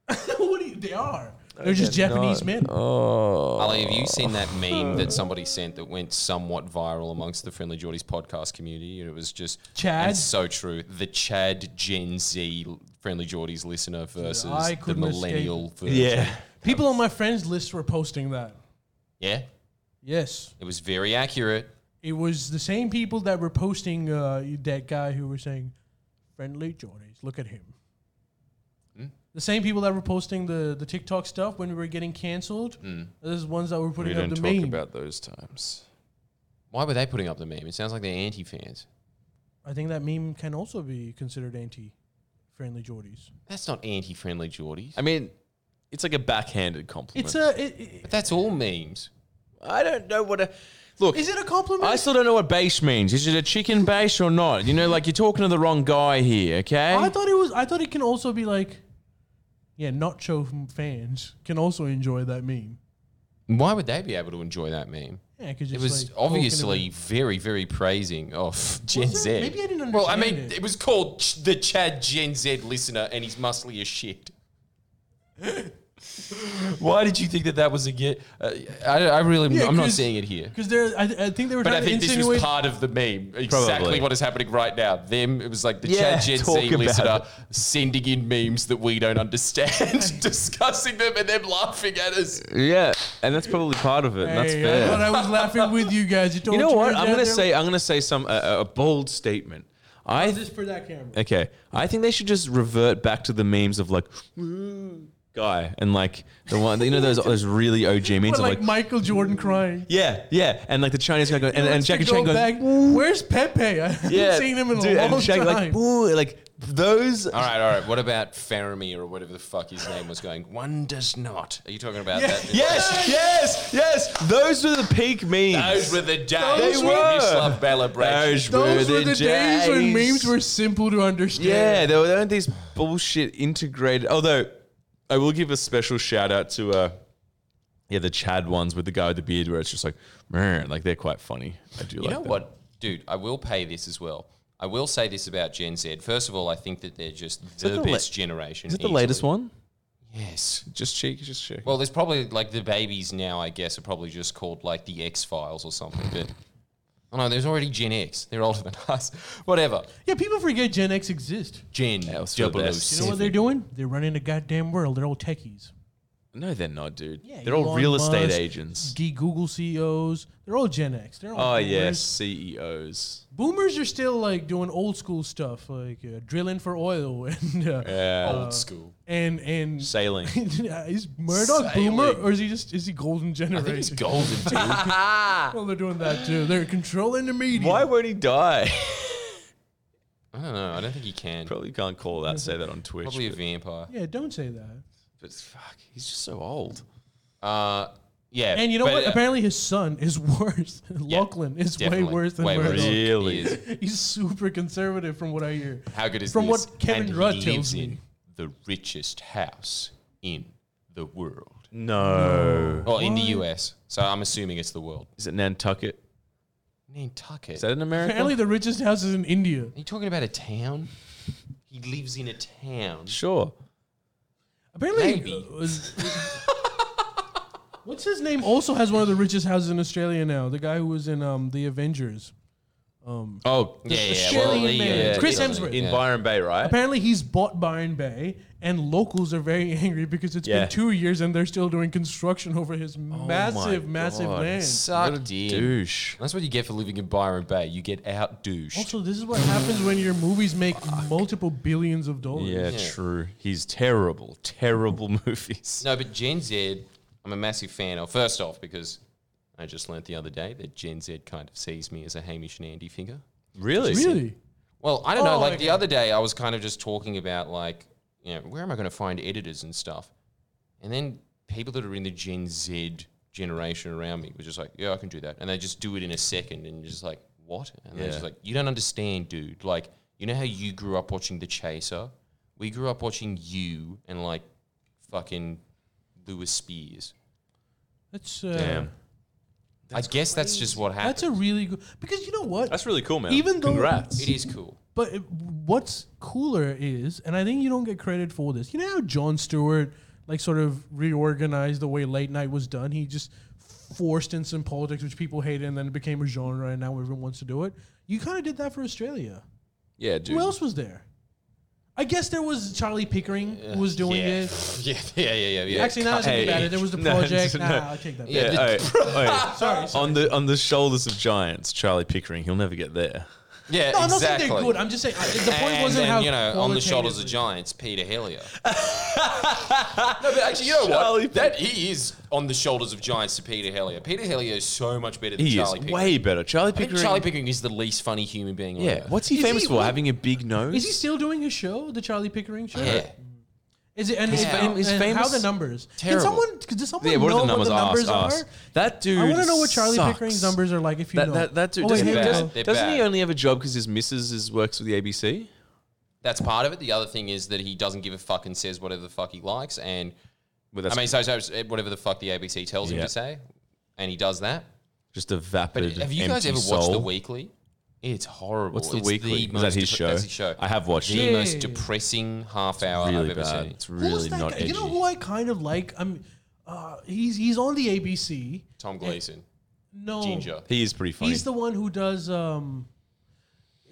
Speaker 1: what do you, they are? They're just Japanese men.
Speaker 2: Oh.
Speaker 3: Ali, have you seen that meme that somebody sent that went somewhat viral amongst the Friendly Geordies podcast community? And it was just
Speaker 1: Chad?
Speaker 3: and It's so true. The Chad Gen Z Friendly Geordies listener versus
Speaker 1: I
Speaker 3: the
Speaker 1: couldn't escape
Speaker 3: millennial version.
Speaker 2: Yeah.
Speaker 1: People on my friends list were posting that.
Speaker 3: yeah.
Speaker 1: Yes,
Speaker 3: It was very accurate.
Speaker 1: it was the same people that were posting uh, that guy who were saying, "Friendly Geordies, look at him."
Speaker 3: Hmm?
Speaker 1: The same people that were posting the, the TikTok stuff when we were getting canceled.
Speaker 3: Hmm.
Speaker 1: Those are the ones that were putting up the meme.
Speaker 2: those times.
Speaker 3: Why were they putting up the meme? It sounds like they're anti fans.
Speaker 1: I think that meme can also be considered anti-friendly Geordies.
Speaker 3: That's not anti-friendly Geordies.
Speaker 2: I mean, it's like a backhanded compliment.
Speaker 1: It's a. It, it,
Speaker 3: But that's all memes.
Speaker 2: I don't know what a. Look,
Speaker 1: is it a compliment?
Speaker 2: I still don't know what base means. Is it a chicken base or not? You know, like you're talking to the wrong guy here, okay?
Speaker 1: I thought it was. I thought it can also be like, yeah, nacho f- fans can also enjoy that meme.
Speaker 3: Why would they be able to enjoy that meme?
Speaker 1: Yeah, because
Speaker 3: It was obviously very, very praising of Gen
Speaker 1: Was
Speaker 3: Z.
Speaker 1: it? Maybe I didn't
Speaker 3: Well, I mean,
Speaker 1: understand
Speaker 3: it.
Speaker 1: it.
Speaker 3: was called Ch- the Chad Gen Z listener, and he's muscly as shit. Why did you think that that was a get? Uh, I, I really,
Speaker 1: Yeah,
Speaker 3: I'm not
Speaker 1: 'cause-
Speaker 3: seeing it here.
Speaker 1: because there. I, I think they were
Speaker 3: But I
Speaker 1: trying
Speaker 3: think
Speaker 1: to
Speaker 3: this was
Speaker 1: insinuate.
Speaker 3: part of the meme. Exactly
Speaker 2: Probably.
Speaker 3: what is happening right now. Them, it was like the
Speaker 2: Yeah,
Speaker 3: Chad Gen
Speaker 2: talk
Speaker 3: Z
Speaker 2: about
Speaker 3: listener
Speaker 2: it.
Speaker 3: sending in memes that we don't understand, discussing them, and them laughing at us.
Speaker 2: yeah, and that's probably part of it. and that's
Speaker 1: Hey,
Speaker 2: fair.
Speaker 1: I thought I was laughing with you guys. You,
Speaker 2: you know what? I'm gonna say. I'm gonna say some a, a bold statement. I
Speaker 1: this for that camera.
Speaker 2: Okay. I think they should just revert back to the memes of like guy and like the one you know those those really OG memes
Speaker 1: But
Speaker 2: of
Speaker 1: like
Speaker 2: like
Speaker 1: Michael Jordan crying.
Speaker 2: yeah, yeah, and like the Chinese guy going and, and
Speaker 1: Let's
Speaker 2: Jackie
Speaker 1: go
Speaker 2: Chan going
Speaker 1: back. Where's Pepe? I haven't
Speaker 2: yeah,
Speaker 1: seen him in
Speaker 2: dude,
Speaker 1: a long
Speaker 2: and Jackie,
Speaker 1: time.
Speaker 2: like "Ooh," like those
Speaker 3: All right, all right. What about Faramir or whatever the fuck his name was going? One does not. Are you talking about
Speaker 1: Yeah.
Speaker 3: that?
Speaker 2: Yes, yes, yes. Those were the peak memes.
Speaker 3: Those were the days
Speaker 2: Those
Speaker 3: when
Speaker 2: were-
Speaker 3: Mislav Bella
Speaker 2: Those
Speaker 3: Bracci.
Speaker 1: Those were the days when
Speaker 2: days.
Speaker 1: memes were simple to understand.
Speaker 2: Yeah, there were there weren't these bullshit integrated. Although, I will give a special shout out to uh, yeah, the Chad ones with the guy with the beard, where it's just like, man, like they're quite funny. I do
Speaker 3: You
Speaker 2: like
Speaker 3: know
Speaker 2: that.
Speaker 3: what, dude? I will pay this as well. I will say this about Gen Z. First of all, I think that they're just the,
Speaker 2: that the la-
Speaker 3: best generation.
Speaker 2: Is it the latest one?
Speaker 3: Yes.
Speaker 2: Just cheek, just cheek.
Speaker 3: Well, there's probably like the babies now. I guess are probably just called like the X Files or something. But oh no, there's already Gen X. They're older than us. Whatever.
Speaker 1: Yeah, people forget Gen X exists.
Speaker 3: Gen
Speaker 2: was for the
Speaker 3: Double O
Speaker 2: best.
Speaker 1: You know what
Speaker 3: Seven.
Speaker 1: they're doing? They're running the goddamn world. They're all techies.
Speaker 2: no, they're not, dude.
Speaker 1: Yeah,
Speaker 2: they're all
Speaker 1: Elon
Speaker 2: real estate
Speaker 1: Musk,
Speaker 2: agents.
Speaker 1: G Google CEOs. They're all Gen X. They're all
Speaker 2: Oh
Speaker 1: boomers.
Speaker 2: yes, CEOs.
Speaker 1: Boomers are still like doing old school stuff, like uh, drilling for oil and uh,
Speaker 3: Old school.
Speaker 1: and and.
Speaker 2: Sailing.
Speaker 1: is Murdoch boomer or is he just is he golden generation?
Speaker 3: It's golden, dude.
Speaker 1: well, they're doing that too. They're controlling the media.
Speaker 2: Why won't he die?
Speaker 3: I don't know. I don't think he can.
Speaker 2: Probably can't call that. Say that on Twitch.
Speaker 3: Probably a
Speaker 2: but-
Speaker 3: vampire.
Speaker 1: Yeah, don't say that.
Speaker 3: But fuck, he's just so old. Uh, yeah.
Speaker 1: And you know
Speaker 3: but,
Speaker 1: what?
Speaker 3: uh,
Speaker 1: Apparently his son is worse. Lachlan is way
Speaker 3: definitely.
Speaker 1: worse than
Speaker 3: Way worse.
Speaker 1: Murdoch.
Speaker 2: Really?
Speaker 3: He is.
Speaker 1: He's super conservative from what I hear.
Speaker 3: How good is
Speaker 1: From
Speaker 3: this?
Speaker 1: what Kevin
Speaker 3: and
Speaker 1: Rudd
Speaker 3: he
Speaker 1: tells
Speaker 3: lives
Speaker 1: me.
Speaker 3: in the richest house in the world.
Speaker 5: No.
Speaker 3: Well, in the US. So I'm assuming it's the world.
Speaker 5: Is it Nantucket?
Speaker 3: Nantucket.
Speaker 5: Is that in America?
Speaker 1: Apparently the richest house is in India.
Speaker 3: Are you talking about a town? He lives in a town.
Speaker 5: Sure.
Speaker 1: Apparently
Speaker 3: Maybe.
Speaker 1: uh, was- What's his name? Also has one of the richest houses in Australia now. The guy who was in um, the Avengers.
Speaker 5: Oh,
Speaker 3: Yeah, yeah,
Speaker 1: Australian
Speaker 3: well, yeah,
Speaker 1: man.
Speaker 3: yeah,
Speaker 1: Chris
Speaker 3: yeah.
Speaker 1: Hemsworth.
Speaker 5: in
Speaker 3: Yeah.
Speaker 5: Byron Bay, right?
Speaker 1: Apparently he's bought Byron Bay, and locals are very angry because it's
Speaker 5: Yeah. Oh
Speaker 1: been two years and they're still doing construction over his massive, massive land.
Speaker 3: Suck
Speaker 5: What a
Speaker 3: dick.
Speaker 5: douche.
Speaker 3: That's what you get for living in Byron Bay. You get out douche.
Speaker 1: Also, this is what happens when your movies make multiple billions of dollars.
Speaker 5: Yeah,
Speaker 3: Yeah.
Speaker 5: true. He's terrible, terrible movies.
Speaker 3: No, but Gen Z, I'm a massive fan of. First off, because I just learnt the other day that Gen Z kind of sees me as a Hamish and Andy figure.
Speaker 5: Really?
Speaker 1: Really?
Speaker 3: Well, I don't know.
Speaker 1: Oh,
Speaker 3: Like
Speaker 1: okay.
Speaker 3: the other day, I was kind of just talking about like, you know, where am I going to find editors and stuff? And then people that are in the Gen Z generation around me were just like, yeah, I can do that, and they just do it in a second, and you're just like, what? And they're just like, you don't understand, dude. Like, you know how you grew up watching The Chaser? We grew up watching you and like, fucking, Lewis Spears.
Speaker 1: That's uh,
Speaker 3: I guess that's just what happened.
Speaker 1: that's a really good because you know what?
Speaker 5: That's really cool, man.
Speaker 1: Even though-
Speaker 5: Congrats.
Speaker 3: it is cool.
Speaker 1: But it- what's cooler is, and I think you don't get credit for this. You know how John Stewart like sort of reorganized the way late night was done. He just forced in some politics, which people hated, and then it became a genre, and now everyone wants to do it. You kind of did that for Australia.
Speaker 5: Yeah, dude.
Speaker 1: Who else was there? I guess there was Charlie Pickering who was doing
Speaker 3: yeah.
Speaker 1: it.
Speaker 3: yeah, yeah, yeah, yeah, yeah.
Speaker 1: Actually, now that I think
Speaker 5: Hey.
Speaker 1: about it, there was the
Speaker 5: No,
Speaker 1: project.
Speaker 5: no.
Speaker 1: Nah, I'll take that.
Speaker 3: Yeah,
Speaker 1: back.
Speaker 5: Yeah,
Speaker 3: the-
Speaker 5: oi, oi.
Speaker 1: Sorry, sorry.
Speaker 5: on the on the shoulders of giants, Charlie Pickering. He'll never get there.
Speaker 3: yeah,
Speaker 1: No, I'm not
Speaker 3: exactly.
Speaker 1: saying they're good. I'm just saying I, the point
Speaker 3: and
Speaker 1: wasn't
Speaker 3: then,
Speaker 1: how
Speaker 3: you know, on the shoulders
Speaker 1: qualitatively-
Speaker 3: of giants, Peter Hellier. no, but actually, you know what? That he is on the shoulders of giants to Peter Hellier. Peter Hellier is so much better than
Speaker 5: He
Speaker 3: Charlie
Speaker 5: is
Speaker 3: Pickering.
Speaker 5: way better. Charlie
Speaker 3: I think
Speaker 5: Pickering.
Speaker 3: Charlie Pickering is the least funny human being. on
Speaker 5: yeah.
Speaker 3: earth.
Speaker 5: What's he
Speaker 1: Is
Speaker 5: famous
Speaker 1: he-
Speaker 5: for? Having a big nose.
Speaker 1: Is he still doing his show, the Charlie Pickering show?
Speaker 3: Yeah.
Speaker 1: Is it and,
Speaker 3: He's
Speaker 1: and-
Speaker 5: fam- he's
Speaker 1: and how
Speaker 5: famous-
Speaker 1: the numbers?
Speaker 5: Terrible.
Speaker 1: Can someone? Does someone
Speaker 5: Yeah, what
Speaker 1: know
Speaker 5: are the numbers?
Speaker 1: what the numbers
Speaker 5: ask,
Speaker 1: are?
Speaker 5: ask. That dude.
Speaker 1: I want to know what Charlie
Speaker 5: sucks.
Speaker 1: Pickering's numbers are like. If you
Speaker 5: That,
Speaker 1: know
Speaker 5: that, that dude.
Speaker 1: Oh, wait,
Speaker 5: doesn't
Speaker 1: here
Speaker 3: They're
Speaker 1: we
Speaker 3: bad.
Speaker 1: go.
Speaker 3: They're
Speaker 5: doesn't he
Speaker 3: bad.
Speaker 5: only have a job because his missus is, works for the ABC?
Speaker 3: That's part of it. The other thing is that he doesn't give a fuck and says whatever the fuck he likes. And
Speaker 5: Well, that's
Speaker 3: I mean, so, so it's whatever the fuck the ABC tells him
Speaker 5: Yeah.
Speaker 3: to say, and he does that.
Speaker 5: just a
Speaker 3: But
Speaker 5: vapid.
Speaker 3: have you guys
Speaker 5: empty
Speaker 3: ever watched
Speaker 5: soul.
Speaker 3: The Weekly? It's horrible.
Speaker 5: What's the
Speaker 3: It's
Speaker 5: weekly?
Speaker 3: most
Speaker 5: is that his
Speaker 3: depre-
Speaker 5: show?
Speaker 3: That's his show.
Speaker 5: I have watched
Speaker 3: the
Speaker 5: it.
Speaker 3: most
Speaker 1: Yeah.
Speaker 3: depressing half hour
Speaker 5: Really
Speaker 3: I've ever
Speaker 5: bad.
Speaker 3: seen.
Speaker 5: It's
Speaker 1: Who was
Speaker 5: really
Speaker 1: that
Speaker 5: not
Speaker 1: guy?
Speaker 5: edgy.
Speaker 1: You know who I kind of like? I'm. Uh, he's he's on the ABC.
Speaker 3: Tom Gleason,
Speaker 1: No,
Speaker 3: Ginger.
Speaker 5: he is pretty funny.
Speaker 1: He's the one who does. Um,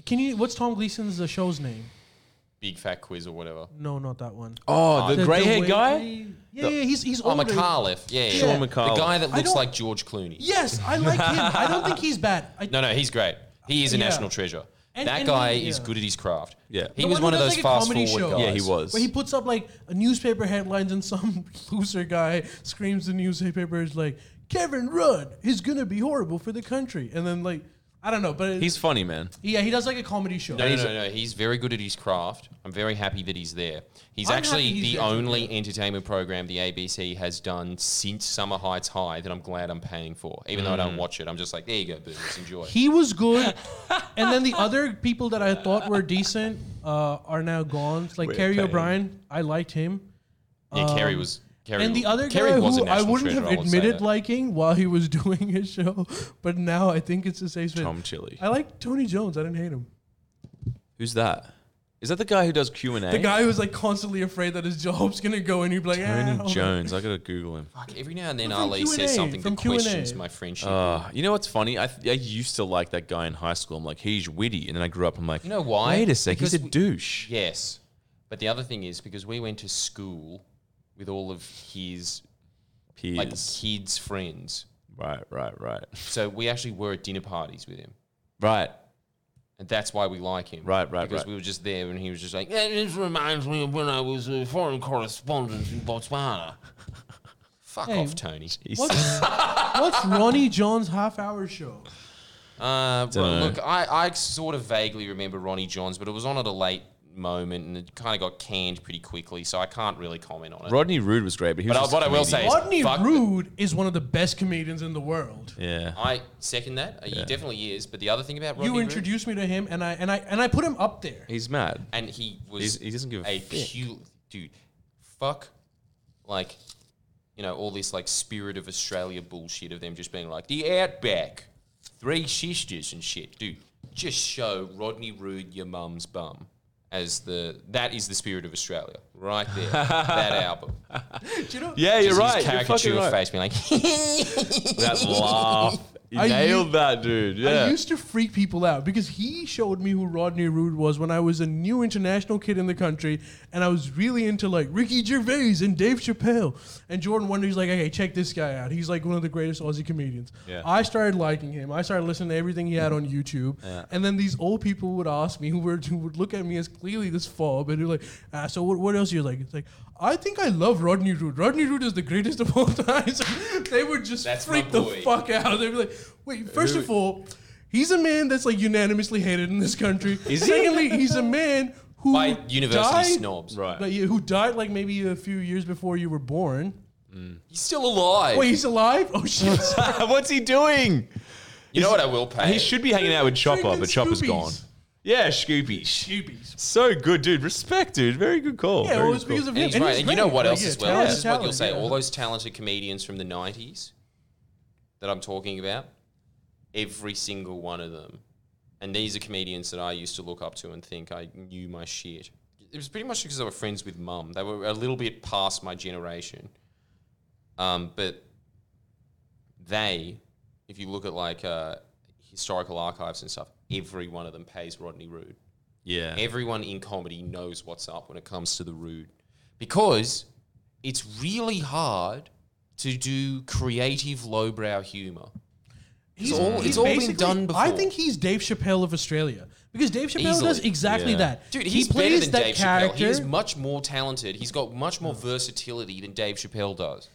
Speaker 1: can you? What's Tom Gleason's uh, show's name?
Speaker 3: Big Fat Quiz or whatever.
Speaker 1: No, not that one.
Speaker 5: oh, the,
Speaker 1: The- the
Speaker 5: grey-haired
Speaker 1: way-
Speaker 5: guy.
Speaker 1: Yeah, yeah, he's he's
Speaker 3: Oh,
Speaker 1: older.
Speaker 3: McAuliffe. Yeah, yeah.
Speaker 1: Sean
Speaker 3: yeah.
Speaker 5: McAuliffe.
Speaker 3: The guy that
Speaker 1: I
Speaker 3: looks
Speaker 1: don't-
Speaker 3: like George Clooney.
Speaker 1: Yes, I like him. I don't think he's bad. I,
Speaker 3: No, no, he's great. He is a
Speaker 1: Yeah.
Speaker 3: national treasure.
Speaker 1: And-
Speaker 3: that
Speaker 1: and
Speaker 3: guy
Speaker 1: he-
Speaker 3: is
Speaker 1: yeah.
Speaker 3: good at his craft.
Speaker 5: Yeah.
Speaker 3: He
Speaker 1: The
Speaker 3: was
Speaker 1: one
Speaker 3: one
Speaker 1: who
Speaker 3: of
Speaker 1: does,
Speaker 3: those
Speaker 1: like, a
Speaker 3: fast
Speaker 1: comedy
Speaker 3: forward
Speaker 1: show.
Speaker 3: guys.
Speaker 5: Yeah, he was.
Speaker 1: But he puts up like a newspaper headlines, and some loser guy screams the newspaper is like, "Kevin Rudd is gonna be horrible for the country," and then like, I don't know, but it-
Speaker 5: He's funny, man.
Speaker 1: yeah, he does like a comedy show.
Speaker 3: No, no, no, no. He's very good at his craft. I'm very happy that he's there. He's
Speaker 1: I'm
Speaker 3: actually
Speaker 1: happy he's
Speaker 3: the
Speaker 1: there, too,
Speaker 3: only entertainment program the ABC has done since Summer Heights High that I'm glad I'm paying for. Even though I
Speaker 5: Mm.
Speaker 3: don't watch it, I'm just like, there you go, boomers, enjoy.
Speaker 1: He was good, and then the other people that I thought were decent uh, are now gone. Like Kerry
Speaker 5: paying.
Speaker 1: O'Brien, I liked him,
Speaker 3: yeah, Kerry was. Kerry,
Speaker 1: Um, and the other
Speaker 3: Kerry
Speaker 1: guy
Speaker 3: was a
Speaker 1: who I
Speaker 3: national
Speaker 1: wouldn't
Speaker 3: treasure,
Speaker 1: have
Speaker 3: I would say
Speaker 1: admitted
Speaker 3: that.
Speaker 1: liking while he was doing his show, but now I think it's a safe space.
Speaker 5: Tom Chili.
Speaker 1: I like Tony Jones. I didn't hate him.
Speaker 5: Who's that? Is that the guy who does Q and A?
Speaker 1: The guy who's like constantly afraid that his job's gonna go, and you'd be like,
Speaker 5: Tony
Speaker 1: "Ah."
Speaker 5: Jones. I gotta Google him.
Speaker 3: Fuck, every now and then
Speaker 1: Well, from
Speaker 3: Ali
Speaker 1: Q&A,
Speaker 3: says something
Speaker 1: from
Speaker 3: that questions
Speaker 1: Q&A.
Speaker 3: my friendship.
Speaker 5: Uh, you know what's funny? I, th- I used to like that guy in high school. I'm like, he's witty, and then I grew up. I'm like, you
Speaker 3: know why?
Speaker 5: Wait a sec, he's
Speaker 3: Because
Speaker 5: a
Speaker 3: we-
Speaker 5: douche.
Speaker 3: yes. But the other thing is because we went to school with all of his like
Speaker 5: Peers.
Speaker 3: kids' friends.
Speaker 5: right, right, right,
Speaker 3: So we actually were at dinner parties with him.
Speaker 5: right.
Speaker 3: And that's why we like him.
Speaker 5: Right, right,
Speaker 3: Because
Speaker 5: right.
Speaker 3: we were just there and he was just like, "Eh,
Speaker 6: Yeah, this reminds me of when I was a foreign correspondent in Botswana.
Speaker 3: fuck
Speaker 1: Hey.
Speaker 3: off, Tony.
Speaker 1: What's, what's Ronnie John's half hour show?
Speaker 3: Uh,
Speaker 5: know.
Speaker 3: well, look, I, I sort of vaguely remember Ronnie Johns, but it was on at a late moment, and it kind of got canned pretty quickly. So I can't really comment on it.
Speaker 2: Rodney Rude was great, but he was
Speaker 3: But I-
Speaker 2: just
Speaker 3: what I will
Speaker 2: comedian.
Speaker 3: say is,
Speaker 1: Rodney
Speaker 3: fuck the-
Speaker 1: Rude is one of the best comedians in the world.
Speaker 2: yeah,
Speaker 3: I second that. Uh, He definitely is. But the other thing about Rodney
Speaker 1: You
Speaker 3: Ruud-
Speaker 1: introduced me to him, and I and I and I put him up there.
Speaker 2: he's mad.
Speaker 3: and he was
Speaker 2: He's- he doesn't give a
Speaker 3: a
Speaker 2: fuck.
Speaker 3: pu- dude. Fuck, like, you know, all this like spirit of Australia bullshit of them just being like the outback, three sisters and shit, dude. Just show Rodney Rude your mum's bum as the that is the spirit of Australia right there. that album,
Speaker 2: Yeah, you're
Speaker 3: Just his
Speaker 2: right. You're fucking
Speaker 3: Caricature
Speaker 2: right.
Speaker 3: face being like,
Speaker 2: That laugh. You
Speaker 1: I
Speaker 2: nailed
Speaker 1: u-
Speaker 2: that, dude. Yeah.
Speaker 1: I used to freak people out because he showed me who Rodney Rude was when I was a new international kid in the country, and I was really into like Ricky Gervais and Dave Chappelle. And Jordan Wonder, he's like, "Hey, check this guy out. He's like one of the greatest Aussie comedians."
Speaker 2: Yeah.
Speaker 1: I started liking him. I started listening to everything he had on YouTube, and then these old people would ask me, who were who would look at me as clearly this fob, and they're like, "Ah, so what, what else you like?" It's like, I think I love Rodney Rude. Rodney Rude is the greatest of all time. So they would just
Speaker 3: That's my
Speaker 1: freak the
Speaker 3: boy.
Speaker 1: fuck out. They'd be like, "Wait, first of all." He's a man that's like unanimously hated in this country. Secondly, he's a man who
Speaker 3: by university
Speaker 1: died,
Speaker 3: snobs.
Speaker 2: Right.
Speaker 1: like, who died like maybe a few years before you were born.
Speaker 3: He's still alive.
Speaker 1: Wait, he's alive? Oh shit!
Speaker 2: What's he doing?
Speaker 3: you know what I will pay?
Speaker 2: He should be hanging out with Chopper,
Speaker 1: Freaking
Speaker 2: but Chopper's
Speaker 1: Scoobies.
Speaker 2: gone. Yeah, Scooby.
Speaker 1: Goobies.
Speaker 2: So good, dude. Respect, dude. Very good call.
Speaker 1: Yeah,
Speaker 2: Very
Speaker 1: well, it's
Speaker 2: good call.
Speaker 1: because of him.
Speaker 3: And he's right.
Speaker 1: he's
Speaker 3: And you know
Speaker 1: great.
Speaker 3: what
Speaker 1: Like,
Speaker 3: else
Speaker 1: yeah,
Speaker 3: as well?
Speaker 1: talent
Speaker 3: This is what you'll
Speaker 1: talent,
Speaker 3: say.
Speaker 1: yeah.
Speaker 3: All those talented comedians from the '90s that I'm talking about, every single one of them, and these are comedians that I used to look up to and think I knew my shit. It was pretty much because I were friends with mum. They were a little bit past my generation, um, but they, if you look at like uh, historical archives and stuff, every one of them pays Rodney Rude.
Speaker 2: yeah.
Speaker 3: Everyone in comedy knows what's up when it comes to the rude because it's really hard to do creative lowbrow humor.
Speaker 1: He's,
Speaker 3: all- it's all been
Speaker 1: basically-
Speaker 3: done
Speaker 1: I
Speaker 3: before.
Speaker 1: think he's Dave Chappelle of Australia because Dave Chappelle does
Speaker 3: Easily.
Speaker 1: exactly
Speaker 2: Yeah.
Speaker 1: that.
Speaker 3: Dude,
Speaker 1: He
Speaker 3: he's better
Speaker 1: plays
Speaker 3: than
Speaker 1: that
Speaker 3: Dave Chappelle.
Speaker 1: character.
Speaker 3: He is much more talented. He's got much more versatility than Dave Chappelle does.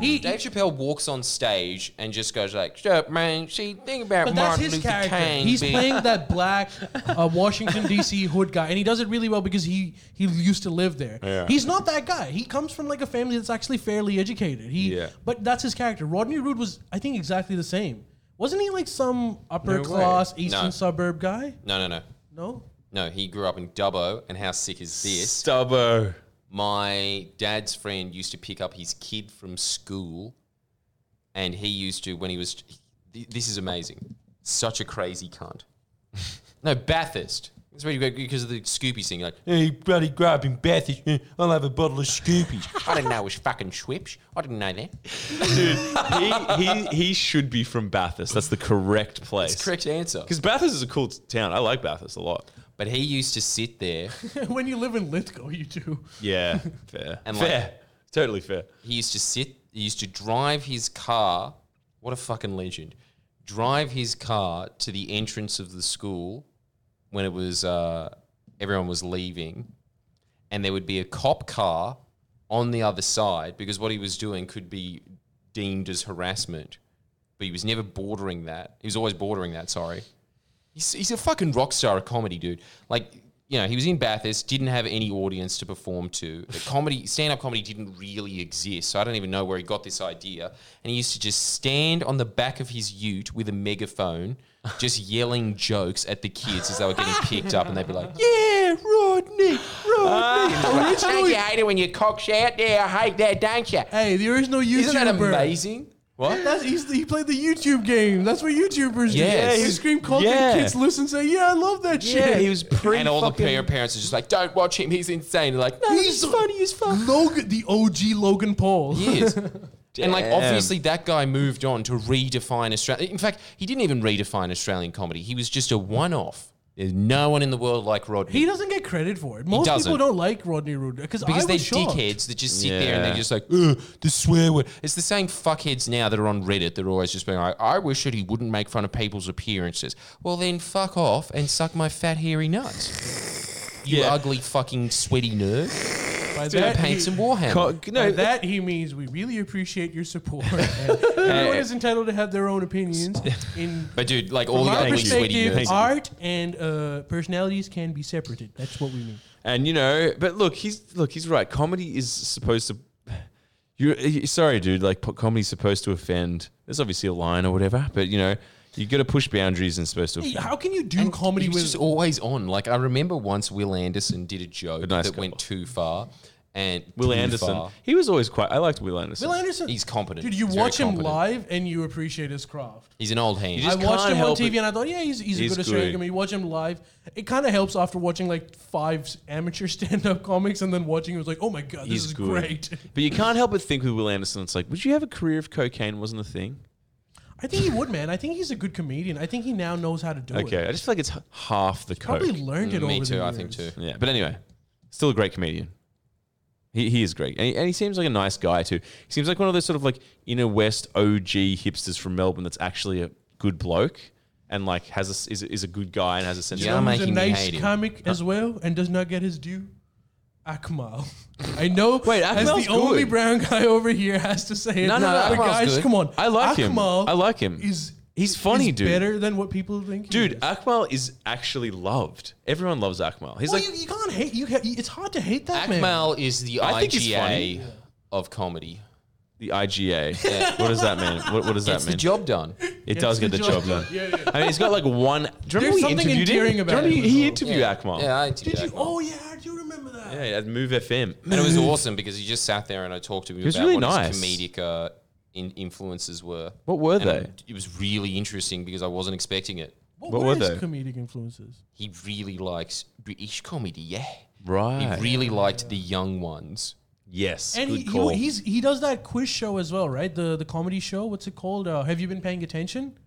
Speaker 1: He-
Speaker 3: Dave Chappelle walks on stage and just goes like, "Shut up, man. She think about
Speaker 1: But that's
Speaker 3: Martin
Speaker 1: his
Speaker 3: Luther
Speaker 1: character.
Speaker 3: King."
Speaker 1: He's
Speaker 3: bitch."
Speaker 1: playing that black uh, Washington D.C. hood guy, and he does it really well because he he used to live there. He's not that guy. He comes from like a family that's actually fairly educated. He,
Speaker 2: Yeah.
Speaker 1: but that's his character. Rodney Rude was, I think, exactly the same. Wasn't he like some upper class eastern
Speaker 3: No.
Speaker 1: suburb guy?
Speaker 3: No, no, no,
Speaker 1: No.
Speaker 3: no. He grew up in Dubbo, and how sick is this?
Speaker 2: Stubbo.
Speaker 3: my dad's friend used to pick up his kid from school and he used to when he was th- this is amazing such a crazy cunt no bathurst that's where you go because of the Scooby thing. Like,
Speaker 7: Hey, bloody grabbing Bethy. Eh, I'll have a bottle of Scoopies.
Speaker 3: I didn't know it was fucking Schwips. I didn't know that.
Speaker 2: he, he, he should be from Bathurst. That's the correct place.
Speaker 3: It's correct answer.
Speaker 2: Because Bathurst is a cool t- town. I like Bathurst a lot.
Speaker 3: But he used to sit there.
Speaker 1: when you live in Lithgow, you do.
Speaker 2: Yeah, fair.
Speaker 3: And
Speaker 2: fair.
Speaker 3: like-
Speaker 2: totally fair.
Speaker 3: He used to sit. He used to drive his car. What a fucking legend! Drive his car to the entrance of the school when it was uh, everyone was leaving, and there would be a cop car on the other side because what he was doing could be deemed as harassment, but he was never bordering that. He was always bordering that. Sorry, he's, he's a fucking rock star of comedy, dude. Like. You know, he was in Bathurst, didn't have any audience to perform to. The comedy, stand-up comedy, didn't really exist, so I don't even know where he got this idea. And he used to just stand on the back of his ute with a megaphone, just yelling jokes at the kids as they were getting picked up, and they'd be like, "Yeah,
Speaker 6: Ah. Don't you hate it when you cock shit? Yeah, I hate that, don't you?
Speaker 1: Hey, there is no YouTuber.
Speaker 3: isn't that amazing?"
Speaker 1: That's, he's, he played the YouTube game. That's what YouTubers do.
Speaker 3: Yes.
Speaker 1: Yeah, he scream, call
Speaker 2: Yeah.
Speaker 1: kids, listen, say, "Yeah, I love that shit."
Speaker 2: Yeah, he was pretty.
Speaker 3: and all the
Speaker 2: fucking-
Speaker 3: pair parents are just like, "Don't watch him; he's insane." They're like, "No,
Speaker 1: He's
Speaker 3: he's funny as fuck."
Speaker 1: Logan, the OG Logan Paul.
Speaker 3: He is. and like, obviously, that guy moved on to redefine Australia. In fact, he didn't even redefine Australian comedy. He was just a one-off. There's no one in the world like Rodney
Speaker 1: He doesn't get credit for it. Most people
Speaker 3: doesn't.
Speaker 1: don't like Rodney Rude because
Speaker 3: because
Speaker 1: I
Speaker 3: they're
Speaker 1: was shocked.
Speaker 3: dickheads that just sit there and they're
Speaker 2: Yeah.
Speaker 3: just like, Ugh, the swear word. It's the same fuckheads now that are on Reddit that are always just being like, I wish that he wouldn't make fun of people's appearances. Well, then fuck off and suck my fat hairy nuts. You
Speaker 2: Yeah.
Speaker 3: ugly fucking sweaty nerd.
Speaker 1: By
Speaker 3: Go
Speaker 1: that,
Speaker 3: paint
Speaker 1: he,
Speaker 3: some Warhammer.
Speaker 2: Co-
Speaker 1: by
Speaker 2: no,
Speaker 1: that he means we really appreciate your support. And
Speaker 3: Eh.
Speaker 1: everyone is entitled to have their own opinions. In
Speaker 3: But dude, like all
Speaker 1: from
Speaker 3: the
Speaker 1: our
Speaker 3: ugly sweaty
Speaker 1: perspective,
Speaker 3: nerds.
Speaker 1: art and uh, personalities can be separated. That's what we mean.
Speaker 2: And you know, but look, he's look, he's right. Comedy is supposed to. You you- sorry, dude. Like po- comedy's supposed to offend. There's obviously a line or whatever, but you know, you got to push boundaries and it's supposed to.
Speaker 1: Hey,
Speaker 2: Offend.
Speaker 1: How can you do comedy
Speaker 3: Comedy was
Speaker 1: with
Speaker 3: just always on. Like I remember once Will Anderson did a joke
Speaker 2: nice
Speaker 3: that
Speaker 2: couple.
Speaker 3: went too far, and
Speaker 2: Will
Speaker 3: too
Speaker 2: Anderson.
Speaker 3: far.
Speaker 2: He was always quite. I liked Will Anderson.
Speaker 1: Bill Anderson?
Speaker 3: He's competent.
Speaker 1: Dude, you
Speaker 3: He's very
Speaker 1: watch him
Speaker 3: competent.
Speaker 1: live and you appreciate his craft.
Speaker 3: He's an old hand.
Speaker 1: I watched
Speaker 2: can't
Speaker 1: him on
Speaker 2: help
Speaker 1: TV
Speaker 2: it.
Speaker 1: and I thought, yeah, he's, he's,
Speaker 2: He's
Speaker 1: a good Australian
Speaker 2: good.
Speaker 1: comedian. You watch him live. It kind of helps after watching like five amateur stand up comics and then watching it was like, oh my God, this
Speaker 2: He's
Speaker 1: is
Speaker 2: good.
Speaker 1: great.
Speaker 2: But you can't help but think with Will Anderson, it's like, would you have a career if cocaine wasn't a thing?
Speaker 1: I think he would, man. I think he's a good comedian. I think he now knows how to do it.
Speaker 2: Okay, I just feel like it's h- half the coke. Mm,
Speaker 1: Probably learned it
Speaker 3: Me
Speaker 1: over
Speaker 3: too.
Speaker 1: the
Speaker 3: I
Speaker 1: years.
Speaker 3: think too.
Speaker 2: Yeah, but anyway, still a great comedian. He, he is great, and he, and he seems like a nice guy too. He seems like one of those sort of like inner west OG hipsters from Melbourne that's actually a good bloke and like has a s is, a- is a good guy and has a sense. of
Speaker 3: Yeah, I'm
Speaker 1: He's a
Speaker 3: making me
Speaker 1: nice
Speaker 3: hate him.
Speaker 1: comic as well and does not get his due. Akmal. I know
Speaker 2: Wait,
Speaker 1: as the
Speaker 2: Akmal's
Speaker 1: only
Speaker 2: good.
Speaker 1: brown guy over here has to say it.
Speaker 2: No, no, no,
Speaker 1: The
Speaker 2: Akmal's
Speaker 1: guys,
Speaker 3: good.
Speaker 1: come on.
Speaker 2: I like him.
Speaker 1: Akmal
Speaker 2: I like him.
Speaker 1: Is
Speaker 2: He's funny,
Speaker 1: is
Speaker 2: dude.
Speaker 1: better than what people think. he
Speaker 2: Dude,
Speaker 1: is.
Speaker 2: Akmal is actually loved. Everyone loves Akmal. He's
Speaker 1: well,
Speaker 2: like
Speaker 1: you, you can't hate. You ha- it's hard to hate that man.
Speaker 3: Akmal is the
Speaker 2: I think he's funny.
Speaker 3: IGA of comedy.
Speaker 2: the IGA. What does that mean? What, what does that
Speaker 3: It's the
Speaker 2: mean?
Speaker 3: job done.
Speaker 2: It does get the job done.
Speaker 1: Yeah, yeah.
Speaker 2: I mean, he's got like one. Do you
Speaker 1: There's
Speaker 2: remember we
Speaker 1: something
Speaker 2: interviewed him?
Speaker 1: endearing
Speaker 2: Do you
Speaker 1: about
Speaker 2: remember
Speaker 1: him
Speaker 2: he
Speaker 1: as
Speaker 2: interviewed Akmal?
Speaker 3: Yeah, I did.
Speaker 1: Did you?
Speaker 3: Akmal.
Speaker 1: Oh yeah, I do remember that.
Speaker 2: Yeah, at Move FM.
Speaker 3: And it was awesome because he just sat there and I talked to him
Speaker 2: was
Speaker 3: about
Speaker 2: really
Speaker 3: what
Speaker 2: nice.
Speaker 3: his comedic uh, in- influences were.
Speaker 2: What were
Speaker 3: And
Speaker 2: they?
Speaker 3: It was really interesting because I wasn't expecting it.
Speaker 1: What,
Speaker 2: What
Speaker 1: were,
Speaker 2: were
Speaker 1: his
Speaker 2: they?
Speaker 1: comedic influences?
Speaker 3: He really likes British comedy, yeah.
Speaker 2: Right.
Speaker 1: Ah,
Speaker 3: He really liked the young ones.
Speaker 2: yes.
Speaker 1: And
Speaker 2: good
Speaker 1: he,
Speaker 2: call.
Speaker 1: he he's he does that quiz show as well, right? The the comedy show. What's it called? Uh, Have you been paying attention?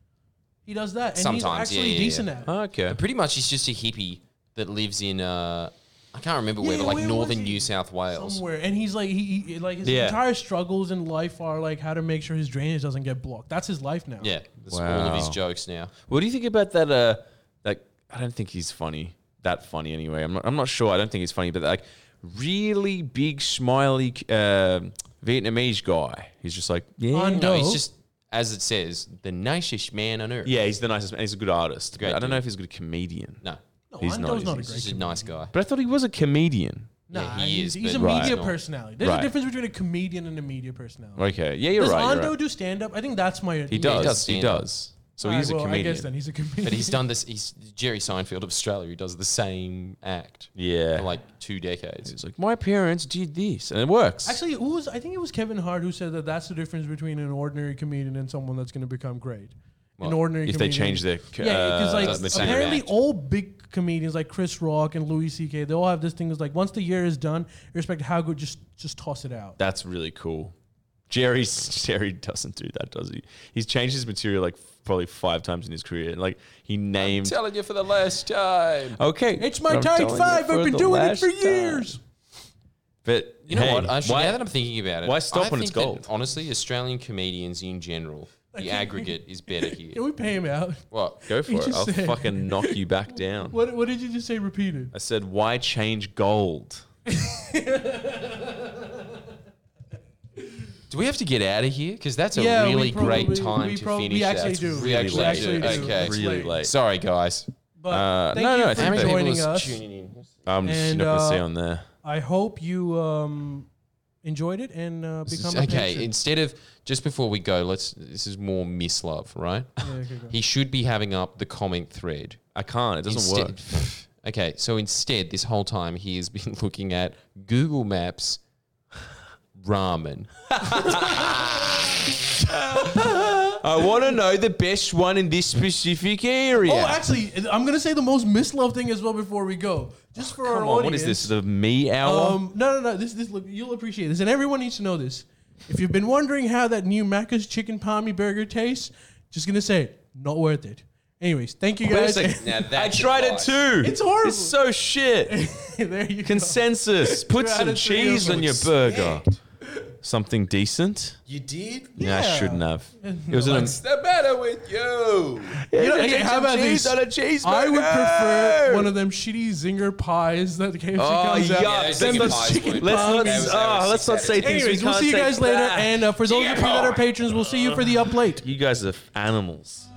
Speaker 1: He does that, and
Speaker 3: Sometimes,
Speaker 1: he's
Speaker 3: yeah,
Speaker 1: actually
Speaker 3: yeah, yeah.
Speaker 1: decent at. it.
Speaker 2: okay.
Speaker 3: Pretty much, he's just a hippie that lives in, uh, I can't remember where,
Speaker 1: Yeah,
Speaker 3: but like
Speaker 1: where was
Speaker 3: northern
Speaker 1: he?
Speaker 3: New South Wales.
Speaker 1: somewhere and he's like he, he like his
Speaker 2: Yeah.
Speaker 1: entire struggles in life are like how to make sure his drainage doesn't get blocked that's his life now
Speaker 3: Yeah, that's all of his
Speaker 2: Wow.
Speaker 3: jokes now.
Speaker 2: What do you think about that? Uh, that I don't think he's funny. That funny anyway. I'm not. I'm not sure. I don't think he's funny. But like, really big smiley um Vietnamese guy. He's just like yeah.
Speaker 1: Undo.
Speaker 3: No, he's just, as it says, the nicest man on earth.
Speaker 2: Yeah, he's the nicest man. He's a good artist.
Speaker 3: Great
Speaker 2: but I don't
Speaker 3: dude.
Speaker 2: know if he's a good comedian.
Speaker 3: No,
Speaker 1: no,
Speaker 2: he's
Speaker 1: Ando's
Speaker 2: not-
Speaker 1: not,
Speaker 3: he's
Speaker 1: a
Speaker 3: just
Speaker 1: great
Speaker 3: a nice guy.
Speaker 2: But I thought he was a comedian.
Speaker 1: Nah,
Speaker 3: Yeah, he
Speaker 1: he's,
Speaker 3: is,
Speaker 1: he's a
Speaker 3: but- Right.
Speaker 1: media
Speaker 3: No.
Speaker 1: personality. There's
Speaker 2: Right.
Speaker 1: a difference between a comedian and a media personality.
Speaker 2: Okay. Yeah, you're
Speaker 1: Does
Speaker 2: right.
Speaker 1: Ando
Speaker 2: you're right.
Speaker 1: do stand up? I think that's my.
Speaker 2: He does.
Speaker 3: does
Speaker 2: He
Speaker 3: stand up.
Speaker 2: does. So he's a comedian.
Speaker 1: I guess then he's a comedian.
Speaker 3: But he's done this. He's Jerry Seinfeld of Australia. He does the same act
Speaker 2: yeah.
Speaker 3: for like two decades.
Speaker 2: It's like my parents did this, and it works.
Speaker 1: Actually, who was? I think it was Kevin Hart who said that that's the difference between an ordinary comedian and someone that's going to become great. an ordinary
Speaker 2: if they
Speaker 1: comedian.
Speaker 2: change their c-
Speaker 1: yeah,
Speaker 2: uh,
Speaker 1: because
Speaker 2: the
Speaker 1: like
Speaker 2: same
Speaker 1: apparently
Speaker 3: act.
Speaker 1: all big comedians like Chris Rock and Louis C.K. they all have this thing is like once the year is done, irrespective of how good, just just toss it out.
Speaker 2: that's really cool. Jerry's Jerry doesn't do that, does he? He's changed his material like f- probably five times in his career. Like he named.
Speaker 3: Telling you for the last time.
Speaker 2: okay,
Speaker 1: It's my
Speaker 2: I'm
Speaker 1: tight
Speaker 2: telling you
Speaker 1: five.
Speaker 2: for
Speaker 1: I've been
Speaker 2: the
Speaker 1: doing it
Speaker 2: last
Speaker 1: for
Speaker 2: time.
Speaker 1: years.
Speaker 2: But
Speaker 3: You know
Speaker 2: hey,
Speaker 3: what? Actually,
Speaker 2: why-
Speaker 3: now that I'm thinking about it,
Speaker 2: why stop
Speaker 3: I
Speaker 2: when it's
Speaker 3: think
Speaker 2: gold?
Speaker 3: that, honestly, Australian comedians in general, the aggregate is better
Speaker 1: Can
Speaker 3: here.
Speaker 1: we pay him out?
Speaker 3: What?
Speaker 2: go for
Speaker 1: he
Speaker 2: it.
Speaker 1: just
Speaker 2: I'll
Speaker 1: said-
Speaker 2: fucking knock you back down.
Speaker 1: What, what did you just say? Repeated.
Speaker 2: I said, why change gold?
Speaker 3: Do we have to get out of here? Because that's a
Speaker 1: Yeah, we
Speaker 3: really
Speaker 1: probably-
Speaker 3: great time
Speaker 1: we
Speaker 3: to
Speaker 1: prob- we
Speaker 3: finish.
Speaker 1: actually
Speaker 3: that.
Speaker 1: do.
Speaker 3: We
Speaker 1: We
Speaker 3: actually
Speaker 1: actually
Speaker 3: do.
Speaker 1: do.
Speaker 3: Okay.
Speaker 1: It's
Speaker 2: really
Speaker 1: late.
Speaker 2: late.
Speaker 3: Sorry, guys.
Speaker 1: But
Speaker 2: Uh,
Speaker 1: thank
Speaker 2: no,
Speaker 1: you
Speaker 2: no, I
Speaker 1: for
Speaker 2: think that-
Speaker 1: joining
Speaker 3: People is
Speaker 1: us.
Speaker 3: tuning in.
Speaker 2: I'm
Speaker 1: And,
Speaker 2: you're not gonna
Speaker 1: uh,
Speaker 2: see on there.
Speaker 1: I hope you um, enjoyed it and uh, become a
Speaker 3: okay,
Speaker 1: patron.
Speaker 3: instead of just before we go, let's. This is more miss love, right?
Speaker 1: okay, go.
Speaker 3: He should be having up the comment thread.
Speaker 2: I can't. It doesn't work.
Speaker 3: Instead- Okay, so instead, this whole time he has been looking at Google Maps ramen.
Speaker 2: I want to know the best one in this specific area.
Speaker 1: Oh, actually, I'm gonna say the most misloved thing as well before we go, just for our
Speaker 2: Come
Speaker 1: audience.
Speaker 2: on, what is this? The me hour?
Speaker 1: Um, no, no, no. This, this, look, you'll appreciate this, and everyone needs to know this. If you've been wondering how that new Macca's chicken palmy burger tastes, just gonna say it, not worth it. Anyways, thank you guys.
Speaker 2: I tried it too.
Speaker 1: It's horrible.
Speaker 2: It's so shit.
Speaker 1: there you
Speaker 2: Consensus. Put
Speaker 1: Try
Speaker 2: some
Speaker 1: to figure
Speaker 2: cheese
Speaker 1: out
Speaker 2: on
Speaker 1: what
Speaker 2: your burger. Something decent.
Speaker 3: You did?
Speaker 2: Yeah. Nah, I
Speaker 1: Yeah.
Speaker 2: shouldn't have. It was an.
Speaker 3: What's the matter with you?
Speaker 1: go. You know, okay, how about
Speaker 2: cheese
Speaker 1: this?
Speaker 2: on a cheeseburger.
Speaker 1: I would prefer one of uh, them shitty zinger pies that KFC
Speaker 2: Oh
Speaker 1: comes out.
Speaker 2: yeah,
Speaker 3: Yeah, those
Speaker 2: then
Speaker 3: chicken
Speaker 2: let's,
Speaker 3: pies
Speaker 2: let's,
Speaker 3: would-
Speaker 2: not,
Speaker 1: That was-
Speaker 3: that
Speaker 2: oh,
Speaker 3: was
Speaker 2: let's not say things.
Speaker 1: Anyways,
Speaker 2: we
Speaker 1: we'll
Speaker 2: can't
Speaker 1: see you
Speaker 2: say
Speaker 1: guys later.
Speaker 2: back.
Speaker 1: And uh, for those of you that are patrons, we'll see you for the up late.
Speaker 2: you guys are animals.